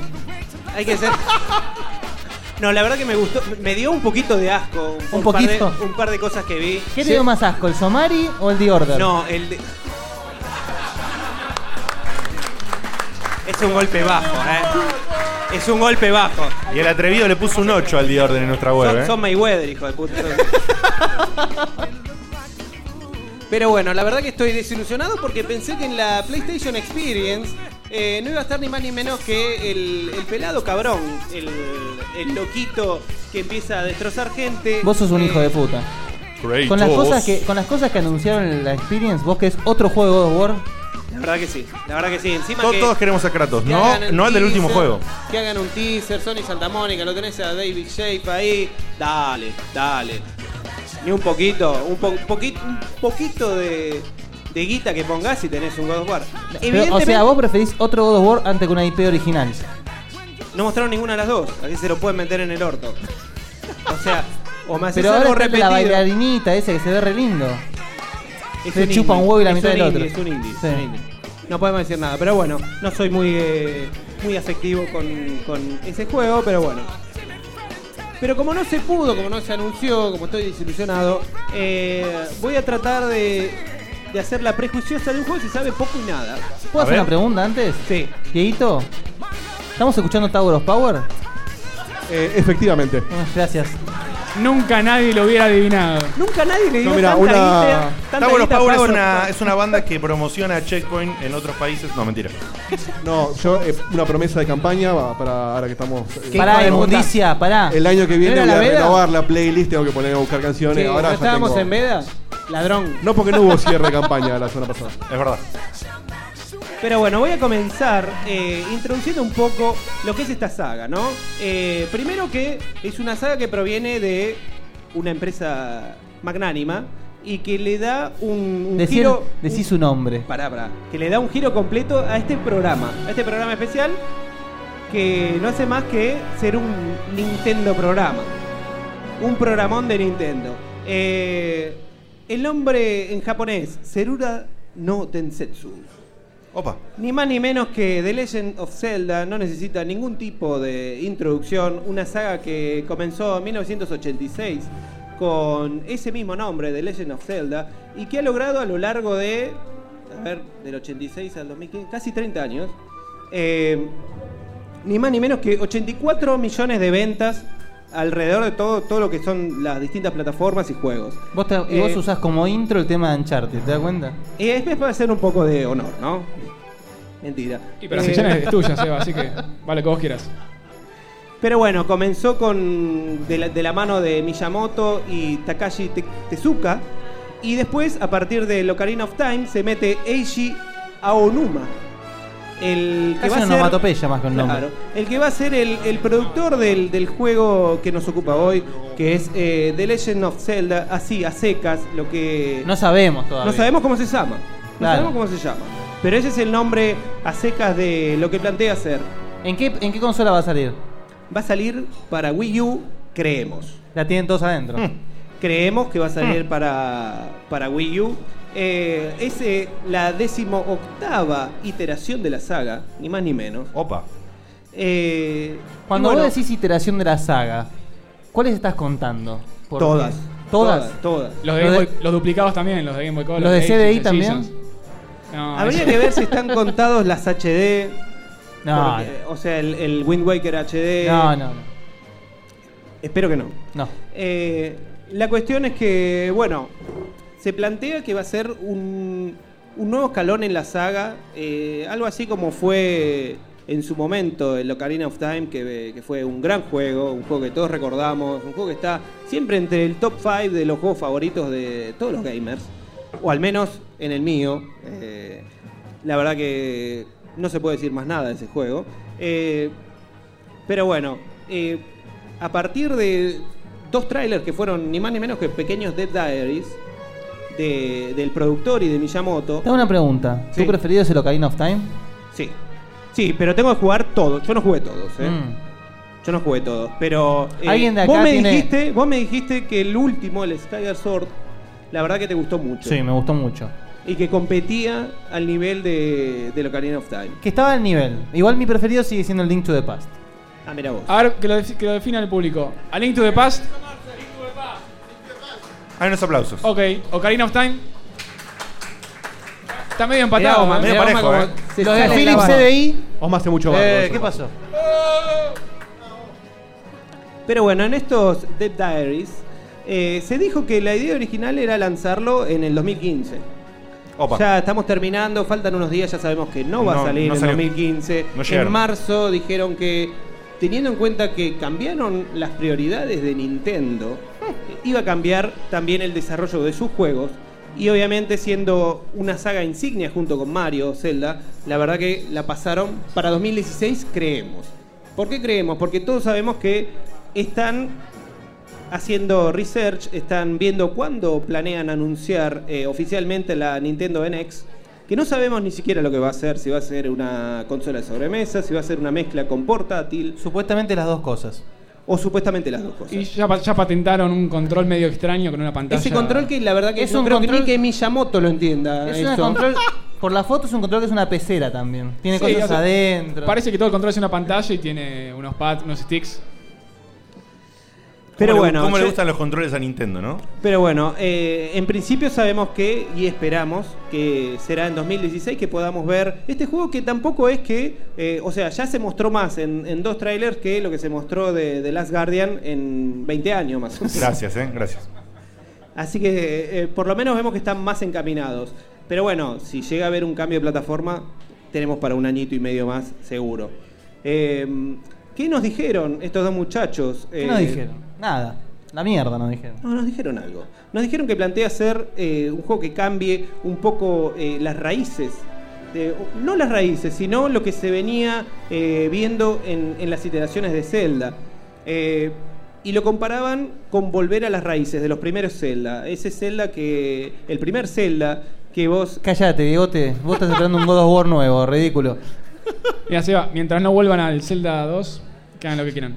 S7: Hay que ser. No, la verdad que me gustó. Me dio un poquito de asco.
S6: ¿Un
S7: par de-
S6: poquito?
S7: un par de cosas que vi.
S6: ¿Qué
S7: Sí.
S6: te dio más asco, el Somari o el The Order?
S7: No, el de- Es un golpe bajo, ¿eh? Es un golpe bajo.
S21: Y el atrevido le puso un 8 al día orden en nuestra web.
S7: Son,
S21: ¿eh?
S7: son Mayweather, hijo de puta. Pero bueno, la verdad que estoy desilusionado porque pensé que en la PlayStation Experience eh, no iba a estar ni más ni menos que el, el pelado cabrón, el, el loquito que empieza a destrozar gente. Eh,
S6: Vos sos un hijo de puta. Con las, cosas que, con las cosas que anunciaron en la Experience, vos que es otro juego de God of War,
S7: La verdad que sí, la verdad que sí. Encima
S21: Todos,
S7: que-
S21: todos queremos a Kratos,
S7: que
S21: no,
S7: hagan un
S21: no el del último
S7: teaser,
S21: juego.
S7: Que hagan un teaser, Sony Santa Mónica, lo tenés a David Shape ahí. Dale, dale. Ni un poquito, un, po- poqui- un poquito de, de guita que pongas si tenés un God of War.
S6: Pero, o sea, vos preferís otro God of War antes que una IP original.
S7: No mostraron ninguna de las dos. Aquí se lo pueden meter en el orto. O sea, o me haces
S6: Pero ahora
S7: algo
S6: está
S7: repetido.
S6: la bailarinita esa que se ve re lindo.
S7: Es
S6: Se
S7: un
S6: chupa un
S7: indie,
S6: huevo y la
S7: es
S6: mitad
S7: un
S6: del
S7: indie,
S6: otro.
S7: Es un indie,
S6: Sí.
S7: es un indie. No podemos decir nada, pero bueno, no soy muy, eh, muy afectivo con, con ese juego, pero bueno. Pero como no se pudo, como no se anunció, como estoy desilusionado, eh, voy a tratar de, de hacer la prejuiciosa de un juego que se sabe poco y nada.
S6: ¿Puedo hacer una pregunta antes?
S7: Sí.
S6: Dieguito, ¿estamos escuchando Tower of Power? Ah,
S2: efectivamente.
S6: Gracias.
S4: Nunca nadie lo hubiera adivinado.
S7: Nunca nadie le
S4: dio
S2: No, mira,
S4: tanta
S2: una-
S4: guita- tanta
S1: Tower of
S4: guita a
S1: Power es
S4: Power of
S1: una,
S4: Power.
S1: es una banda que promociona Checkpoint en otros países. No, mentira.
S2: No, yo eh, una promesa de campaña va- para ahora que estamos. eh,
S6: Pará, inmundicia, pará.
S2: El año que viene
S6: ¿No era
S2: voy a
S6: la veda?
S2: renovar la playlist, tengo que poner a buscar canciones.
S6: Sí,
S2: ahora
S6: ¿no
S2: ya
S6: estábamos
S2: tengo-
S6: en veda? Ladrón.
S2: No, porque no hubo cierre de campaña la semana pasada.
S1: Es verdad.
S7: Pero bueno, voy a comenzar eh, introduciendo un poco lo que es esta saga, ¿no? Eh, primero que es una saga que proviene de una empresa magnánima y que le da un, un
S6: Decí,
S7: giro...
S6: decí su nombre.
S7: Pará, pará. Que le da un giro completo a este programa, a este programa especial que no hace más que ser un Nintendo programa. Un programón de Nintendo. Eh, el nombre en japonés, Serura no Tensetsu.
S1: Opa.
S7: Ni más ni menos que The Legend of Zelda no necesita ningún tipo de introducción. Una saga que comenzó en 1986 con ese mismo nombre, The Legend of Zelda, y que ha logrado a lo largo de, a ver, del 86 al 2015, casi 30 años, eh, ni más ni menos que 84 millones de ventas alrededor de todo, todo lo que son las distintas plataformas y juegos.
S6: Vos te- y vos
S7: Eh,
S6: usás como intro el tema de Uncharted, ¿te das cuenta?
S7: Y es es para hacer un poco de honor, ¿no? Mentira.
S4: Y pero
S7: Eh,
S4: la sección es tuya, Seba, así que vale que vos quieras.
S7: Pero bueno, comenzó con de la, de la mano de Miyamoto y Takashi Te- Tezuka. Y después, a partir de Ocarina of Time, se mete Eiji Aonuma. El que
S6: Casi
S7: va
S6: una
S7: a ser
S6: onomatopeya más que un nombre.
S7: Claro. El que va a ser el, el productor del, del juego que nos ocupa hoy, que es eh, The Legend of Zelda, así, a secas, lo que...
S6: No sabemos todavía.
S7: No sabemos cómo se llama. No
S6: Claro.
S7: sabemos cómo se llama. Pero ese es el nombre a secas de lo que plantea hacer.
S6: ¿En qué, ¿En qué consola va a salir?
S7: Va a salir para Wii U, creemos.
S6: La tienen todos adentro.
S7: Mm. Creemos que va a
S6: Hmm.
S7: salir para, para Wii U. Eh, es eh, la decimoctava iteración de la saga, ni más ni menos. Eh,
S1: Opa.
S6: Cuando vos decís iteración de la saga, ¿cuáles estás contando? Por-
S7: Todas.
S6: ¿Todas?
S7: Todas.
S4: Los, de
S6: Los
S4: Game
S6: de-
S4: Boy- los duplicados también, los de Game Boy Color.
S6: ¿Los de
S4: Aces,
S6: CDI
S4: Seasons.
S6: también?
S4: No,
S7: Habría
S4: eso-
S7: que ver si están contados las HD.
S6: No,
S7: porque, o sea, el, el Wind Waker HD.
S6: No, no, no.
S7: Espero que no.
S6: No.
S7: Eh, la cuestión es que, bueno, se plantea que va a ser un, un nuevo escalón en la saga, eh, algo así como fue en su momento el Ocarina of Time, que, que fue un gran juego, un juego que todos recordamos, un juego que está siempre entre el top 5 de los juegos favoritos de todos los gamers, o al menos en el mío. Eh, la verdad que no se puede decir más nada de ese juego. Eh, pero bueno, eh, a partir de dos trailers que fueron ni más ni menos que pequeños Dead Diaries de- del productor y de Miyamoto.
S6: Te hago una pregunta. ¿Tu preferido es el Ocarina of Time?
S7: Sí. Sí, pero tengo que jugar todos. Yo no jugué todos, ¿eh? Yo no jugué todos, pero... eh,
S6: Mm. ¿Alguien de acá
S7: vos me,
S6: tiene-
S7: dijiste, vos me dijiste que el último, el Skyward Sword, la verdad que te gustó mucho.
S6: Sí, me gustó mucho.
S7: Y que competía al nivel de, de Ocarina of Time.
S6: Que estaba al nivel. Igual mi preferido sigue siendo el Link to the Past.
S7: Ah, mira vos.
S4: A ver, que lo, defi- que lo defina el público. A Link to the Past.
S1: Hay unos aplausos.
S4: Ok, Ocarina of Time. Está medio empatado,
S1: Oma,
S4: man.
S1: medio parejo,
S4: Oma
S1: eh.
S4: como-
S6: Se Lo de sale Philips la mano. CDI.
S2: Osma hace mucho barro.
S7: Eh,
S2: eso.
S7: ¿Qué pasó? Pero bueno, en estos Dead Diaries eh, se dijo que la idea original era lanzarlo en el 2015.
S1: Opa.
S7: Ya estamos terminando, faltan unos días, ya sabemos que no va
S1: No,
S7: a salir
S1: no
S7: en
S1: salió.
S7: 2015.
S1: No
S7: en
S1: llegaron.
S7: marzo dijeron que, teniendo en cuenta que cambiaron las prioridades de Nintendo, eh, iba a cambiar también el desarrollo de sus juegos. Y obviamente siendo una saga insignia junto con Mario, Zelda, la verdad que la pasaron para 2016, creemos. ¿Por qué creemos? Porque todos sabemos que están haciendo research, están viendo cuándo planean anunciar eh, oficialmente la Nintendo NX, que no sabemos ni siquiera lo que va a ser, si va a ser una consola de sobremesa, si va a ser una mezcla con portátil.
S6: Supuestamente las dos cosas.
S7: O supuestamente las dos cosas.
S4: Y ya, pa- ya patentaron un control medio extraño con una pantalla.
S7: Ese control que la verdad que
S4: Es
S7: no
S4: un
S7: creo
S4: control-
S7: que ni que Miyamoto lo entienda.
S6: Es un
S7: eso.
S6: control, por la foto es un control que es una pecera también. Tiene
S4: Sí,
S6: cosas
S4: o sea,
S6: adentro.
S4: Parece que todo el control es una pantalla y tiene unos pads, unos sticks.
S7: Pero
S4: le-
S7: bueno,
S4: cómo le
S7: yo-
S4: gusta
S1: Están los controles a Nintendo, ¿no?
S7: Pero bueno, eh, en principio sabemos que, y esperamos, que será en 2016 que podamos ver este juego que tampoco es que, eh, o sea, ya se mostró más en, en dos trailers que lo que se mostró de The Last Guardian en 20 años más o menos.
S1: Gracias, eh, gracias.
S7: Así que eh, por lo menos vemos que están más encaminados. Pero bueno, si llega a haber un cambio de plataforma, tenemos para un añito y medio más seguro. Eh, ¿Qué nos dijeron estos dos muchachos? Eh,
S6: ¿Qué nos dijeron? Nada. La mierda nos dijeron.
S7: No, nos dijeron algo. Nos dijeron que plantea hacer eh, un juego que cambie un poco eh, las raíces. de- no las raíces, sino lo que se venía eh, viendo en, en las iteraciones de Zelda. Eh, y lo comparaban con volver a las raíces de los primeros Zelda. Ese Zelda que. El primer Zelda que vos.
S6: Cállate, Diegote. Vos estás esperando un God of War nuevo, ridículo.
S4: Mira, Seba, mientras no vuelvan al Zelda 2, que hagan lo que quieran.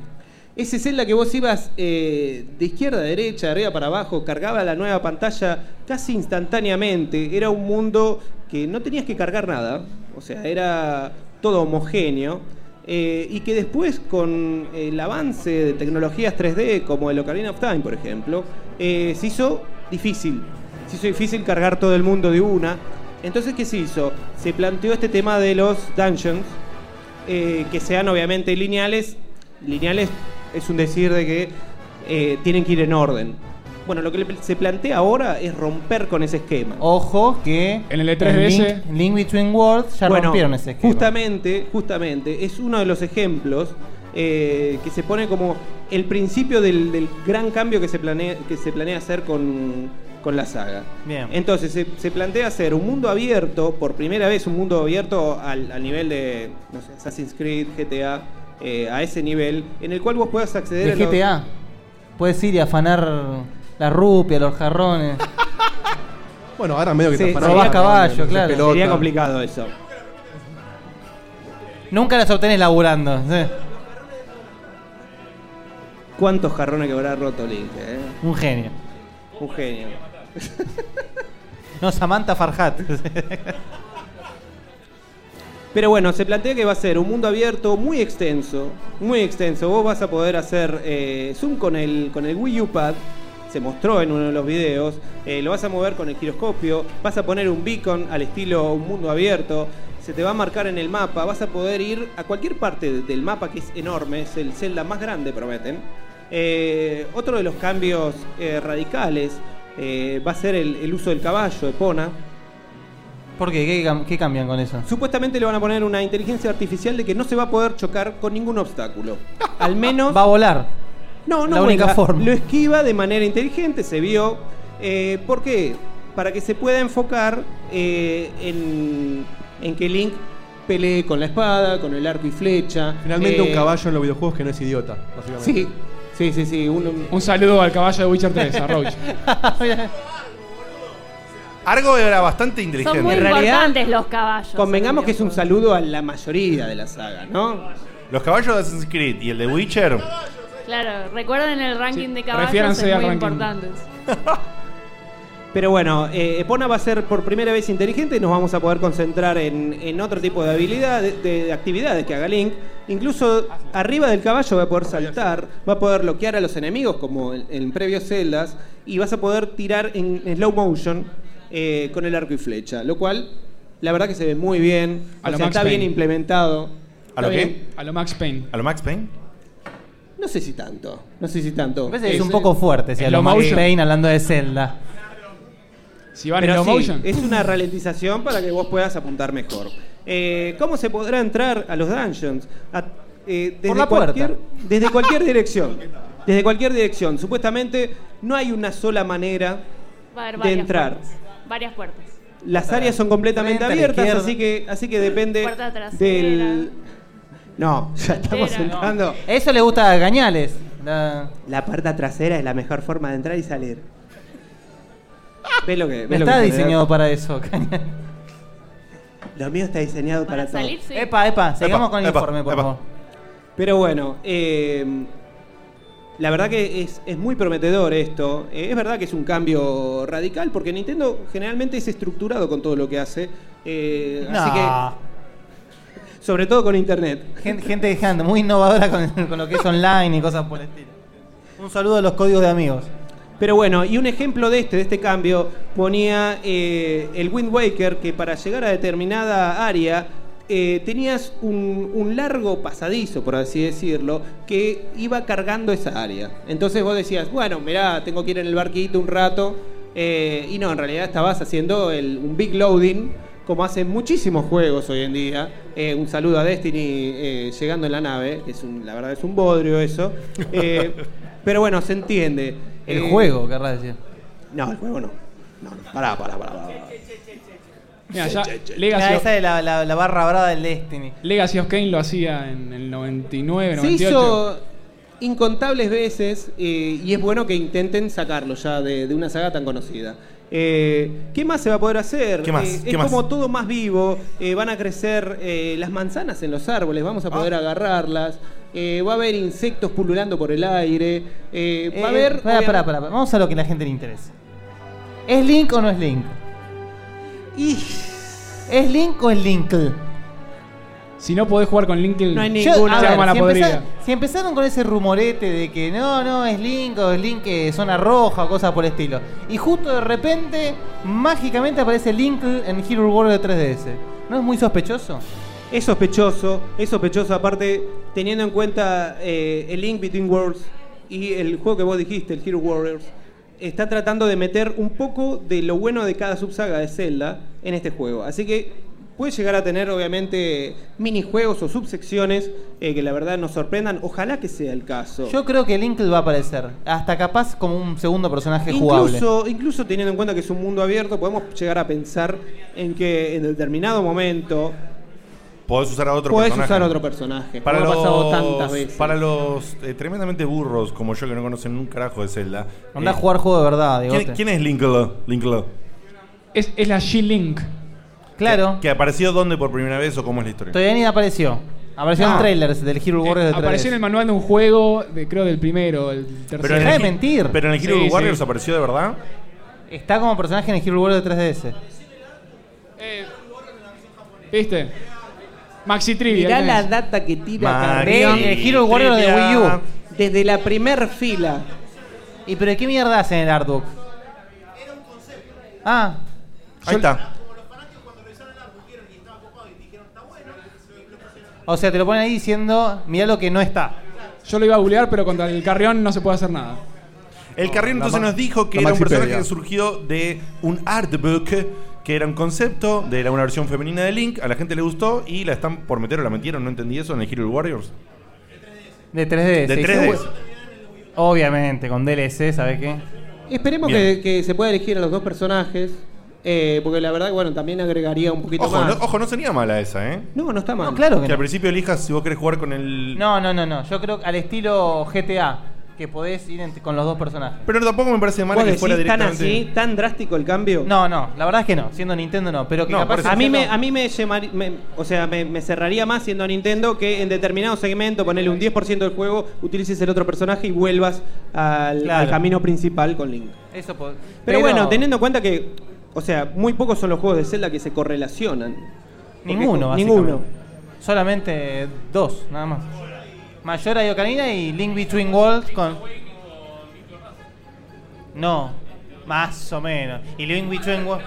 S7: Ese Zelda que vos ibas eh, de izquierda a derecha, de arriba para abajo, cargaba la nueva pantalla casi instantáneamente. Era un mundo que no tenías que cargar nada, o sea, era todo homogéneo. eh, y que después, con el avance de tecnologías 3D, como el Ocarina of Time, por ejemplo, eh, se hizo difícil. Se hizo difícil cargar todo el mundo de una. Entonces, ¿qué se hizo? Se planteó este tema de los dungeons, eh, que sean obviamente lineales. Lineales es un decir de que eh, tienen que ir en orden. Bueno, lo que le- se plantea ahora es romper con ese esquema.
S6: Ojo que.
S4: En el E
S6: Link, Link Between Worlds ya
S7: Bueno,
S6: rompieron ese esquema.
S7: Justamente, justamente, es uno de los ejemplos eh, que se pone como el principio del, del gran cambio que se planea, que se planea hacer con, con la saga.
S6: Bien.
S7: Entonces, se, se plantea hacer un mundo abierto, por primera vez un mundo abierto al, al nivel de no sé, Assassin's Creed, GTA, eh, a ese nivel, en el cual vos puedas acceder
S6: De
S7: a los-
S6: GTA. Puedes ir y afanar la rupia, los jarrones.
S2: Bueno, ahora medio que
S6: Sí,
S2: te afanan
S6: robás
S2: la-
S6: caballo,
S2: la- la
S6: claro.
S2: pelota.
S6: Sería
S7: complicado eso.
S6: Nunca las obtenés laburando. ¿sí?
S7: ¿Cuántos jarrones que habrá roto Link? eh?
S6: Un genio.
S7: Un genio.
S6: No, Samantha Farhat.
S7: Pero bueno, se plantea que va a ser un mundo abierto muy extenso, muy extenso. Vos vas a poder hacer eh, zoom con el, con el Wii U Pad, se mostró en uno de los videos, eh, lo vas a mover con el giroscopio, vas a poner un beacon al estilo un mundo abierto, se te va a marcar en el mapa, vas a poder ir a cualquier parte de- del mapa que es enorme, es el Zelda más grande, prometen. Eh, otro de los cambios eh, radicales eh, va a ser el, el uso del caballo, Epona.
S6: ¿Por qué? ¿Qué, cam- qué cambian con eso?
S7: Supuestamente le van a poner una inteligencia artificial de que no se va a poder chocar con ningún obstáculo. Al menos.
S6: Va a volar.
S7: No, no
S6: La única
S7: vuela.
S6: forma.
S7: Lo esquiva de manera inteligente, se vio. Eh, ¿Por qué? Para que se pueda enfocar eh, en, en que Link pelee con la espada, con el arco y flecha.
S2: Finalmente un
S7: Eh,
S2: caballo en los videojuegos que no es idiota, básicamente.
S7: Sí, sí, sí. sí un,
S4: Un saludo al caballo de Witcher 3, a Roach.
S1: Argo era bastante inteligente.
S5: Son muy
S7: En realidad,
S5: importantes los caballos.
S7: Convengamos que es un saludo a la mayoría de la saga, ¿no?
S1: Los caballos de Assassin's Creed y el de Witcher.
S5: Claro, recuerden el ranking de caballos,
S7: refiéranse
S5: es
S7: al
S5: muy
S7: ranking.
S5: importante.
S7: Pero bueno, eh, Epona va a ser por primera vez inteligente y nos vamos a poder concentrar en, en otro tipo de habilidades, de, de actividades que haga Link. Incluso arriba del caballo va a poder saltar, va a poder bloquear a los enemigos como en, en previos celdas y vas a poder tirar en, en slow motion eh, con el arco y flecha, lo cual la verdad que se ve muy bien,
S4: A
S7: o
S4: lo
S7: sea,
S4: Max
S7: está bien
S4: Payne.
S7: implementado.
S1: ¿A lo
S7: Está
S1: qué?
S7: bien.
S4: A lo Max Payne.
S1: ¿A lo Max Payne?
S7: No sé si tanto, no sé si tanto.
S6: Me parece que es un poco fuerte, si a
S7: El
S6: lo
S7: slow
S6: Max
S7: motion.
S6: Payne hablando de Zelda.
S4: Si
S7: Pero sí, es una ralentización para que vos puedas apuntar mejor. Eh, ¿Cómo se podrá entrar a los dungeons? A- eh, desde
S6: Por la
S7: cualquier,
S6: puerta.
S7: Desde cualquier dirección. Desde cualquier dirección. Supuestamente no hay una sola manera
S5: Va a haber
S7: De
S5: varias
S7: entrar.
S5: puertas, Varias puertas.
S7: las áreas son
S5: Frente,
S7: completamente
S5: a la
S7: abiertas,
S5: izquierda.
S7: así que, así que depende
S5: Puerta trasera.
S7: del. No, ya estamos entrando.
S6: Eso le gusta a Gañales.
S7: La puerta trasera es la mejor forma de entrar y salir. ¿Ves lo que.?
S6: No
S7: ves lo
S6: está
S7: que
S6: diseñado para eso.
S7: Lo mío está diseñado para, todo.
S6: salir, sí. Epa, epa, sigamos con el informe, por favor.
S7: Pero bueno, eh, la verdad que es, es muy prometedor esto. Eh, es verdad que es un cambio radical porque Nintendo generalmente es estructurado con todo lo que hace. Eh, Así
S6: No.
S7: que. Sobre todo con internet.
S6: Gen- Gente, dejando muy innovadora con, con lo que es online y cosas por el estilo. Un saludo a los códigos de amigos.
S7: Pero bueno, y un ejemplo de este, de este cambio, ponía eh, el Wind Waker que para llegar a determinada área eh, tenías un, un largo pasadizo, por así decirlo, que iba cargando esa área. Entonces vos decías, bueno, mirá, tengo que ir en el barquito un rato. eh, y no, en realidad estabas haciendo el- un big loading, como hacen muchísimos juegos hoy en día. Eh, un saludo a Destiny eh, llegando en la nave, que es un- la verdad es un bodrio eso. Eh, pero bueno, se entiende.
S6: El
S7: Eh,
S6: juego, querrá decir.
S7: no, el juego no. No, no. Pará, pará, pará. pará.
S4: Mira, ya Legacy
S6: Legacy
S4: of-
S6: esa es la, la- la barra brava del Destiny.
S4: Legacy of Kane lo hacía en el 99,
S7: Se
S4: 98.
S7: hizo incontables veces eh, y es bueno que intenten sacarlo ya de, de una saga tan conocida. Eh, ¿Qué más se va a poder hacer?
S23: ¿Qué más?
S7: Eh,
S23: ¿Qué
S7: es
S23: más?
S7: como todo más vivo, eh, van a crecer eh, las manzanas en los árboles,
S23: Ah.
S7: vamos a poder agarrarlas, eh, va a haber insectos pululando por el aire, eh, va
S6: Eh,
S7: a haber...
S6: pará, pará, pará, pará. Vamos a lo que la gente le interesa. ¿Es Link o no es Link?
S7: Y...
S6: ¿Es Link o es Linkle?
S4: Si no podés jugar con Lincoln,
S6: Yo- a ver,
S4: arma la
S6: si,
S4: podrida.
S6: empeza- si empezaron con ese rumorete de que no, no, es Link o es Link eh, zona roja o cosas por el estilo. Y justo de repente, mágicamente aparece Link en Hero World de 3DS. ¿No es muy sospechoso?
S7: Es sospechoso, es sospechoso aparte teniendo en cuenta eh, el Link Between Worlds y el juego que vos dijiste, el Hero Warriors, está tratando de meter un poco de lo bueno de cada subsaga de Zelda en este juego. Así que puede llegar a tener obviamente minijuegos o subsecciones eh, que la verdad nos sorprendan. Ojalá que sea el caso.
S6: Yo creo que Link va a aparecer. Hasta capaz como un segundo personaje jugable.
S7: Incluso, incluso teniendo en cuenta que es un mundo abierto, podemos llegar a pensar en que en determinado momento
S1: Podés usar a otro
S7: podés
S1: personaje.
S7: usar otro personaje.
S1: Para los,
S7: como ha pasado tantas veces.
S1: para los eh, tremendamente burros como yo que no conocen un carajo de Zelda.
S6: Andá
S1: eh,
S6: a jugar juego de verdad,
S1: ¿quién,
S6: digote.
S1: quién es Linkle? Linkle?
S4: Es, es la G-Link.
S6: Claro.
S1: ¿Que apareció dónde por primera vez o cómo es la historia?
S6: Todavía ni apareció. Apareció
S4: Ah. Eh,
S6: en trailers del Hero Warriors de 3DS.
S4: Apareció en el manual de un juego, de, creo del primero, el tercero.
S1: Pero en el, Pero en el Hero Warriors apareció de verdad.
S6: Está como personaje en el Hero World de 3DS.
S4: Eh, ¿Viste? Maxi Trivia.
S7: Mirá
S4: ¿no
S7: la
S4: es?
S7: data que tira
S4: Maxi
S7: Carrión.
S4: El Hero Warrior de Trivia. Wii U.
S7: Desde la primer fila.
S6: ¿Y pero qué mierda hace en el artbook? Ah.
S1: Ahí está.
S6: O sea, te lo ponen ahí diciendo, mirá lo que no está.
S4: Yo lo iba a bulear, pero contra el Carrión no se puede hacer nada.
S1: El Carrión entonces nos dijo que
S4: la
S1: era un
S4: Maxipedia.
S1: personaje que surgió de un artbook que era un concepto de era una versión femenina de Link. A la gente le gustó y la están por meter o la metieron, no entendí eso, en el Hero Warriors.
S6: De 3D.
S1: De
S6: se
S1: 3D.
S6: hizo- Obviamente, con DLC, ¿sabes qué?
S7: Esperemos
S6: Bien.
S7: que, que se pueda elegir a los dos personajes. eh, porque la verdad, que, bueno, también agregaría un poquito
S1: Ojo, no,
S7: más.
S1: ojo, no sería mala esa, ¿eh?
S7: No, no está mal.
S1: que al principio elijas si vos querés jugar con el.
S6: No, no, no, no. Yo creo que al estilo GTA, que podés ir ent- con los dos personajes.
S1: Pero tampoco me parece
S7: ¿Vos decís tan así, tan drástico el cambio?
S6: No, no, la verdad es que no. Siendo Nintendo no, pero que capaz
S7: a mí me,
S6: Nintendo-
S7: a mí me, llamar- me- o sea, me, me cerraría más siendo a Nintendo que en determinado segmento, ponerle un 10% del juego, utilices el otro personaje y vuelvas al,
S6: Claro.
S7: al camino principal con Link.
S6: Eso po-
S7: Pero, bueno, teniendo en cuenta que, o sea, muy pocos son los juegos de Zelda que se correlacionan. Porque
S6: Ninguno,
S7: es-
S6: básicamente.
S7: Ninguno.
S6: Solamente dos, nada más. Mayora y Ocarina y Link Between Worlds con. No, más o menos. Y Link Between Worlds.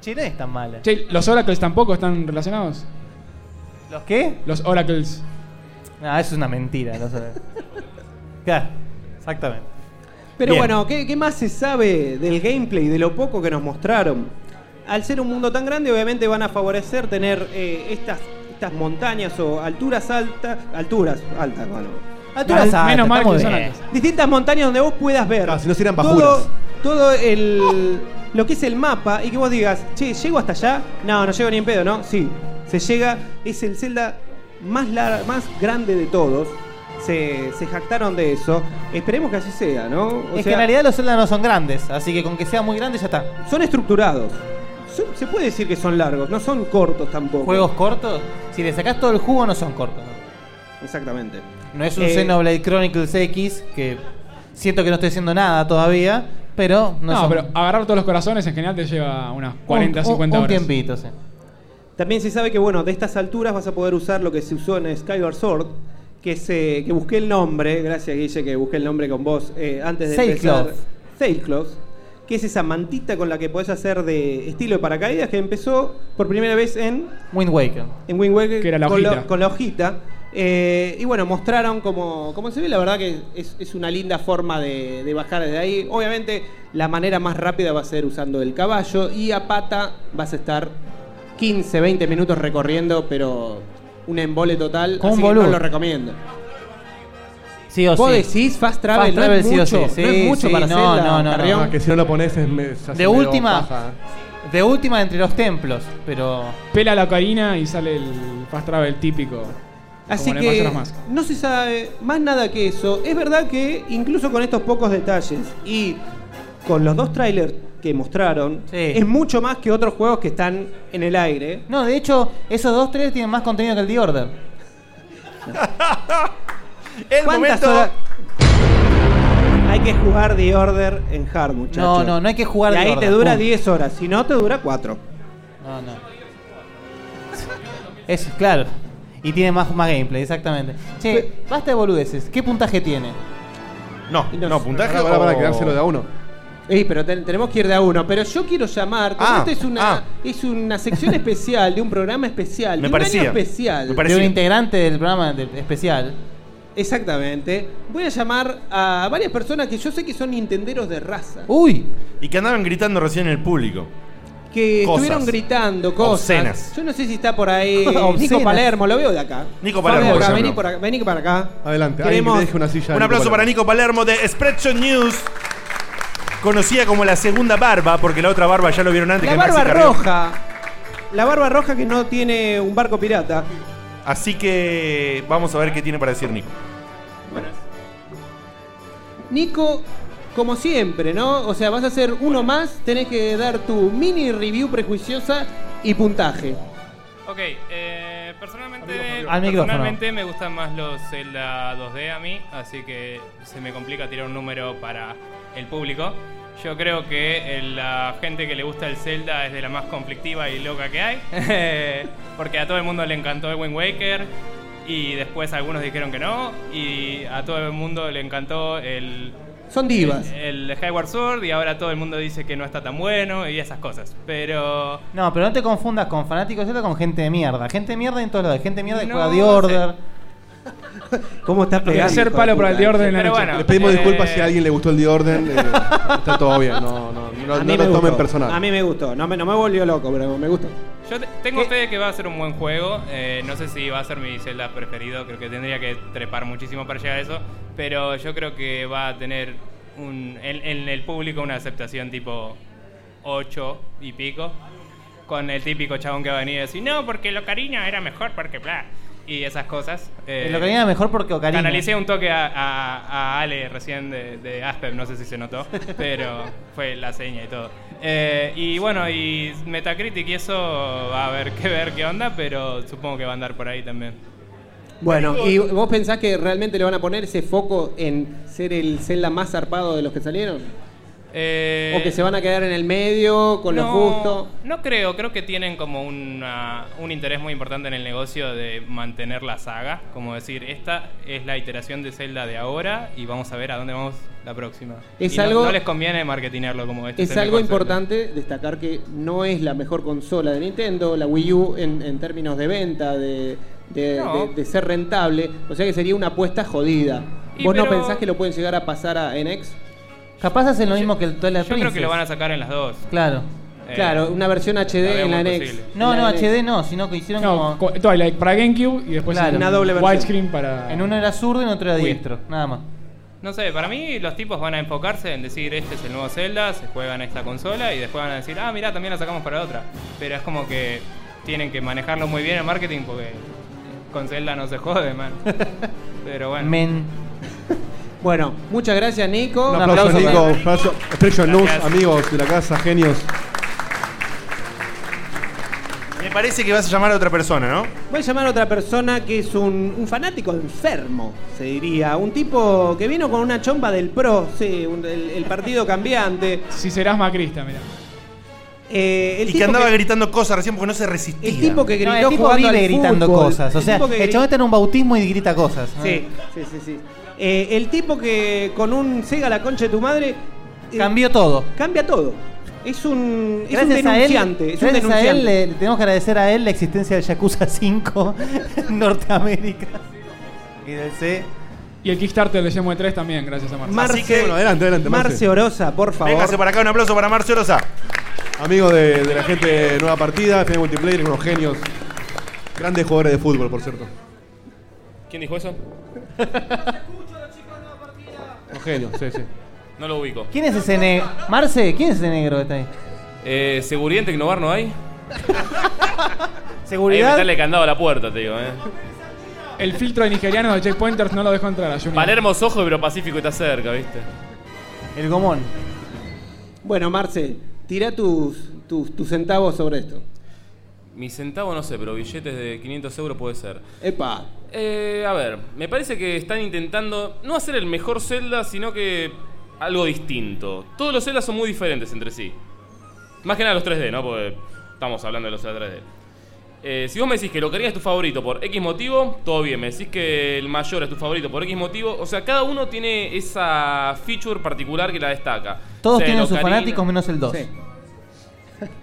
S6: Che, no es tan mala.
S4: Che, ¿los Oracles tampoco están relacionados?
S6: ¿Los qué?
S4: Los Oracles.
S6: Ah, eso es una mentira. No sé. claro, exactamente.
S7: Pero
S6: Bien.
S7: bueno, ¿qué, qué más se sabe del gameplay, de lo poco que nos mostraron? Al ser un mundo tan grande, obviamente van a favorecer tener eh, estas, estas montañas o alturas altas. Alturas altas, bueno.
S6: Alturas Mal- altas, menos mal estamos que son bien. altas.
S7: Distintas montañas donde vos puedas ver.
S24: si no serían
S7: todo-
S24: bajuras.
S7: Todo, el, lo que es el mapa y que vos digas, che, ¿llego hasta allá? No, no llego ni en pedo, ¿no? Sí, se llega, es el Zelda más, lar- más grande de todos. Se, se jactaron de eso. Esperemos que así sea, ¿no? O
S6: es que
S7: sea,
S6: en realidad los Zelda no son grandes, así que con que sea muy grande ya está.
S7: Son estructurados. Son- se puede decir que son largos, no son cortos tampoco.
S6: Juegos cortos, si le sacás todo el jugo no son cortos.
S7: Exactamente.
S6: No es un
S7: Eh,
S6: Xenoblade Chronicles X que siento que no estoy haciendo nada todavía, pero no,
S4: No,
S6: son-
S4: pero agarrar todos los corazones en general te lleva unas 40,
S6: un-
S4: 50
S6: un
S4: horas.
S6: tiempito, sí.
S7: También se sabe que, bueno, de estas alturas vas a poder usar lo que se usó en Skyward Sword, que, se, que busqué el nombre, gracias Guille que busqué el nombre con vos eh, antes de
S6: Sailcloth.
S7: empezar. Sailcloth, que es esa mantita con la que podés hacer de estilo de paracaídas que empezó por primera vez en
S6: Wind Waker.
S7: en Wind Waker
S6: Que era la
S7: con,
S6: hojita.
S7: con la hojita. Eh, y bueno, mostraron como, como se ve, la verdad que es, es una linda forma de, de bajar desde ahí. Obviamente, la manera más rápida va a ser usando el caballo y a pata vas a estar 15, 20 minutos recorriendo, pero un embole total.
S6: Como
S7: así
S6: un
S7: que no
S6: boludo.
S7: lo recomiendo.
S6: Sí o
S7: Vos
S6: sí.
S7: decís fast travel, no es
S6: sí o
S7: mucho,
S6: sí.
S7: no es
S6: Sí,
S7: mucho
S6: sí,
S7: para
S6: no,
S7: Zelda,
S6: no, no, no,
S7: Carrión.
S6: no.
S2: Ah, que si no lo pones es, me- es así
S6: De
S2: medio
S6: última,
S2: paja.
S6: de última entre los templos, pero
S4: Pela la ocarina y sale el fast travel típico.
S7: Así
S4: como en el
S7: que
S4: Majora's Mask.
S7: no se sabe más nada que eso. Es verdad que incluso con estos pocos detalles y con los dos trailers que mostraron, es mucho más que otros juegos que están en el aire.
S6: No, de hecho, esos dos tres tienen más contenido que el The Order.
S1: El momento-
S7: Hay que jugar The Order en hard, muchachos.
S6: No, no, no hay que jugar
S7: Y
S6: The
S7: ahí
S6: Order,
S7: te dura
S6: punto.
S7: 10 horas, si no te dura 4.
S6: No, no. Es claro. Y tiene más, más gameplay, exactamente. Che, basta de boludeces. ¿Qué puntaje tiene?
S1: No, no, puntaje
S6: Pará, pará,
S1: o-
S6: pará, quedárselo de a
S2: uno.
S7: Sí, pero ten- tenemos que ir de a uno. Pero yo quiero llamar, como
S6: Ah,
S7: esta es una, es una sección especial de un programa especial, de un año especial.
S6: De un integrante del programa del- especial.
S7: Exactamente. Voy a llamar a varias personas que yo sé que son nintenderos de raza.
S6: Uy.
S1: Y que andaban gritando recién en el público.
S7: Que
S1: Cosas.
S7: estuvieron gritando cosas.
S1: Obscenas.
S7: Yo no sé si está por ahí Nico
S1: Obscenas.
S7: Palermo, lo veo de acá.
S1: Nico Palermo,
S7: Fabio, acá,
S1: por ejemplo.
S7: vení, por acá, vení para acá.
S2: Adelante,
S7: Queremos-
S2: alguien que te deje una silla.
S1: Un
S2: Nico
S1: aplauso
S2: Palermo.
S1: para Nico Palermo de Spreadshot News. Conocida como la segunda barba, porque la otra barba ya lo vieron antes.
S7: La
S1: que Maxi
S7: barba
S1: Carrión.
S7: roja. La barba roja que no tiene un barco pirata.
S1: Así que vamos a ver qué tiene para decir Nico.
S7: Nico, como siempre, ¿no? O sea, vas a hacer uno más, tenés que dar tu mini review prejuiciosa y puntaje.
S25: Ok, eh, personalmente,
S7: Al micrófono.
S25: personalmente me gustan más los Zelda 2D a mí, así que se me complica tirar un número para el público. Yo creo que eh, la gente que le gusta el Zelda es de la más conflictiva y loca que hay, porque a todo el mundo le encantó el Wind Waker y después algunos dijeron que no y a todo el mundo le encantó el
S7: Son divas.
S6: Eh,
S25: el, el Skyward Sword y ahora todo el mundo dice que no está tan bueno y esas cosas, pero
S6: No, pero no te confundas con fanáticos de Zelda con gente de mierda. Gente de mierda en todos lados. Gente de mierda que
S25: No
S6: juega The
S25: sé.
S6: Order.
S7: ¿Cómo está
S2: pegando,
S4: hacer
S2: hijo
S4: palo
S2: de
S4: para el
S2: puta?
S4: The Order en la
S2: Pero
S4: noche.
S2: bueno, Le pedimos disculpas
S4: eh,
S2: si a alguien le gustó el The Order. eh, está todo bien, no, no, no,
S7: A
S2: no
S7: mí
S2: lo
S7: me
S2: tomen
S7: gustó.
S2: personal.
S7: A mí me gustó, no me, no me volvió loco, pero me gustó.
S25: Yo te- tengo fe de que va a ser un buen juego. eh, no sé si va a ser mi celda preferido. Creo que tendría que trepar muchísimo para llegar a eso. Pero yo creo que va a tener un- en, en el público una aceptación tipo 8 y pico. Con el típico chabón que va a venir y decir, no, porque la Ocarina era mejor, porque bla. Y esas cosas. eh,
S6: El Ocarina era mejor porque Ocarina.
S25: Canalicé un toque a, a- a Ale recién de, de Aspen, no sé si se notó, pero fue la seña y todo. Eh, y bueno, y Metacritic y eso va a haber que ver qué onda, pero supongo que va a andar por ahí también.
S7: Bueno, ¿y vos pensás que realmente le van a poner ese foco en ser el Zelda más zarpado de los que salieron?
S25: Eh,
S7: ¿O que se van a quedar en el medio con lo
S25: no,
S7: justo?
S25: No creo, creo que tienen como una- un interés muy importante en el negocio de mantener la saga, como decir, esta es la iteración de Zelda de ahora y vamos a ver a dónde vamos la próxima.
S7: Es
S25: Y no-
S7: algo-
S25: no, les conviene marketinearlo como este.
S7: Es
S25: el
S7: algo
S25: mejor Zelda.
S7: importante destacar que no es la mejor consola de Nintendo, la Wii U en, en términos de venta, de, de-
S25: No.
S7: de- de ser rentable, o sea que sería una apuesta jodida.
S25: Y
S7: ¿Vos no
S25: pero-
S7: pensás que lo pueden llegar a pasar a NX?
S6: Capaz hacen lo mismo que el Twilight
S25: Yo
S6: Princess.
S25: creo que lo van a sacar en las dos. Eh,
S6: Claro.
S7: Claro, una versión HD en la
S25: vemos
S7: NX.
S25: posible.
S6: No,
S7: En
S6: no,
S7: la
S6: HD no, sino que hicieron
S4: No, co- Twilight para GameCube y después
S6: Claro.
S4: en
S6: Una doble versión.
S4: widescreen para.
S6: En uno era zurdo y en otro era diestro, nada más.
S25: No sé, para mí los tipos van a enfocarse en decir este es el nuevo Zelda, se juega en esta consola y después van a decir, ah, mira, también la sacamos para otra. Pero es como que tienen que manejarlo muy bien el marketing porque con Zelda no se jode, man. Pero bueno.
S6: Men.
S7: Bueno, muchas gracias, Nico.
S2: Un aplauso, Nico. Un aplauso. Expression News,
S7: Gracias.
S2: amigos de la casa, genios.
S1: Me parece que vas a llamar a otra persona, ¿no?
S7: Voy a llamar a otra persona que es un, un fanático enfermo, se diría. Un tipo que vino con una chompa del PRO, sí, un- el, el partido cambiante. Eh,
S4: Si serás macrista, mira.
S1: Y que andaba gritando cosas recién porque no se resistía.
S7: El tipo que
S6: No,
S7: gritó
S6: el tipo
S7: jugando
S6: vive
S7: al
S6: gritando
S7: fútbol.
S6: cosas. O sea,
S7: tipo que
S6: el
S7: gri-
S6: chabón está en un bautismo y grita cosas.
S7: Sí, sí, sí, sí. Eh, el tipo que con un Sega la concha de tu madre. eh,
S6: Cambió todo.
S7: Cambia todo. Es un, es un
S6: Gracias a él,
S7: denunciante. es un
S6: gracias a él,
S7: denunciante.
S6: le, le tenemos que agradecer a él la existencia del Yakuza 5 en Norteamérica.
S4: Y del C. Y el Kickstarter de Shenmue 3 también, gracias a Marce.
S7: Marce- Bueno, adelante, adelante, Marce. Marce Orosa, por
S1: Véngase para acá, un aplauso para Marcio Rosa.
S2: Amigos de, de la gente de Nueva Partida, FM Multiplayer, unos genios. Grandes jugadores de fútbol, por cierto.
S11: ¿Quién dijo eso?
S2: Unos genios, sí, sí.
S11: No lo ubico.
S6: ¿Quién es ese negro? Marce, ¿quién es ese negro que está ahí?
S11: Eh, ¿Seguridad en Tecnobar no hay? Hay que
S4: ¿Seguridad?
S11: meterle candado a la puerta, te digo, eh.
S4: El filtro de nigerianos de checkpointers no lo dejó entrar a Junior.
S11: Palermo es ojo, pero Pacífico está cerca, ¿viste?
S6: El gomón.
S7: Bueno, Marce, tira tus, tus, tus centavos sobre esto.
S11: Mi centavo no sé, pero billetes de 500 euros puede ser.
S7: Epa.
S11: Eh, a ver, me parece que están intentando no hacer el mejor Zelda, sino que algo distinto. Todos los Zelda son muy diferentes entre sí. Más que nada los 3D, ¿no? Porque estamos hablando de los Zelda 3D. Eh, si vos me decís que Locarina es tu favorito por X motivo, todo bien. Me decís que el mayor es tu favorito por X motivo. O sea, cada uno tiene esa feature particular que la destaca.
S6: Todos
S11: O sea, el
S6: tienen sus
S11: Ocarina-
S6: fanáticos menos el 2.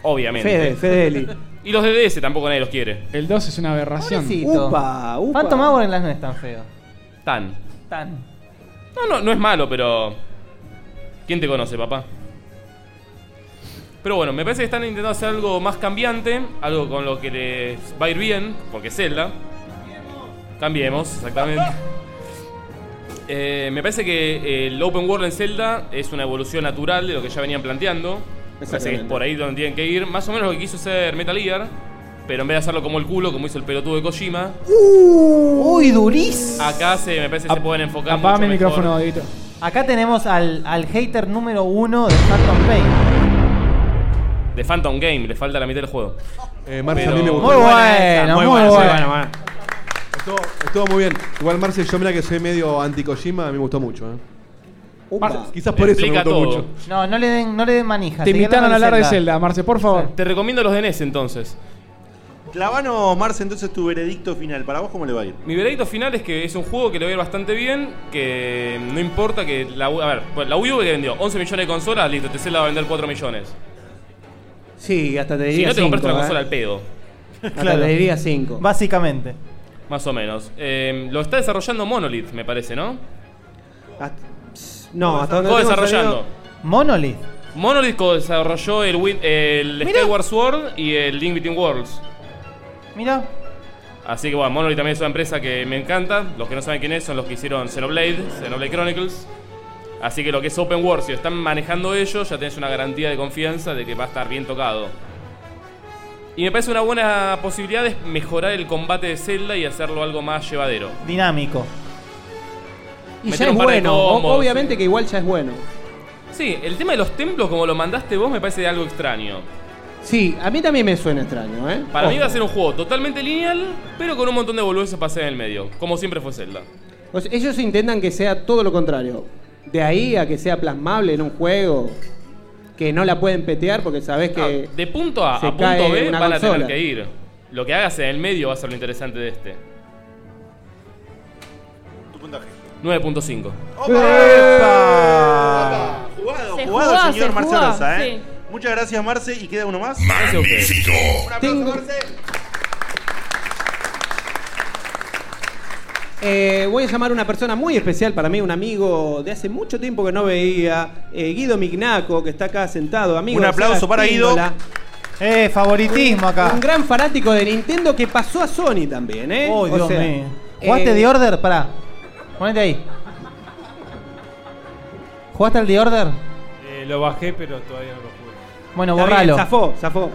S11: Obviamente.
S6: Fede, Fedeli.
S11: Y los DDS tampoco nadie los quiere.
S4: El 2 es una aberración.
S6: Pobrecito.
S7: Upa, upa.
S6: Phantom Hour en las no es tan feo.
S11: Tan.
S6: Tan.
S11: No, no, no es malo, pero. ¿Quién te conoce, papá? Pero bueno, me parece que están intentando hacer algo más cambiante, algo con lo que les va a ir bien, porque es Zelda. Cambiemos, exactamente. Eh, me parece que el Open World en Zelda es una evolución natural de lo que ya venían planteando. Me parece que es
S7: Exactamente.
S11: por ahí donde tienen que ir. Más o menos lo que quiso hacer Metal Gear, pero en vez de hacerlo como el culo, como hizo el pelotudo de Kojima,
S6: Uh.
S11: Uh.
S6: Uy, durísimo.
S11: acá se, me parece que se pueden enfocar
S4: Apaga
S11: mucho
S4: mi
S11: mejor.
S4: micrófono, Dieguito.
S6: Acá tenemos al, al hater número uno de Phantom Pain.
S11: De Phantom Game, le falta la mitad del juego.
S2: Eh, Marce, a mí me gustó.
S6: Muy bueno, muy bueno.
S2: Estuvo, estuvo muy bien. Igual, Marce, yo mira que soy medio anti-Kojima, a mí me gustó mucho. eh. Marce, Quizás por eso me
S11: Explica
S2: gustó
S11: todo.
S2: mucho.
S6: No, no le den, no le den manija.
S4: Te
S6: seguí
S4: invitaron a
S6: hablando
S4: hablar de Zelda, Marce, por favor.
S11: Te recomiendo los DNS entonces.
S1: Clavano, Marce, entonces tu veredicto final. ¿Para vos cómo le va a ir?
S11: Mi veredicto final es que es un juego que le va a ir bastante bien, que no importa que la U- a ver, bueno, la Wii U que vendió 11 millones de consolas, listo, te la va a vender 4 millones.
S7: Sí, hasta te
S11: Si
S7: ¿eh? diría
S11: no te
S7: 5.
S11: compraste una consola al pedo,
S7: Claro, te diría 5.
S6: Básicamente.
S11: más o menos. Eh, lo está desarrollando Monolith, me parece, ¿no?
S7: No, hasta donde
S11: Todo
S7: tengo
S11: desarrollando.
S7: entendido-
S6: Monolith.
S11: Monolith desarrolló el, Win- el Skyward Sword y el Link Between Worlds.
S6: Mira.
S11: Así que bueno, Monolith también es una empresa que me encanta. Los que no saben quién es son los que hicieron Xenoblade, Xenoblade Chronicles. Así que lo que es Open World, si lo están manejando ellos, ya tenés una garantía de confianza de que va a estar bien tocado. Y me parece una buena posibilidad es mejorar el combate de Zelda y hacerlo algo más llevadero.
S6: Dinámico.
S7: Y
S11: Meter
S7: ya es
S11: un par de
S7: bueno, o-
S11: combos.
S7: obviamente que igual ya es bueno.
S11: Sí, el tema de los templos, como lo mandaste vos, me parece algo extraño.
S7: Sí, a mí también me suena extraño, ¿eh?
S11: Para mí
S7: Ojo.
S11: va a ser un juego totalmente lineal, pero con un montón de boludeces para hacer en el medio, como siempre fue Zelda.
S7: O sea, ellos intentan que sea todo lo contrario. De ahí a que sea plasmable en un juego, que no la pueden petear porque sabés que...
S11: Ah, De punto A
S7: Se
S11: a punto
S7: cae
S11: B
S7: una
S11: van a tener
S7: consola.
S11: que ir. Lo que hagas en el medio va a ser lo interesante de este.
S1: Tu puntaje.
S11: 9.5.
S1: Jugado,
S5: Se
S1: jugado,
S5: jugó,
S1: señor
S5: se
S1: Marce
S5: jugó,
S1: Rosa, ¿eh? Muchas gracias, Marce. Y queda uno más.
S11: Magnífico.
S1: Un aplauso, Marce.
S7: Eh, voy a llamar a una persona muy especial para mí, un amigo de hace mucho tiempo que no veía, eh, Guido Mignaco, que está acá sentado. Amigo
S1: Un
S7: de
S1: aplauso
S7: Saga
S1: para Guido.
S7: Espíndola.
S6: Eh, favoritismo acá.
S7: Un gran fanático de Nintendo que pasó a Sony también, ¿eh?
S6: Uy,
S7: O
S6: Oh, Dios
S7: sea,
S6: mío. ¿Jugaste
S7: eh,
S6: The Order? Pará. Ponete ahí. ¿Jugaste al The Order?
S26: Eh, lo bajé, pero todavía no lo jugué.
S6: Bueno,
S7: Está bien,
S6: borralo.
S7: zafó, zafó.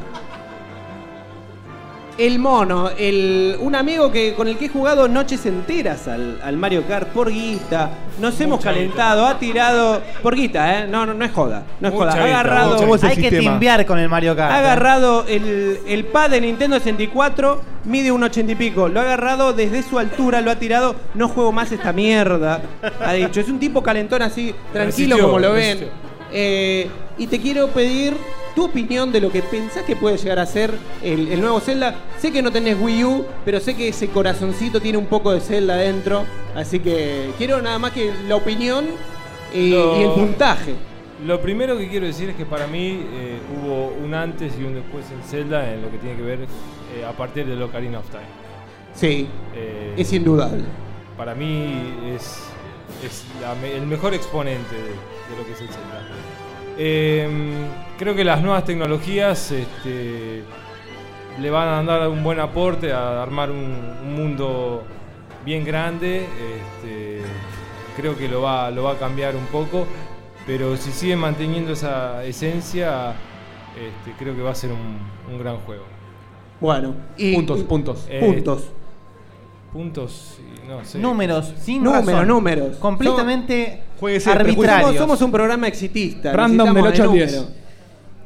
S7: El mono, el, un amigo que, con el que he jugado noches enteras al, al Mario Kart por guita. Nos hemos calentado, ha tirado. Por guita, ¿eh? No, no, no es joda. No es
S6: Mucha
S7: joda. Ha
S6: guita,
S7: agarrado.
S6: mucha guita. Hay que timbear con el Mario Kart. ¿eh?
S7: Ha agarrado el, el pad de Nintendo 64, mide un 80 y pico. Lo ha agarrado desde su altura, lo ha tirado. No juego más esta mierda. Ha dicho, es un tipo calentón así, tranquilo
S26: Resistió,
S7: como lo ven.
S26: resistió.
S7: Eh, y te quiero pedir tu opinión de lo que pensás que puede llegar a ser el, el nuevo Zelda. Sé que no tenés Wii U, pero sé que ese corazoncito tiene un poco de Zelda dentro. Así que quiero nada más que la opinión eh,
S26: Lo-
S7: y el puntaje.
S26: Lo primero que quiero decir es que para mí eh, hubo un antes y un después en Zelda en lo que tiene que ver eh, a partir de Ocarina of Time.
S7: Sí,
S26: Eh,
S7: es indudable.
S26: Para mí es, es la me- el mejor exponente de, de lo que es el Zelda. Eh, creo que las nuevas tecnologías este, le van a dar un buen aporte a armar un, un mundo bien grande. este, creo que lo va, lo va a cambiar un poco, pero si sigue manteniendo esa esencia, este, creo que va a ser un, un gran juego.
S7: Bueno, y-
S26: puntos,
S7: y-
S26: puntos,
S7: eh,
S26: puntos. Puntos, y no sé.
S6: Números, sin
S7: números,
S6: razón.
S7: números.
S6: Completamente
S7: Somos-
S6: arbitrarios.
S7: Somos, somos un programa exitista.
S26: Random del
S7: necesitamos
S26: 8
S7: de
S26: al 10.
S7: número.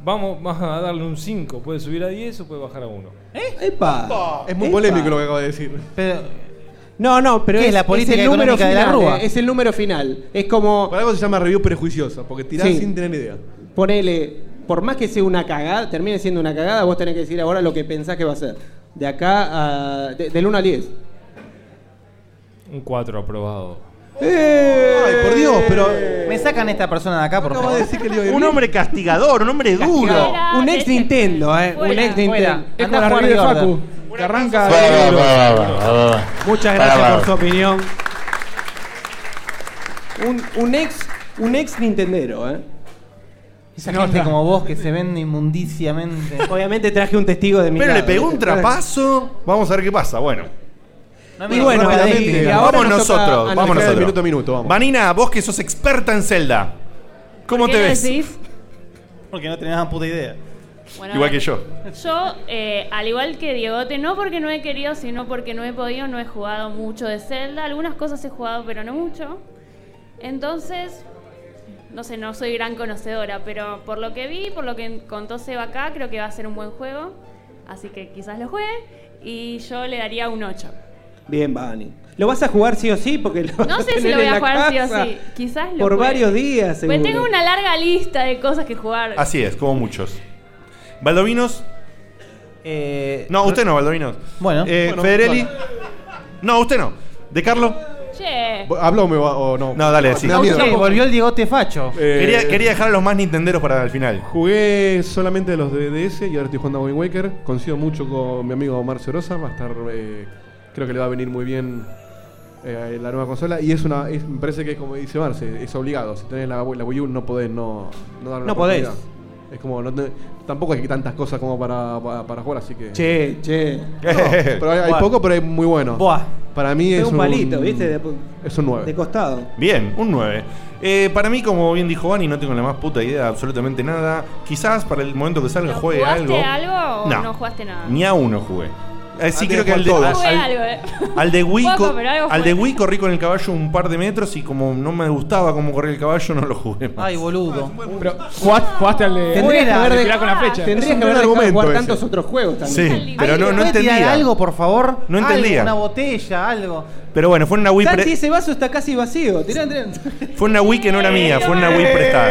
S26: Vamos, vas a darle un 5. Puede subir a 10 o puede bajar a 1.
S7: ¿Eh? Epa.
S2: Es muy
S7: Epa.
S2: polémico lo que acabo de decir.
S7: No, no, pero
S2: ¿Qué
S7: es,
S2: es la
S7: es
S2: política
S7: el número
S2: económica
S7: final.
S2: de la Rúa?
S7: eh, Es el número final. Es como.
S2: Por algo se llama review prejuiciosa, porque tirás
S7: Sí.
S2: sin tener idea.
S7: Ponele, por más que sea una cagada, termine siendo una cagada, vos tenés que decir ahora lo que pensás que va a ser. De acá a. de- del 1 al 10.
S26: Un 4 aprobado.
S7: Ay,
S6: por Dios, pero.
S7: Eh.
S6: Me sacan esta persona de acá, por favor.
S1: Un hombre castigador, un hombre duro.
S6: Castigador.
S7: Un ex Nintendo, eh. Un
S6: Fuera,
S7: ex Nintendo.
S6: fuera.
S7: Andá
S6: Es como la
S7: a jugar
S6: review de
S7: de
S6: Facu.
S7: Order.
S26: Que arranca.
S7: Muchas gracias por su opinión. Un, un ex. Un ex Nintendero, eh.
S6: Esa gente como vos que se vende inmundiciamente.
S7: Obviamente traje un testigo de mi
S6: Pero le
S7: lado.
S6: pegó un
S1: trapazo. Vamos a ver qué pasa. Bueno.
S6: me Y bueno,
S7: digas y claramente. ahora
S1: vamos
S7: nos toca
S1: nosotros.
S7: analizar
S1: Vamos
S7: el
S1: nosotros.
S7: minuto
S2: a minuto, vamos.
S1: Vanina, vos que sos experta en Zelda. ¿Cómo
S5: ¿Qué
S1: te
S5: me
S1: ves?
S5: decís?
S27: Porque no tenés puta idea.
S5: Bueno,
S1: Igual
S5: ahora-
S1: que yo.
S5: Yo, eh, al igual que Diegote, no porque no he querido, sino porque no he podido, no he jugado mucho de Zelda. Algunas cosas he jugado, pero no mucho. Entonces, no sé, no soy gran conocedora, pero por lo que vi, por lo que contó Seba acá, creo que va a ser un buen juego. Así que quizás lo juegue. Y yo le daría un 8.
S7: Bien, Bani. ¿Lo vas a jugar sí o sí? Porque lo vas
S5: No
S7: a
S5: sé si
S7: tener
S5: lo voy
S7: en
S5: a
S7: la
S5: jugar sí o
S7: casa
S5: sí. Quizás lo
S7: Por
S5: juegue.
S7: varios días, seguro.
S5: Pues tengo una larga lista de cosas que jugar.
S1: Así es, como muchos. ¿Baldovinos? no, usted no, Baldovinos.
S6: Bueno.
S1: Eh,
S6: Bueno,
S1: Federelli. No, usted no. ¿De Carlos?
S5: Che.
S1: ¿Habló o no? No, dale, sí.
S6: Sí, volvió el Diegote Facho.
S2: Eh,
S1: Quería, quería dejar a los más nintenderos para el final.
S2: Jugué solamente los de DS y ahora estoy jugando a Wind Waker. Coincido mucho con mi amigo Marcio Rosa. Va a estar. eh, creo que le va a venir muy bien eh, la nueva consola. Y es una. es- me parece que, es como dice Marce, es obligado. Si tenés la, la Wii U, no podés no, no dar una
S7: No podés.
S2: oportunidad. Es como. No te- tampoco hay tantas cosas como para, para, para jugar, así que.
S7: Che, che.
S2: No, pero hay, hay
S7: Buah.
S2: poco, pero hay muy bueno.
S7: Buah.
S2: Para mí
S7: Pega
S2: es
S7: un palito, ¿viste? De-
S2: es un 9.
S7: De costado.
S1: Bien, un 9. Eh, para mí, como bien dijo Vani, no tengo la más puta idea de absolutamente nada. Quizás para el momento que salga juegue algo.
S5: ¿Jugaste algo, o no.
S1: No.
S5: jugaste nada?
S1: Ni a uno jugué. Eh, sí,
S5: Ah, tenés
S1: creo que al de,
S5: jugar
S1: al-
S5: Jugué
S1: al-
S5: algo, eh.
S1: al de Wii,
S5: Poco,
S1: co-
S5: pero algo
S1: al
S5: jugué.
S1: de Wii corrí con el caballo un par de metros y como no me gustaba cómo corría el caballo, no lo jugué más.
S6: Ay,
S7: Ah,
S6: boludo.
S4: Pero, ¿jugaste, jugaste al de.
S7: Tendrías que haber
S4: al de
S7: de-
S4: tirar con la flecha.
S7: Tendrías que haber dejado de jugar tantos otros juegos también.
S1: Sí, pero no, no
S6: ¿Puede tirar
S1: entendía.
S6: algo, por favor?
S1: No
S6: Algo,
S1: entendía.
S6: una botella, algo.
S1: Pero bueno, fue una Wii, pre-
S7: Santi, ese vaso está casi vacío. Tirá, tirá.
S1: fue una Wii que no era mía, fue
S6: Eh,
S1: una Wii
S7: eh.
S1: prestada.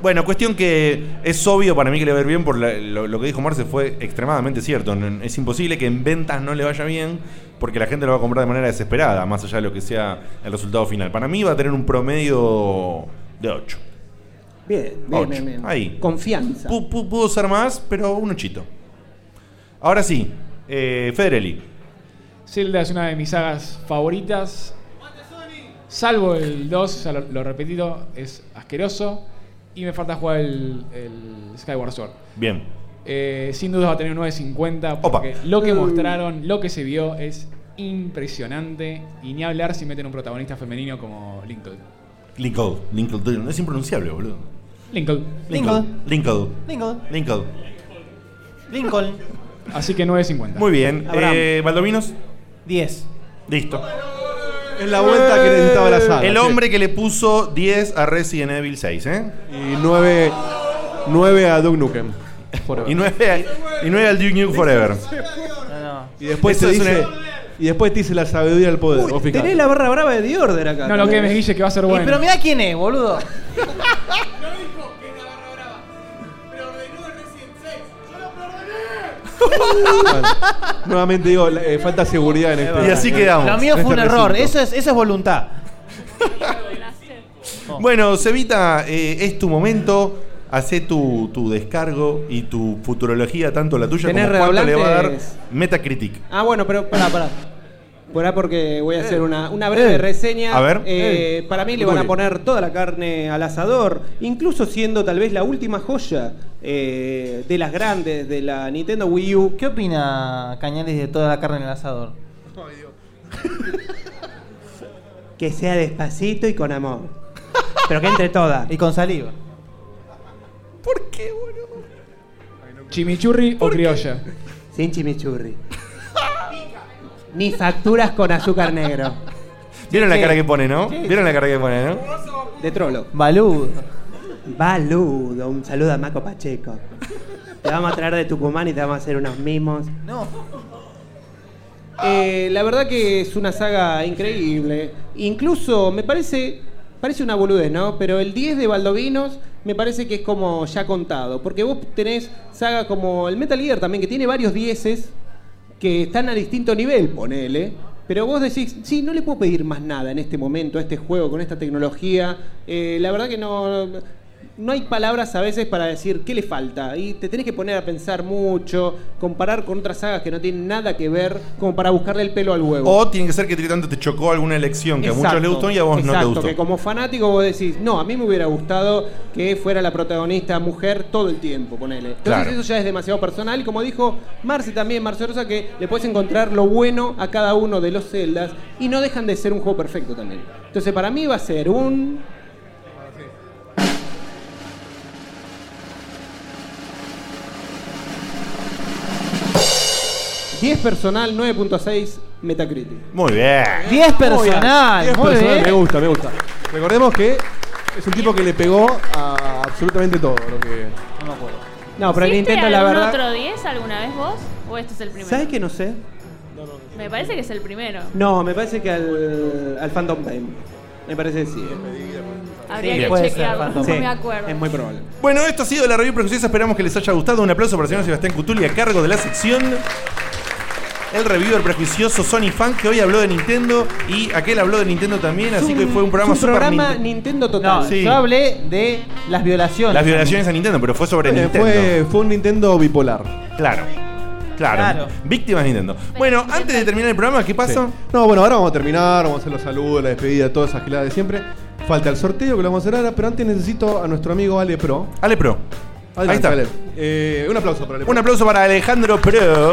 S1: Bueno, cuestión que es obvio para mí que le va a ir bien por la- lo, lo que dijo Marce fue extremadamente cierto. No- Es imposible que en ventas no le vaya bien porque la gente lo va a comprar de manera desesperada, más allá de lo que sea el resultado final. Para mí va a tener un promedio de 8.
S7: Bien, bien,
S1: Ocho.
S7: bien, bien.
S1: Ahí.
S7: Confianza.
S1: Pu- pu- pudo ser más, pero un ochito. Ahora sí, eh, Federelli.
S4: Zelda es una de mis sagas favoritas. Salvo el 2, ya lo, lo repetido, es asqueroso. Y me falta jugar el, el Skyward Sword.
S1: Bien.
S4: Eh, sin duda va a tener un 9.50 porque lo que mostraron, lo que se vio es impresionante. Y ni hablar si meten un protagonista femenino como Lincoln.
S1: Lincoln. Lincoln. Es impronunciable, boludo.
S4: Lincoln.
S1: Lincoln. Lincoln.
S6: Lincoln.
S1: Lincoln.
S6: Lincoln.
S4: Así que 9.50.
S1: Muy bien.
S4: Abraham.
S1: Eh, ¿Valdominos?
S6: 10.
S1: Listo.
S2: Es la vuelta que necesitaba la sala.
S1: El
S2: sí.
S1: hombre que le puso 10 a Resident Evil 6, ¿eh?
S2: Y 9, 9 a Doug Nukem.
S1: Y 9, y 9 al Duke Nukem Forever.
S2: Y después,
S4: Este
S1: Eso
S2: te
S1: es
S2: dice, y después te dice la sabiduría del poder. vos fijate.
S6: Tenés la barra brava de The Order acá.
S2: No lo quemes, Guille, que va a ser
S6: Y
S2: bueno.
S6: pero mirá quién es, boludo.
S2: Nuevamente digo, la- eh, falta seguridad en este.
S1: Y así quedamos.
S6: Lo mío
S2: en
S6: fue un
S2: este
S6: error.
S2: recinto.
S6: Eso es, eso es voluntad.
S7: Oh.
S1: Bueno, Cevita, eh, es tu momento. Hacé tu, tu descargo y tu futurología, tanto la tuya
S7: ¿Tenés
S1: como cuánto le va a dar
S7: redoblantes?
S1: Metacritic.
S7: Ah, bueno, pero pará, pará. Pará porque voy a hacer una, una breve
S1: Eh.
S7: reseña.
S1: A ver.
S7: Eh,
S1: Eh.
S7: Para mí le
S1: Muy
S7: van a
S1: bien.
S7: poner toda la carne al asador, incluso siendo tal vez la última joya eh, de las grandes de la Nintendo Wii U.
S6: ¿Qué opina Cañales de toda la carne en el asador?
S7: Que sea despacito y con amor. Pero que entre toda.
S6: Y con saliva.
S4: ¿Chimichurri o criolla?
S7: Sin chimichurri. Ni facturas con azúcar negro.
S1: ¿Vieron la
S7: Sí.
S1: cara que pone, no?
S7: Sí.
S1: ¿Vieron la cara que pone, no?
S7: De trolo.
S6: Balú.
S7: Baludo, un saludo a Maco Pacheco. Te vamos a traer de Tucumán y te vamos a hacer unos mimos.
S6: No.
S7: Eh, la verdad que es una saga increíble. Incluso me parece, parece una boludez, ¿no? Pero el 10 de Baldovinos me parece que es como ya contado. Porque vos tenés saga como el Metal Gear también, que tiene varios 10 que están a distinto nivel, ponele. Pero vos decís, sí, no le puedo pedir más nada en este momento a este juego, con esta tecnología. Eh, la verdad que no, no hay palabras a veces para decir qué le falta. Y te tenés que poner a pensar mucho, comparar con otras sagas que no tienen nada que ver, como para buscarle el pelo al huevo.
S1: O tiene que ser que tanto te chocó alguna elección que a muchos les gustó y a vos no te
S7: exacto,
S1: gustó.
S7: que como fanático vos decís, no, a mí me hubiera gustado que fuera la protagonista mujer todo el tiempo, ponele. Entonces
S1: Claro.
S7: eso ya es demasiado personal. Y Como dijo Marce también, Marce Rosa, que le puedes encontrar lo bueno a cada uno de los celdas y no dejan de ser un juego perfecto también. Entonces para mí va a ser un... ...10 personal, 9.6 Metacritic.
S1: Muy bien.
S6: 10
S7: personal,
S2: 10
S7: muy
S2: personal,
S7: bien.
S2: me gusta, me gusta. Recordemos que es un tipo que le pegó a absolutamente todo lo que.
S6: No me acuerdo.
S7: No, pero el
S5: ¿Hiciste
S7: Nintendo, la
S5: algún
S7: verdad.
S5: otro 10 alguna vez vos? ¿O este es el primero?
S7: ¿Sabes que no sé?
S5: Me parece que es el primero.
S7: No, me parece que al, al Phantom Pain. Me parece que sí.
S6: eh.
S5: Habría
S7: Sí,
S5: que
S7: puede
S5: chequearlo,
S7: ser,
S5: no
S7: sí.
S5: me acuerdo.
S7: Es muy probable.
S1: Bueno, esto ha sido la review prejuiciosa. Esperamos que les haya gustado. Un aplauso para el señor Sebastián Cutuli a cargo de la sección. El reviewer prejuicioso Sony Fan que hoy habló de Nintendo y aquel habló de Nintendo también, así que hoy fue un programa
S7: Es un
S1: super
S7: programa
S1: Nintendo.
S7: Nintendo total.
S1: No, Sí.
S6: Yo hablé de las violaciones.
S1: Las violaciones a Nintendo, pero fue sobre
S2: Eh,
S1: Nintendo.
S2: fue, fue un Nintendo bipolar.
S1: Claro. Claro.
S2: Claro.
S1: Víctimas de Nintendo. Bueno, antes de terminar el programa, ¿qué pasó?
S2: Sí. No, bueno, ahora vamos a terminar, vamos a hacer los saludos, la despedida, todas esas giladas de siempre. Falta el sorteo que lo vamos a hacer ahora, pero antes necesito a nuestro amigo Ale Pro.
S1: Ale Pro.
S2: Adelante,
S1: Ahí está.
S2: Ale. Eh, un aplauso para Ale Pro.
S1: Un aplauso para Alejandro Pro.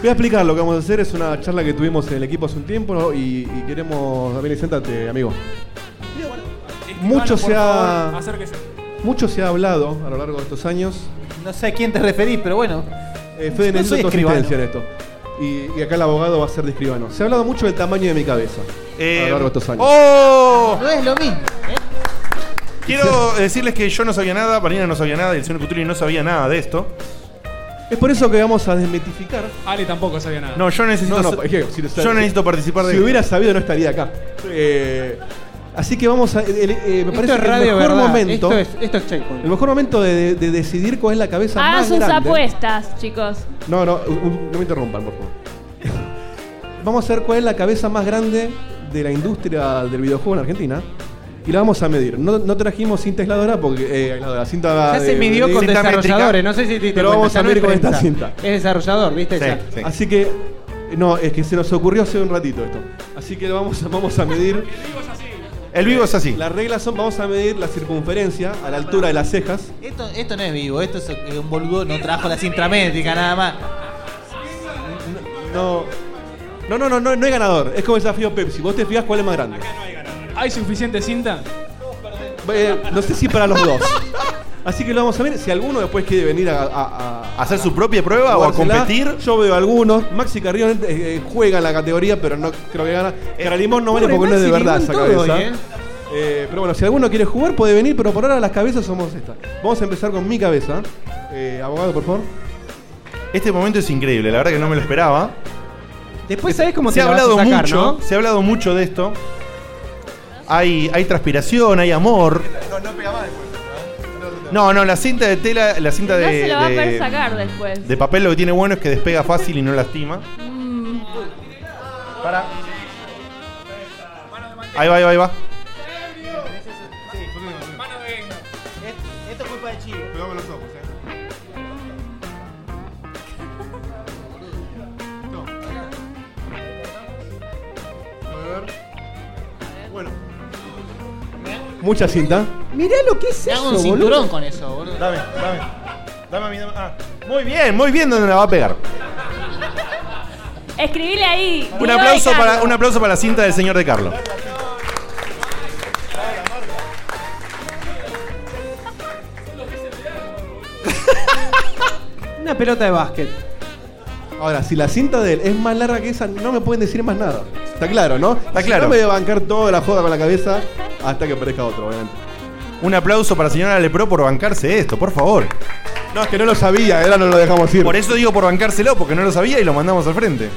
S2: Voy a explicar lo que vamos a hacer. Es una charla que tuvimos en el equipo hace un tiempo ¿no? y, y queremos. Damián, siéntate, amigo. Mucho
S4: por
S2: se ha-
S4: favor, acérquese.
S2: Mucho se ha hablado a lo largo de estos años.
S6: No sé a quién te referís, pero bueno.
S2: Eh, Fede,
S6: No soy
S2: necesito tu
S6: escribano.
S2: asistencia en esto. Y, y acá el abogado va a ser de escribano. Se ha hablado mucho del tamaño de mi cabeza
S6: Eh,
S2: a lo largo de estos años.
S1: ¡Oh!
S6: No es lo mismo.
S1: Quiero decirles que yo no sabía nada, Marina no sabía nada y el señor Cutuli no sabía nada de esto.
S2: Es por eso que vamos a desmitificar.
S4: Ale tampoco sabía nada.
S1: No, yo necesito.
S2: No, no, es que si lo-
S1: yo necesito participar de
S2: Si hubiera sabido, no estaría acá. Eh, así que vamos a. el- el- eh, me parece
S7: Esto es
S2: que
S7: radio,
S2: el mejor
S7: ¿verdad?
S2: momento.
S7: Esto es, esto es Checkpoint. Ah,
S2: El mejor momento de, de- de decidir cuál es la cabeza
S5: Hagan
S2: más
S5: sus
S2: grande.
S5: apuestas, chicos.
S2: No, no, u- u- no me interrumpan, por favor. vamos a ver cuál es la cabeza más grande de la industria del videojuego en Argentina. Y la vamos a medir. No, no trajimos cinta aisladora porque. Eh, aisladora, cinta.
S7: Ya se
S2: de-
S7: midió
S2: de-
S7: con
S2: cinta métrica.
S7: desarrolladores, no sé si te diste
S2: Pero
S7: cuenta,
S2: vamos
S7: ya
S2: a
S7: no es
S2: medir con esta
S7: prensa.
S2: cinta.
S7: Es desarrollador, ¿viste? Ya.
S2: Así que. No, es que se nos ocurrió hace un ratito esto. Así que lo vamos a, vamos a medir.
S1: El vivo es así.
S2: Las reglas son: vamos a medir la circunferencia a la altura de las cejas.
S6: Esto, esto no es vivo, esto es eh, un boludo no trajo la cintramétrica nada más.
S2: No. No, no, no, no, no hay ganador. Es como el desafío Pepsi. Vos te fijas cuál es más grande.
S4: ¿Hay suficiente cinta?
S2: Eh, no sé si para los dos. Así que lo vamos a ver. Si alguno después quiere venir a, a- a-
S1: ¿Hacer su propia prueba o a
S2: jugársela,
S1: competir?
S2: Yo veo algunos. Maxi Carrión eh, eh, juega en la categoría, pero no creo que gana. Cara Limón no vale
S10: Pobre
S2: porque no es de
S10: Maxi
S2: verdad esa
S10: Limón todo
S2: cabeza.
S10: hoy, ¿eh?
S2: Eh, pero bueno, si alguno quiere jugar, puede venir, pero por ahora las cabezas somos estas. Vamos a empezar con mi cabeza. Eh, abogado, por favor.
S1: Este momento es increíble, la verdad que no me lo esperaba.
S6: Después sabes cómo
S1: se
S6: te
S1: ha
S6: la vas a
S1: hablado
S6: sacar,
S1: mucho,
S6: ¿no?
S1: se ha hablado mucho de esto. Hay, hay transpiración, hay amor.
S2: No, no pega más después.
S1: No, no, la cinta de tela, la cinta
S5: No
S1: de,
S5: se lo va a poder
S1: de-
S5: sacar después.
S1: de papel lo que tiene bueno es que despega fácil y no lastima.
S5: Mm.
S1: Ahí va, ahí va, ahí va.
S6: Esto es culpa de Chivo.
S10: Cuidado con los ojos, eh.
S2: Mucha cinta.
S6: Mirá lo que es
S1: Te
S6: eso,
S1: hago un cinturón
S6: boludo.
S1: con
S6: eso, boludo.
S1: Dame, dame. Dame a mí, dame. Ah, muy bien, muy bien donde la va a pegar.
S5: Escribile ahí.
S1: Un
S5: Diego de
S1: aplauso,
S5: Carlos.
S1: para, un aplauso para la cinta del señor de Carlos.
S6: Una pelota de básquet.
S2: Ahora, si la cinta de él es más larga que esa, no me pueden decir más nada. Está claro, ¿no? Está
S1: claro.
S2: no me voy a bancar toda la joda con la cabeza hasta que aparezca otro, obviamente.
S1: Un aplauso para la señora Lepro por bancarse esto, por favor.
S2: No, es que no lo sabía, ahora no lo dejamos ir.
S1: Por eso digo por bancárselo, porque no lo sabía y lo mandamos al frente.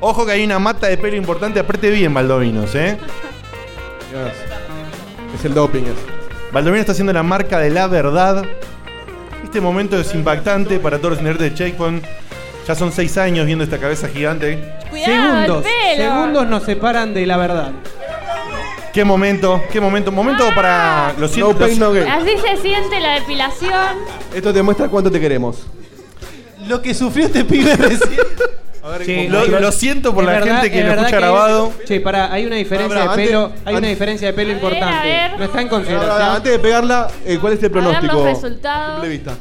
S1: Ojo que hay una mata de pelo importante, apriete bien, Baldovinos, ¿eh?
S2: Es el doping.
S1: Baldovino está haciendo la marca de la verdad. Este momento es impactante para todos los señores de Checkpoint. Ya son seis años viendo esta cabeza gigante.
S7: Segundos,
S6: segundos nos separan de la verdad.
S1: Qué momento, qué momento. Momento para los
S2: No pain, no gain.
S5: Así se siente la depilación.
S2: Esto te muestra cuánto te queremos.
S6: Lo que sufrió este pibe recién.
S1: Che, lo- lo siento por
S6: Eh, es
S1: la gente que
S6: es
S1: lo
S6: verdad
S1: escucha grabado.
S6: Che, pará, hay una diferencia
S2: Ah, pará,
S6: de
S2: antes-
S6: pelo, hay
S2: antes-
S6: una diferencia de pelo
S5: a
S6: importante.
S5: ver.
S6: No está en consideración.
S2: Ahora, ahora, antes de pegarla, eh, ¿cuál es el
S5: A ver
S2: pronóstico?
S5: los resultados.
S2: Simple vista.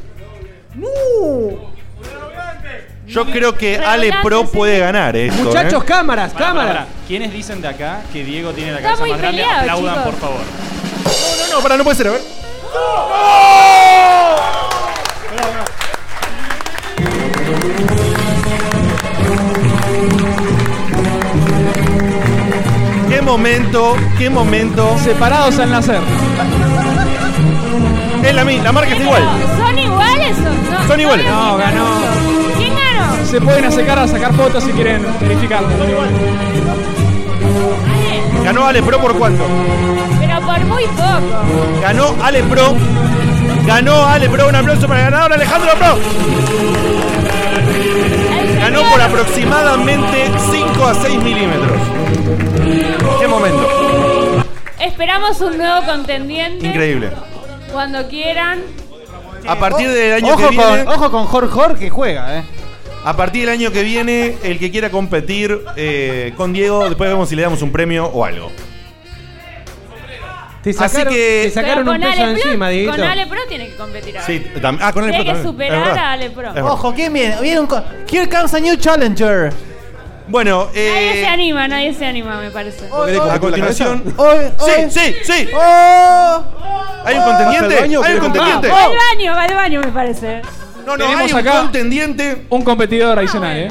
S1: Yo creo que Ale Pro puede ganar esto.
S6: Muchachos,
S1: ¿eh?
S6: cámaras,
S15: Pará,
S6: cámaras.
S15: pará, pará. ¿Quiénes dicen de acá que Diego tiene la
S6: Está
S15: cabeza
S6: muy
S15: más grande?
S6: peleado,
S15: Aplaudan,
S6: chicos.
S15: por favor.
S1: No, no, para, no puede ser, a ver. Qué momento, qué momento.
S4: Separados al nacer.
S1: Es la misma, la marca está igual.
S5: ¿Son iguales o no?
S1: Son iguales.
S4: No, ganó.
S5: ¿Quién ganó?
S4: Se pueden acercar a sacar fotos si quieren verificarlo.
S1: Ganó Ale Pro por cuánto?
S5: Pero por muy poco.
S1: Ganó Ale Pro. Ganó Ale Pro. Un aplauso para el ganador Alejandro Pro. Ganó por aproximadamente 5 a 6 milímetros. Qué momento.
S5: Esperamos un nuevo contendiente.
S1: Increíble.
S5: Cuando quieran.
S1: A partir del año
S6: ojo
S1: que viene.
S6: Con, ojo con Jorge Jorge juega, eh.
S1: A partir del año que viene, el que quiera competir eh, con Diego, después vemos si le damos un premio o algo.
S6: Te
S1: Así que.
S5: Pero con Ale Pro- Con Ale Pro tiene que competir ahora.
S1: Sí, tam- ah, con Ale Pro
S5: Tiene que
S1: también. Es
S5: superar
S1: verdad.
S5: a Ale Pro.
S1: Es verdad.
S6: Ojo, que viene? Viene un co- Here comes a new challenger.
S1: Bueno,
S5: Nadie se
S1: eh,
S5: anima, nadie se anima, me parece.
S1: a continuación.
S6: sí,
S1: sí, sí.
S6: Oh.
S1: ¿Hay un
S4: ¿Vas al
S1: contendiente?
S4: baño?
S1: ¿Hay un contendiente?
S5: Va al baño, va al baño, me parece.
S1: No, no,
S4: Tenemos
S1: hay un
S4: acá
S1: contendiente. Ah,
S4: Un competidor adicional, eh.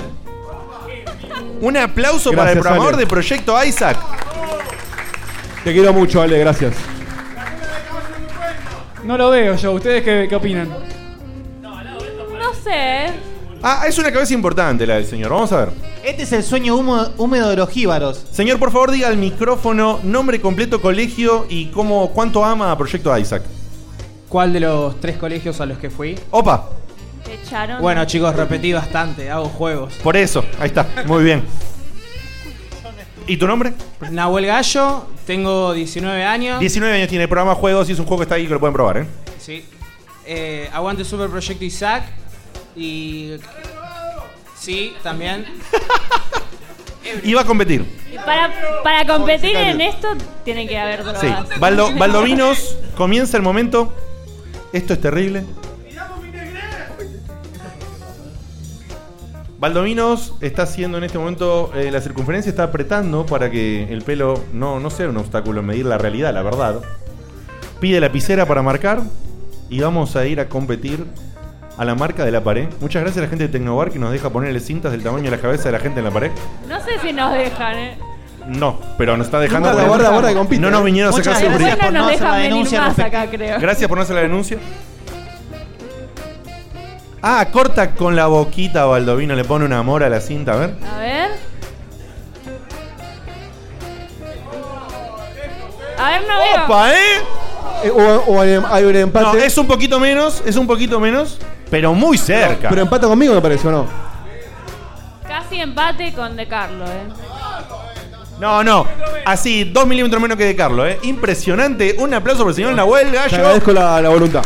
S1: Un aplauso para
S2: Gracias,
S1: el programador
S2: Ale.
S1: de Proyecto Isaac.
S2: Te quiero mucho, Ale, gracias.
S4: No lo veo yo. ¿Ustedes qué, qué opinan?
S5: No sé. ¿eh?
S1: Ah, es una cabeza importante la del señor. Vamos a ver.
S6: Este es el sueño húmedo, húmedo de los jíbaros.
S1: Señor, por favor, diga al micrófono nombre completo, colegio y cómo, cuánto ama a Proyecto Isaac.
S6: ¿Cuál de los tres colegios a los que fui?
S1: Opa,
S5: Te echaron.
S6: Bueno, chicos, repetí bastante, hago juegos.
S1: por eso. Ahí está. Muy bien. ¿Y tu nombre?
S28: Nahuel Gallo, tengo 19 años.
S1: 19 años tiene el programa Juegos y es un juego que está ahí que lo pueden probar, ¿eh?
S28: Sí. Eh, aguante Super Proyecto Isaac. Y. Sí, también.
S1: Y va a competir.
S5: Y Para, para competir en esto, tiene que haber drogas.
S1: Sí. Baldo- Baldovinos, comienza el momento. Esto es terrible. Baldominos está haciendo en este momento eh, la circunferencia, está apretando para que el pelo no, no sea un obstáculo en medir la realidad, la verdad. Pide lapicera para marcar y vamos a ir a competir a la marca de la pared. Muchas gracias a la gente de Tecnobar que nos deja ponerle cintas del tamaño de la cabeza de la gente en la pared.
S5: No sé si nos dejan, ¿eh?
S1: No, pero nos está dejando.
S2: Guarda,
S1: poner-
S2: guarda, guarda ¿eh? que compite.
S1: No nos vinieron a
S2: Muchas
S1: sacar seguridad.
S5: Igual no nos dejan venir más
S1: respecto-
S5: acá, creo.
S1: Gracias por no hacer la denuncia. Ah, corta con la boquita, Baldovino. Le pone un amor a la cinta, a ver.
S5: A ver. A ver, no veo.
S1: ¡Opa, eh!
S2: o, o hay, hay un empate.
S1: No, es un poquito menos, es un poquito menos, pero muy cerca.
S2: Pero empata conmigo, me parece, ¿o no?
S5: Casi empate con De Carlo, ¿eh?
S1: No, no. Así, dos milímetros menos que de Carlos, ¿eh? Impresionante. Un aplauso por el señor Nahuel
S2: Te
S1: Gallo.
S2: agradezco la, la voluntad.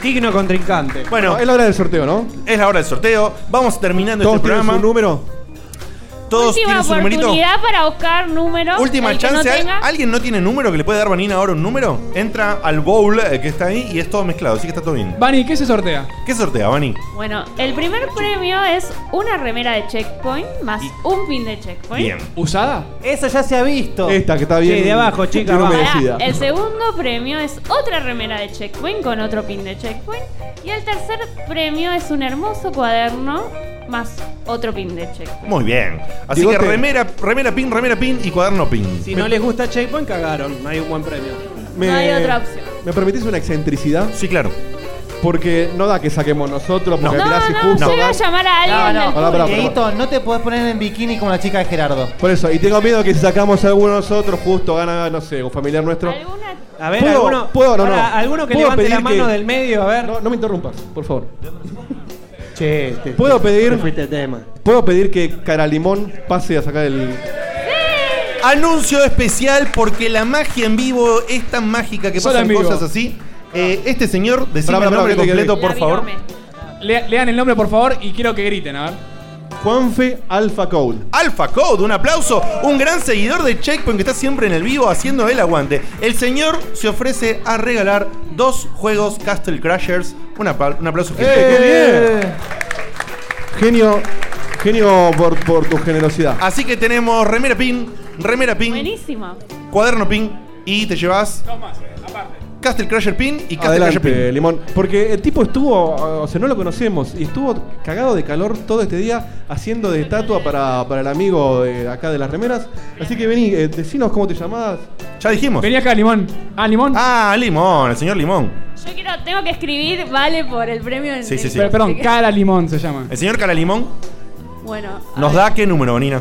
S1: Digno contrincante. Bueno,
S2: No, es la hora del sorteo, ¿no?
S1: es la hora del sorteo. Vamos terminando
S2: ¿Todos
S1: este
S2: tienen
S1: programa.
S2: su número?
S1: Todos
S5: Última
S1: tienen su numerito.
S5: oportunidad para buscar números.
S1: Última
S5: El que
S1: chance.
S5: No
S1: ¿eh? ¿al-
S5: tenga,
S1: ¿Alguien no tiene número que le puede dar Vanina ahora un número? Entra al bowl eh, que está ahí y es todo mezclado, así que está todo bien.
S4: Vani, ¿qué se sortea?
S1: ¿Qué sortea, Vani?
S5: Bueno, el primer premio es una remera de checkpoint más un pin de checkpoint.
S4: ¿Usada?
S6: Eso ya se ha visto.
S2: Esta que está bien.
S6: Sí, de abajo, chica,
S2: bien
S6: abajo.
S2: humedecida.
S5: El segundo premio es otra remera de checkpoint con otro pin de checkpoint. Y el tercer premio es un hermoso cuaderno más otro pin de checkpoint.
S1: Muy bien. Así
S2: Digote.
S1: que remera, remera pin, remera pin y cuaderno pin.
S7: Si no les gusta Checkpoint, cagaron. No hay un buen premio.
S2: Me-
S5: No hay otra opción.
S2: ¿Me permitís una excentricidad?
S1: Sí, claro.
S2: Porque no da que saquemos nosotros, porque
S5: No,
S2: acá sí
S5: no,
S2: justo.
S5: yo iba a llamar a alguien del
S2: Pará, pará, pará.
S6: Dieguito, no te podés poner en bikini como la chica de Gerardo.
S2: Por eso, y tengo miedo que si sacamos a alguno de nosotros, justo gana, no sé, un familiar nuestro.
S6: A ver,
S2: ¿Puedo,
S6: alguno-
S2: puedo, no,
S6: Ahora,
S2: no.
S6: alguno que
S2: ¿Puedo
S6: levante la
S2: pedir
S6: mano
S2: que-
S6: del medio, a ver.
S2: No, no me interrumpas, por favor.
S6: Che,
S2: ¿Puedo pedir?
S6: fuiste tema.
S2: ¿Puedo pedir que Cara Limón pase a sacar el.
S1: Anuncio especial porque la magia en vivo es tan mágica que
S4: Solo
S1: pasan
S4: en vivo.
S1: cosas así. Eh, este señor, decime
S4: Pará,
S1: el
S4: pará,
S1: nombre
S4: que te
S1: completo,
S4: quedé.
S1: por favor.
S4: Le- lean el nombre, por favor, y quiero que griten, a ver.
S2: Juanfe Alpha Code.
S1: Alpha Code, un aplauso. Un gran seguidor de Checkpoint que está siempre en el vivo haciendo el aguante. El señor se ofrece a regalar dos juegos Castle Crashers. Un, apla- un aplauso. gente.
S4: ¡Eh!
S6: ¡Eh!
S2: Genio, genio por, por tu generosidad.
S1: Así que tenemos remera pin, remera pin,
S5: Buenísimo.
S1: cuaderno pin y te llevas Castle Crasher pin y Castle Crasher pin.
S2: Adelante, Limón. Porque el tipo estuvo, o sea, no lo conocemos, y estuvo cagado de calor todo este día haciendo de estatua para, para el amigo de acá de las remeras. Así que vení, eh, decinos cómo te llamabas.
S1: Ya dijimos.
S4: Vení acá, Limón. Ah, Limón.
S1: Ah, Limón, el señor Limón.
S5: Yo quiero, tengo que escribir, vale, por el premio. en-
S1: Sí, sí, sí.
S4: Pero, perdón, Cara Limón se llama.
S1: El señor Cara Limón
S5: Bueno,
S1: nos da qué número, Bonina.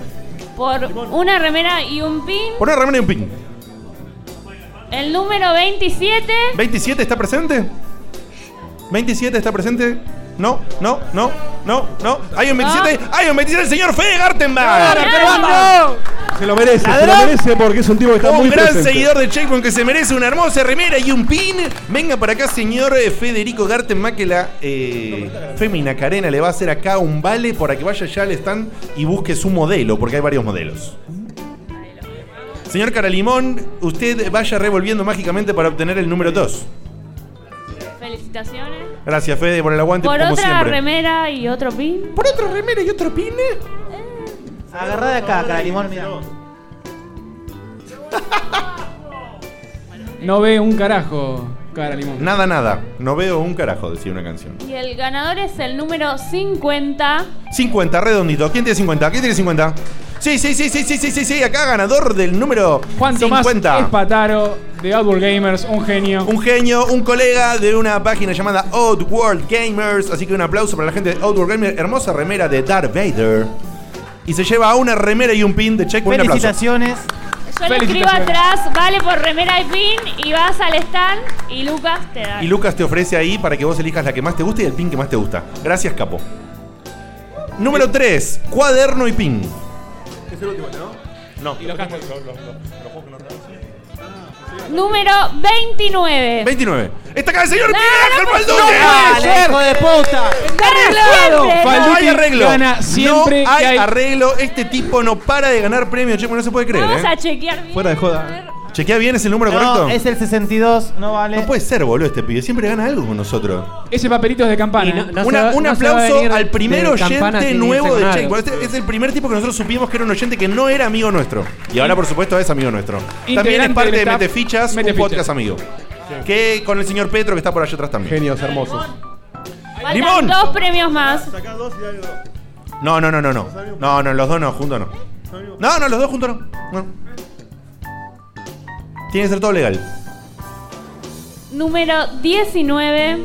S5: por una remera y un pin.
S1: Por una remera y un pin.
S5: El número 27.
S1: ¿27 está presente? ¿27 está presente? No, no, no, no, no. Hay un 27, hay un 27 el señor Ah. Fede Gartenbach.
S2: Se lo merece, se lo
S1: ¡Ladrón!
S2: merece porque es un tipo que está
S1: un
S2: muy
S1: gran
S2: presente.
S1: seguidor de Checkpoint que se merece una hermosa remera y un pin. Venga para acá, señor eh, Federico Gartenbach, que la eh, Femina Carena le va a hacer acá un vale para que vaya ya al stand y busque su modelo, porque hay varios modelos. Señor Caralimón, usted vaya revolviendo mágicamente para obtener el número 2.
S5: Felicitaciones.
S1: Gracias, Fede, por el aguante,
S5: Por
S1: como
S5: otra
S1: siempre.
S5: remera y otro pin. Eh.
S1: ¿Por otra remera y otro pin?
S6: Agarrá de acá, Cara Limón, mira.
S4: No ve un carajo, Cara Limón.
S1: Nada, nada. No veo un carajo, decía una canción.
S5: Y el ganador es el número 50.
S1: 50, redondito. ¿Quién tiene 50? ¿Quién tiene 50? Sí, sí, sí, sí, sí, sí, sí, sí. Acá ganador del número
S4: Juan Tomás
S1: 50.
S4: Espataro, de Outdoor Gamers, un genio.
S1: Un genio, un colega de una página llamada Outworld Gamers. Así que un aplauso para la gente de Outworld Gamers. Hermosa remera de Darth Vader. Y se lleva una remera y un pin de checkpoint. Un aplauso.
S6: Felicitaciones.
S5: Yo le escribo atrás, vale por remera y pin. Y vas al stand y Lucas te da.
S1: Y Lucas te ofrece ahí para que vos elijas la que más te guste y el pin que más te gusta. Gracias, capo. Número 3, cuaderno y pin.
S2: Es el último, ¿no?
S1: No.
S4: Y los Castle.
S5: Número 29.
S1: 29. Está acá el señor
S5: No,
S1: Miguel Ángel
S5: no,
S1: Balducci.
S5: no puede
S1: ¡Dale,
S5: ser!
S1: hijo de
S6: puta!
S5: arreglado!
S1: No hay
S4: Balducci
S1: arreglo.
S4: gana siempre
S1: no hay,
S4: que hay-
S1: arreglo. Este tipo no para de ganar premios, che, no se puede creer.
S5: Vamos
S1: ¿eh?
S5: a chequear bien.
S1: Fuera de joda. ¿Chequea bien? ¿Es el número correcto?
S6: es el 62, no vale.
S1: No puede ser, boludo, este pibe. Siempre gana algo con nosotros.
S4: Ese papelito es de campana.
S1: Y no- no Una- se va- un no se va a aplauso venir al primer de oyente campana sin nuevo irse con de algo. Checkpoint. Este es el primer tipo que nosotros supimos que era un oyente que no era amigo nuestro. Y ahora, por supuesto, es amigo nuestro. También es
S4: Integrante
S1: parte
S4: del
S1: de
S4: staff
S1: Mete Fichas, un
S4: Mete Fichas.
S1: podcast amigo. Que con el señor Petro que está por allá atrás también.
S2: Genios hermosos.
S5: Faltan
S1: ¡Limón!
S5: dos premios más.
S1: No, no, no, no, no. No, no, los dos no, juntos no. No, no, los dos juntos no. No. Tiene que ser todo legal.
S5: Número 19.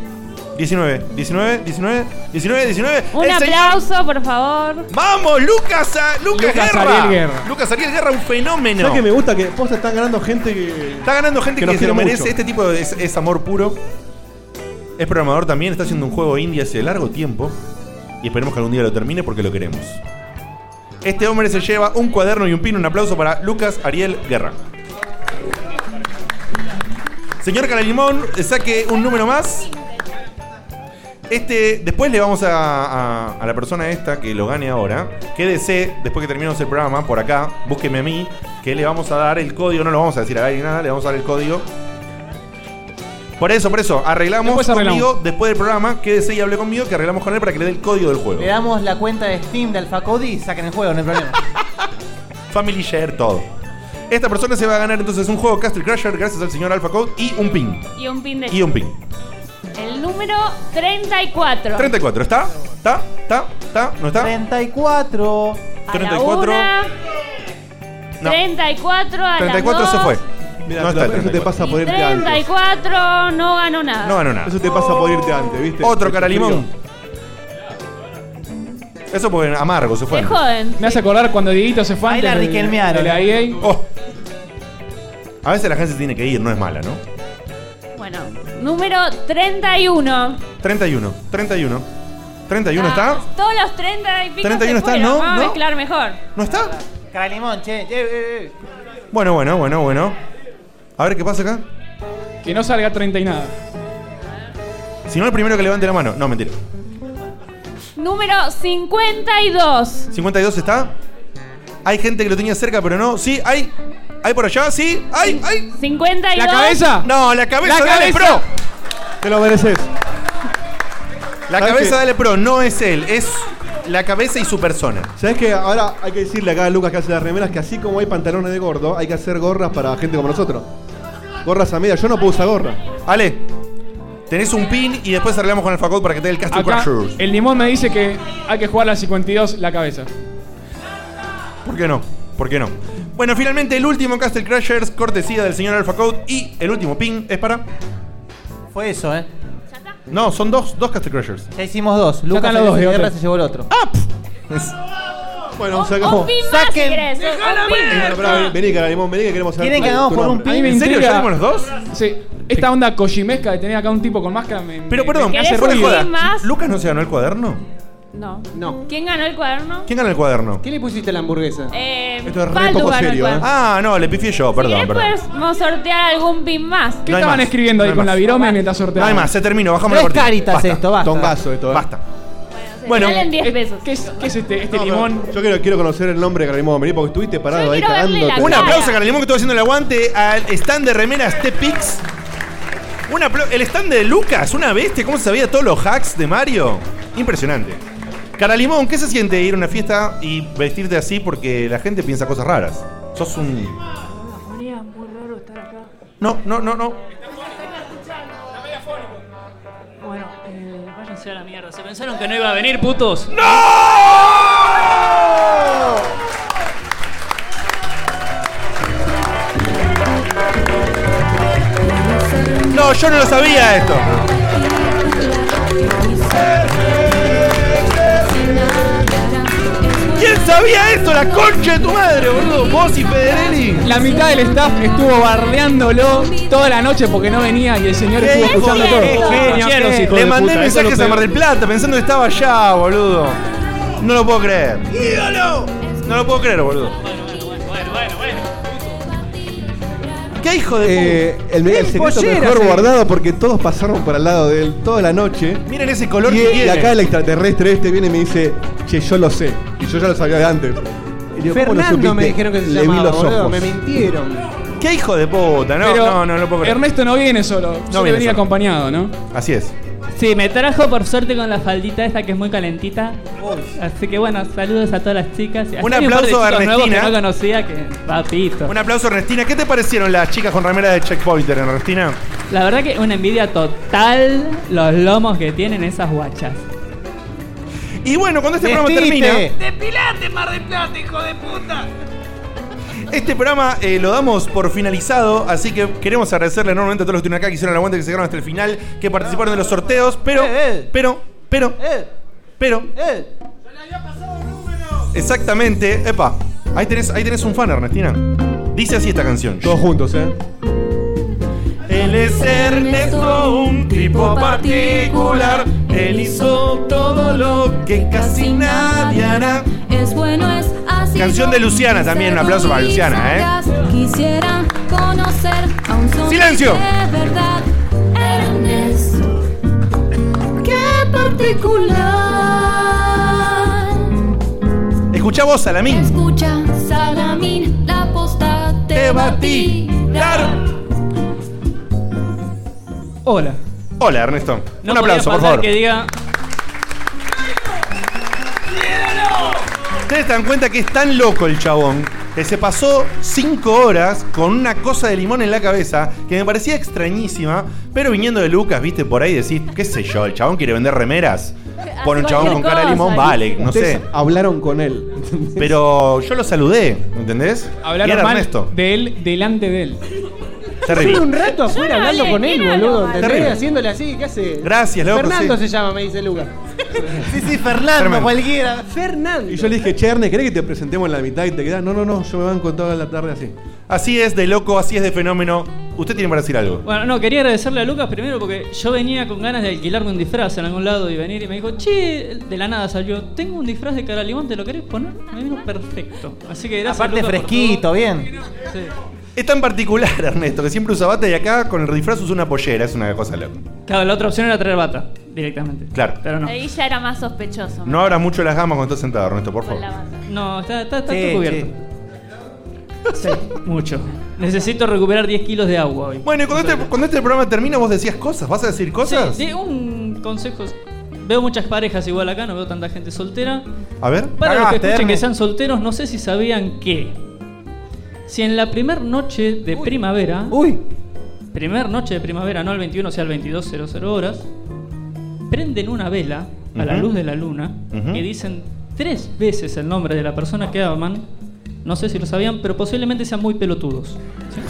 S1: 19, 19, 19, 19, 19.
S5: Un
S1: El señor-
S5: aplauso, por favor.
S1: ¡Vamos, Lucas! a- Lucas,
S2: Lucas
S1: Guerra.
S2: Ariel Guerra.
S1: Lucas Ariel Guerra, un fenómeno.
S2: ¿Sabes que me gusta que posta están ganando gente que.
S1: Está ganando gente que,
S2: nos
S1: se lo
S2: quiere
S1: merece.
S2: mucho.
S1: Este tipo de- es, es amor puro. Es programador también, está haciendo un juego indie hace largo tiempo. Y esperemos que algún día lo termine porque lo queremos. Este hombre se lleva un cuaderno y un pin. Un aplauso para Lucas Ariel Guerra. Señor Caralimón, saque un número más. Este, después le vamos a, a- a la persona esta que lo gane ahora. Quédese, después que terminemos el programa, por acá, búsqueme a mí, que le vamos a dar el código. No lo vamos a decir a nadie nada, le vamos a dar el código. Por eso, por eso, arreglamos
S6: Después arreglamos.
S1: conmigo después del programa. Quédese y hable conmigo, que arreglamos con él para que le dé el código del juego.
S6: Le damos la cuenta de Steam de AlphaCody y saquen el juego, no hay problema.
S1: Family Share, todo. Esta persona se va a ganar entonces un juego Castle Crasher gracias al señor Alpha Code y un pin.
S5: Y un pin de
S1: Y un pin.
S5: El número 34.
S1: 34, ¿está? ¿Está? ¿Está? ¿Está? ¿No está?
S6: 34.
S5: A
S1: 34.
S5: la una,
S1: No.
S5: 34 a
S1: 34
S5: las
S1: se
S5: dos,
S1: fue. no está el
S2: Eso te
S1: 34.
S2: pasa por irte antes.
S5: 34 no ganó nada.
S1: No ganó nada.
S2: Eso te pasa por irte antes, ¿viste?
S1: Otro cara limón. Eso porque amargo se fue.
S5: Se joden.
S4: Me hace acordar cuando Dieguito se fue
S5: Ahí
S4: antes
S5: la
S4: del-
S5: riquelmearon.
S4: de la E EA.
S1: Oh. A veces la gente se tiene que ir, no es mala, ¿no?
S5: Bueno, número 31.
S1: 31, 31. 31 está.
S5: Ah, Todos los 30 y pico se
S1: 31 está,
S5: fueron. Ah,
S1: ¿no?
S5: Vamos
S1: ¿No?
S5: a mezclar mejor.
S1: ¿No está?
S6: Cara limón, che. che, eh, eh.
S1: Bueno, bueno, bueno, bueno. A ver qué pasa acá.
S4: Que no salga 30 y nada.
S1: Si no, el primero que levante la mano. No, mentira.
S5: Número 52.
S1: 52 está. Hay gente que lo tenía cerca, pero no. Sí, hay. Hay por allá, sí. Hay, hay.
S5: 52.
S1: No, la cabeza,
S5: La
S1: dale,
S5: cabeza.
S1: pro. Te lo mereces. La
S2: ¿Sabes
S1: cabeza,
S2: qué?
S1: dale, pro. No es él, es la cabeza y su persona.
S2: ¿Sabes que ahora hay que decirle acá a Lucas que hace las remeras que así como hay pantalones de gordo, hay que hacer gorras para gente como nosotros? Gorras a media, yo no puedo usar gorra.
S1: Ale, tenés un pin y después arreglamos con el Facot para que te dé el Castle
S4: Acá,
S1: Crushers.
S4: el limón me dice que hay que jugar la 52 la cabeza.
S1: ¿Por qué no? ¿Por qué no? Bueno, finalmente el último Castle Crashers, cortesía del señor Alpha Code. Y el último pin es para.
S6: Fue eso, ¿eh?
S1: No, son dos, dos Castle Crashers. Ah,
S6: Ya hicimos dos. Lucas
S1: están los dos,
S6: Ariel
S1: de
S6: Guerra
S1: otra.
S6: se llevó el otro.
S2: Bueno,
S5: Un pin más si querés. un- un pin.
S2: Vení, cara limón, vení que queremos saber.
S4: Tienen
S2: tu- tu nombre.
S4: A mí me
S2: ¿Ya
S4: intriga.
S2: dimos los dos?
S4: Sí. Esta onda cochimesca de tener acá un tipo con máscara me.
S1: Pero perdón,
S4: me
S1: ¿por
S4: hace
S1: qué
S4: ruido.
S1: joda? ¿Lucas no se ganó el cuaderno?
S5: No.
S28: No.
S5: ¿Quién ganó el cuaderno?
S1: ¿Quién ganó el cuaderno?
S28: ¿Qué le pusiste a la hamburguesa?
S5: Eh,
S1: Esto es re
S5: Baldu
S1: poco
S5: ganó el
S1: serio, ¿eh?
S5: cuaderno.
S1: Ah, no, le pifié yo, perdón,
S5: ¿Querés
S1: perdón.
S5: podemos sortear algún pin más?
S4: ¿Qué estaban escribiendo ahí con la virome mientras
S1: No
S4: sorteaban?
S1: hay más, se terminó, bajamos la cortina. Tongazo
S2: esto, ¿eh?
S1: Basta.
S5: Bueno, salen 10
S4: ¿qué-
S5: pesos.
S4: ¿Qué es, qué es este, este
S2: No, pero
S4: limón?
S2: Yo quiero, quiero conocer el nombre de Caralimón, vení porque estuviste parado ahí
S4: quiero verle
S2: cagando.
S1: Un aplauso a Caralimón que estuvo haciendo el aguante al stand de remeras T-Pix. Un apla- El stand de Lucas, una bestia, ¿cómo se sabía todos los hacks de Mario? Impresionante. Caralimón, ¿qué se siente ir a una fiesta y vestirte así porque la gente piensa cosas raras? Sos un.
S18: muy raro estar acá.
S1: No, no, no, no.
S18: Bueno, eh, váyanse a la mierda. Se
S26: ¿Pensaron que no iba a venir, putos? ¡No!
S1: No, yo no lo sabía esto. ¿Quién sabía esto? La concha de tu madre, boludo. Vos y Federelli.
S4: La mitad del staff estuvo bardeándolo toda la noche porque no venía y el señor estuvo escuchando todo.
S1: Le mandé mensajes a Mar del Plata pensando que estaba allá, boludo. No lo puedo creer. ¡Ídolo! No lo puedo creer, boludo. ¿Qué hijo de
S2: Eh, el, el secreto
S1: pollera,
S2: mejor
S1: sí.
S2: guardado porque todos pasaron por al lado de él toda la noche.
S1: Miren ese color
S2: y,
S1: que
S2: y
S1: tiene.
S2: acá el extraterrestre este viene y me dice, che, yo lo sé. Y yo ya lo sabía de antes. Y digo, "¿Cómo lo
S7: Fernando me
S2: supiste?".
S7: dijeron que se
S2: Le vi
S7: llamaba,
S2: los
S7: boludo,
S2: ojos.
S7: me mintieron.
S1: ¿Qué hijo de puta? No, no,
S4: Pero
S1: no, no lo puedo creer.
S4: Ernesto no viene solo. No
S1: viene
S4: viene venía
S1: solo.
S4: acompañado, ¿no?
S1: Así es.
S9: Sí, me trajo por suerte con la faldita esta que es muy calentita. Así que bueno, saludos a todas las chicas. Y
S1: Un
S9: así hay par de
S1: aplauso a
S9: chicos nuevos
S1: Ernestina.
S9: Que no conocía, que papito.
S1: Un aplauso, Ernestina. ¿Qué te parecieron las chicas con ramera de Checkpointer, Ernestina?
S9: La verdad que una envidia total los lomos que tienen esas guachas.
S1: Y bueno, cuando este programa termina.
S20: ¡Depilate, Mar del Plata, hijo de puta!
S1: Este programa eh, lo damos por finalizado, así que queremos agradecerle enormemente a todos los que estuvieron acá, que hicieron el aguante, que se quedaron hasta el final, que participaron de los sorteos, pero, pero, pero, pero, exactamente, epa, ahí tenés, ahí tenés un fan, Ernestina. Dice así esta canción. Todos
S2: juntos, ¿eh?
S20: Él es Ernesto, un tipo particular. Él hizo todo lo que casi nadie hará.
S3: Es bueno, es así.
S1: Canción de Luciana también, un aplauso para Luciana, ¿eh?
S3: Quisiera conocer a un zombie
S1: ¡Silencio!
S3: De verdad, Ernest. Qué particular.
S1: Escuchá vos, Salamín.
S3: Escucha, Salamín, la posta te, va a tirar.
S1: Hola. Hola, Ernesto.
S9: No
S1: un
S9: podía
S1: aplauso, por
S9: pasar
S1: favor.
S9: que diga
S1: Ustedes se dan cuenta que es tan loco el chabón que se pasó cinco horas con una cosa de limón en la cabeza que me parecía extrañísima, pero viniendo de Lucas, viste, por ahí decís, qué sé yo, el chabón quiere vender remeras. Pon un chabón con cara de limón, vale, no
S2: Ustedes
S1: sé.
S2: Hablaron con él.
S1: Pero yo lo saludé, ¿entendés? y
S4: Hablaron
S1: era
S4: mal
S1: Ernesto.
S4: de él delante de él.
S1: Terrible.
S6: Estuve un rato afuera
S4: Yo no
S6: hablando
S4: hablé,
S6: con él,
S4: ¿quién
S6: boludo.
S4: habló?
S6: ¿Entendés?
S1: Terrible.
S6: Haciéndole así, ¿qué hace?
S1: Gracias, loco,
S6: Fernando
S1: sí.
S6: se llama, me dice Lucas. sí, sí, Fernando,
S2: Tremendo.
S6: cualquiera. Fernando.
S2: Y yo le dije, Cherne, ¿querés que te presentemos en la mitad y te quedás? No, no, no, yo me banco toda la tarde así.
S1: Así es de loco, así es de fenómeno. Usted tiene para decir algo.
S9: Bueno, no, quería agradecerle a Lucas primero porque yo venía con ganas de alquilarme un disfraz en algún lado y venir y me dijo, che, de la nada salió, tengo un disfraz de cara de limón, ¿te lo querés poner? Me vino perfecto. Así que gracias.
S6: Aparte
S9: Lucas, por
S6: fresquito, bien.
S9: todo. Sí.
S1: Es tan particular, Ernesto, que siempre usa bata y acá con el disfraz usa una pollera, es una cosa loca.
S9: Claro, la otra opción era traer bata directamente.
S1: Claro.
S9: Pero no.
S5: Ahí ya era más sospechoso.
S1: No abras mucho las gamas cuando estás sentado, Ernesto, por favor.
S9: No, está, está, está
S1: Sí,
S9: todo cubierto. Sí, mucho. Necesito recuperar 10 kilos de agua hoy.
S1: Bueno, y cuando este, cuando este programa termina, vos decías cosas. ¿Vas a decir cosas?
S9: Sí, sí, un consejo. Veo muchas parejas igual acá, no veo tanta gente soltera.
S1: A ver.
S9: Para los que
S1: Cagaste,
S9: escuchen
S1: Erne.
S9: que sean solteros, no sé si sabían que. Si en la primer noche de primavera.
S6: Uy.
S9: Primer noche de primavera, no al 21, o sea al 22.00 horas. Prenden una vela a la
S6: Ujú.
S9: luz de la luna
S6: Ujú.
S9: y dicen tres veces el nombre de la persona que aman. No sé si lo sabían, pero posiblemente sean muy pelotudos. ¿sí?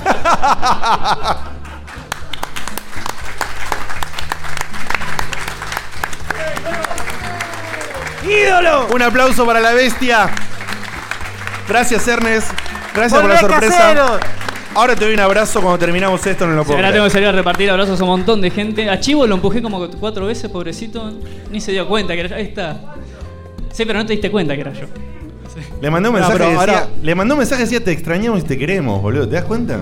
S1: ¡Ídolo! Un aplauso para la bestia. Gracias, Ernest. Gracias por la
S9: Volvé,
S1: sorpresa.
S9: casero.
S1: Ahora te doy un abrazo cuando terminamos esto, no lo
S9: Sí,
S1: puedo.
S9: ahora
S1: creer.
S9: tengo que salir a repartir abrazos a un montón de gente. A Chivo lo empujé como cuatro veces, pobrecito. Ni se dio cuenta que era yo. Ahí está. Sí, pero no te diste cuenta que era yo.
S1: Le mandé un
S9: No,
S1: mensaje
S9: pero
S1: que decía,
S9: ahora-
S1: le mandó un mensaje que decía te extrañamos y te queremos, boludo. ¿Te das cuenta?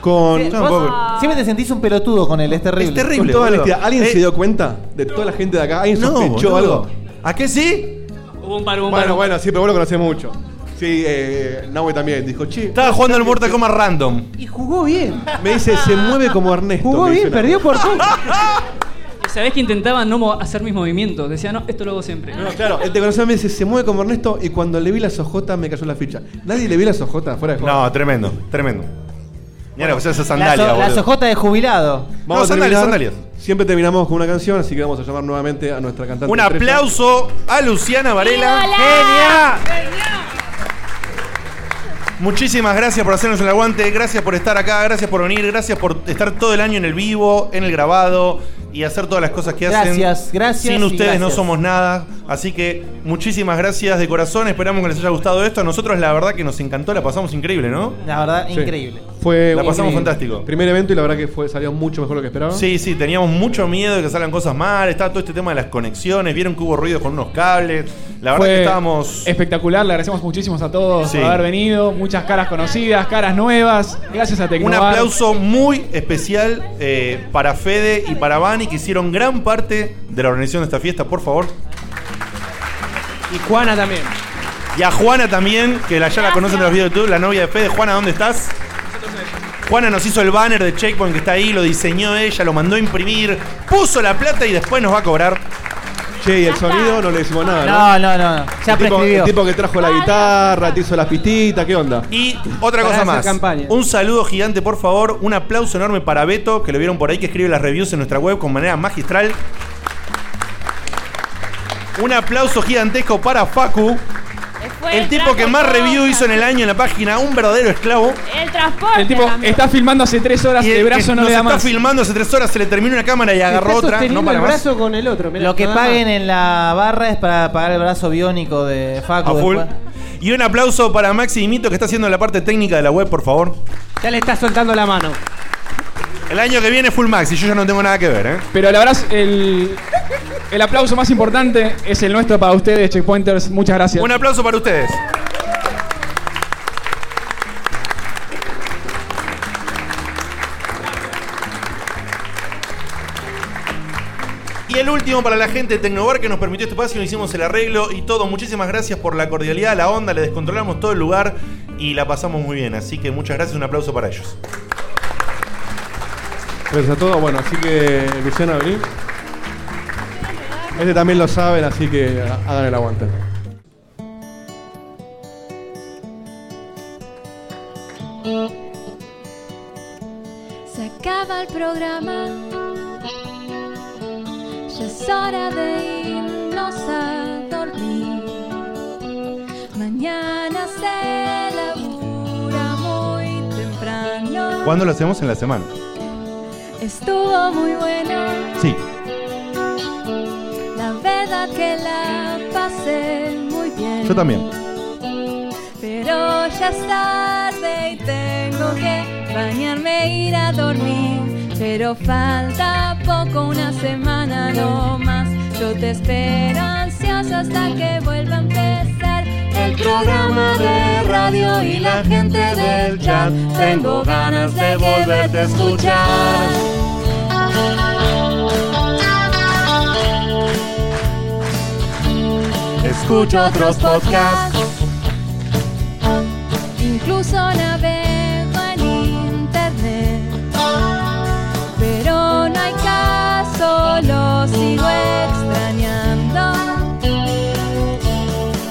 S1: Con
S6: Sí,
S1: Yo
S6: vos ah.
S1: tampoco-
S6: Siempre te sentís un pelotudo con él, es terrible.
S1: Es terrible,
S6: Con toda
S1: boludo.
S6: honestidad.
S1: Eh,
S2: ¿Se dio cuenta? De toda la gente de acá. ¿Alguien
S1: No,
S2: sospechó
S1: boludo.
S2: algo?
S1: ¿A qué sí?
S9: Hubo un par, hubo un par.
S2: Bueno, bueno, sí, pero vos lo conocés mucho. Sí, eh, Nahue también. Dijo, che.
S1: Estaba jugando al Mortal Kombat random.
S6: Y jugó bien.
S2: Me dice, se mueve como Ernesto.
S9: Jugó
S2: me
S9: bien,
S2: dice Nahue.
S9: perdió por Y Sabés que intentaba no mo- hacer mis movimientos. Decía, no, esto lo hago siempre.
S2: No, claro, él te conoció Este me dice, se mueve como Ernesto y cuando le vi las ojotas me cayó la ficha. Nadie le vio las ojotas fuera de juego.
S1: No, tremendo, tremendo. Mira, pues esa sandalia,
S6: la, so- la
S1: boludo.
S6: sojota de jubilado.
S2: Vamos a
S1: sandalias,
S2: terminar.
S1: sandalias.
S2: Siempre terminamos con una canción, así que vamos a llamar nuevamente a nuestra cantante.
S1: Un
S2: estrella.
S1: aplauso a Luciana Varela.
S20: ¡Ídola!
S1: Ah. Muchísimas gracias por hacernos el aguante, gracias por estar acá, gracias por venir, gracias por estar todo el año en el vivo, en el grabado y hacer todas las cosas que hacen.
S6: Gracias, gracias
S1: Sin
S6: y
S1: ustedes no
S6: gracias.
S1: somos nada, así que muchísimas gracias de corazón, esperamos que les haya gustado esto. A nosotros la verdad que nos encantó, la pasamos increíble, ¿no?
S6: La verdad,
S2: Sí.
S6: increíble.
S2: Fue
S1: La
S2: un-
S1: pasamos
S2: sí.
S1: fantástico.
S2: Primer evento y la verdad que fue, salió mucho mejor de lo que esperaba.
S1: Sí, sí, teníamos mucho miedo de que salgan cosas mal, estaba todo este tema de las conexiones, vieron que hubo ruidos con unos cables, la verdad
S4: Fue
S1: que estábamos...
S4: espectacular, le agradecemos muchísimos a todos
S1: Sí.
S4: por haber venido. Muchas caras conocidas, caras nuevas. Gracias a
S1: Un
S4: Tecnobar.
S1: aplauso muy especial eh, para Fede y para Vani, que hicieron gran parte de la organización de esta fiesta, por favor.
S28: Y Juana también.
S1: Y a Juana también, que la, ya la conocen de los videos de YouTube, la novia de Fede. Juana, ¿dónde estás? Juana nos hizo el banner de Checkpoint que está ahí, lo diseñó ella, lo mandó a imprimir, puso la plata y después nos va a cobrar.
S2: Che, y el sonido no le decimos nada,
S1: No, no,
S2: ¿no?
S1: no, no. Ya
S2: el tipo,
S1: prescribió.
S2: el tipo que trajo la guitarra, te hizo las pistitas, ¿qué onda?
S1: Y otra cosa más. Un saludo gigante, por favor. Un aplauso enorme para Beto, que lo vieron por ahí, que escribe las reviews en nuestra web con manera magistral. Un aplauso gigantesco para Facu, el tipo que más review hizo en el año en la página, un verdadero esclavo.
S5: El transporte.
S4: El tipo
S5: también.
S4: está filmando hace tres horas y
S1: Y
S4: el, brazo
S1: que
S4: no
S1: nos
S4: le da
S1: está
S4: más.
S1: filmando hace tres horas, se le terminó una cámara y agarró otra. No para más.
S29: con el otro.
S6: Lo que paguen en la barra es para pagar el brazo biónico de Facu.
S1: A full.
S6: después.
S1: Y un aplauso para Maxi y Mito que está haciendo la parte técnica de la web, por favor.
S29: Ya le está soltando la mano.
S1: El año que viene full Maxi, yo ya no tengo nada que ver, ¿eh?
S4: Pero la verdad, es el, el aplauso más importante es el nuestro para ustedes, Checkpointers. Muchas gracias.
S1: Un aplauso para ustedes. Y el último para la gente de Tecnobar que nos permitió este espacio, hicimos el arreglo y todo. Muchísimas gracias por la cordialidad, la onda, le descontrolamos todo el lugar y la pasamos muy bien. Así que muchas gracias, un aplauso para ellos.
S2: Gracias a todos. Bueno, así que Luciana, vení. Este también lo saben, así que ha- hagan el aguante.
S3: Se acaba el programa. Ya es hora de irnos a dormir. Mañana se labura muy temprano.
S1: ¿Cuándo lo hacemos en la semana?
S3: Estuvo muy buena.
S1: Sí.
S3: La verdad que la pasé muy bien.
S1: Yo también.
S3: Pero ya es tarde y tengo que bañarme e ir a dormir. Pero falta poco, una semana no más. Yo te espero ansiosa hasta que vuelva a empezar el programa de radio y la gente del chat. Tengo ganas de volverte a escuchar.
S20: Escucho otros podcasts.
S3: Incluso navego en internet. Pero no hay caso, lo sigo extrañando.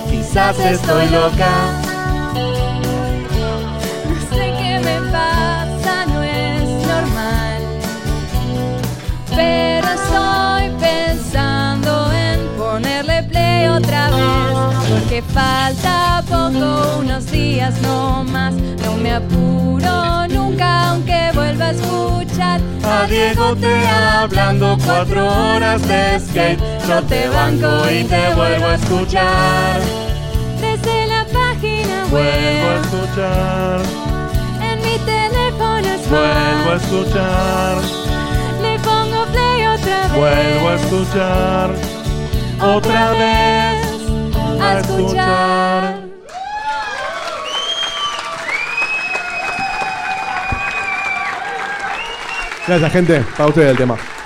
S20: Quizás estoy loca.
S3: No sé qué me pasa, no es normal. Pero estoy pensando en ponerle play otra vez. Porque falta poco, unos días no más. No me apuro nunca, aunque vuelva a escuchar.
S20: A Diego te hablando cuatro horas de skate. Yo te banco y te vuelvo a escuchar.
S3: Desde la página
S20: Vuelvo a
S3: web,
S20: escuchar.
S3: en mi teléfono
S20: Vuelvo a
S3: smart,
S20: escuchar.
S3: le pongo play otra vez.
S20: Vuelvo a escuchar. Otra vez.
S3: a escuchar.
S2: Gracias, gente. Para ustedes el tema.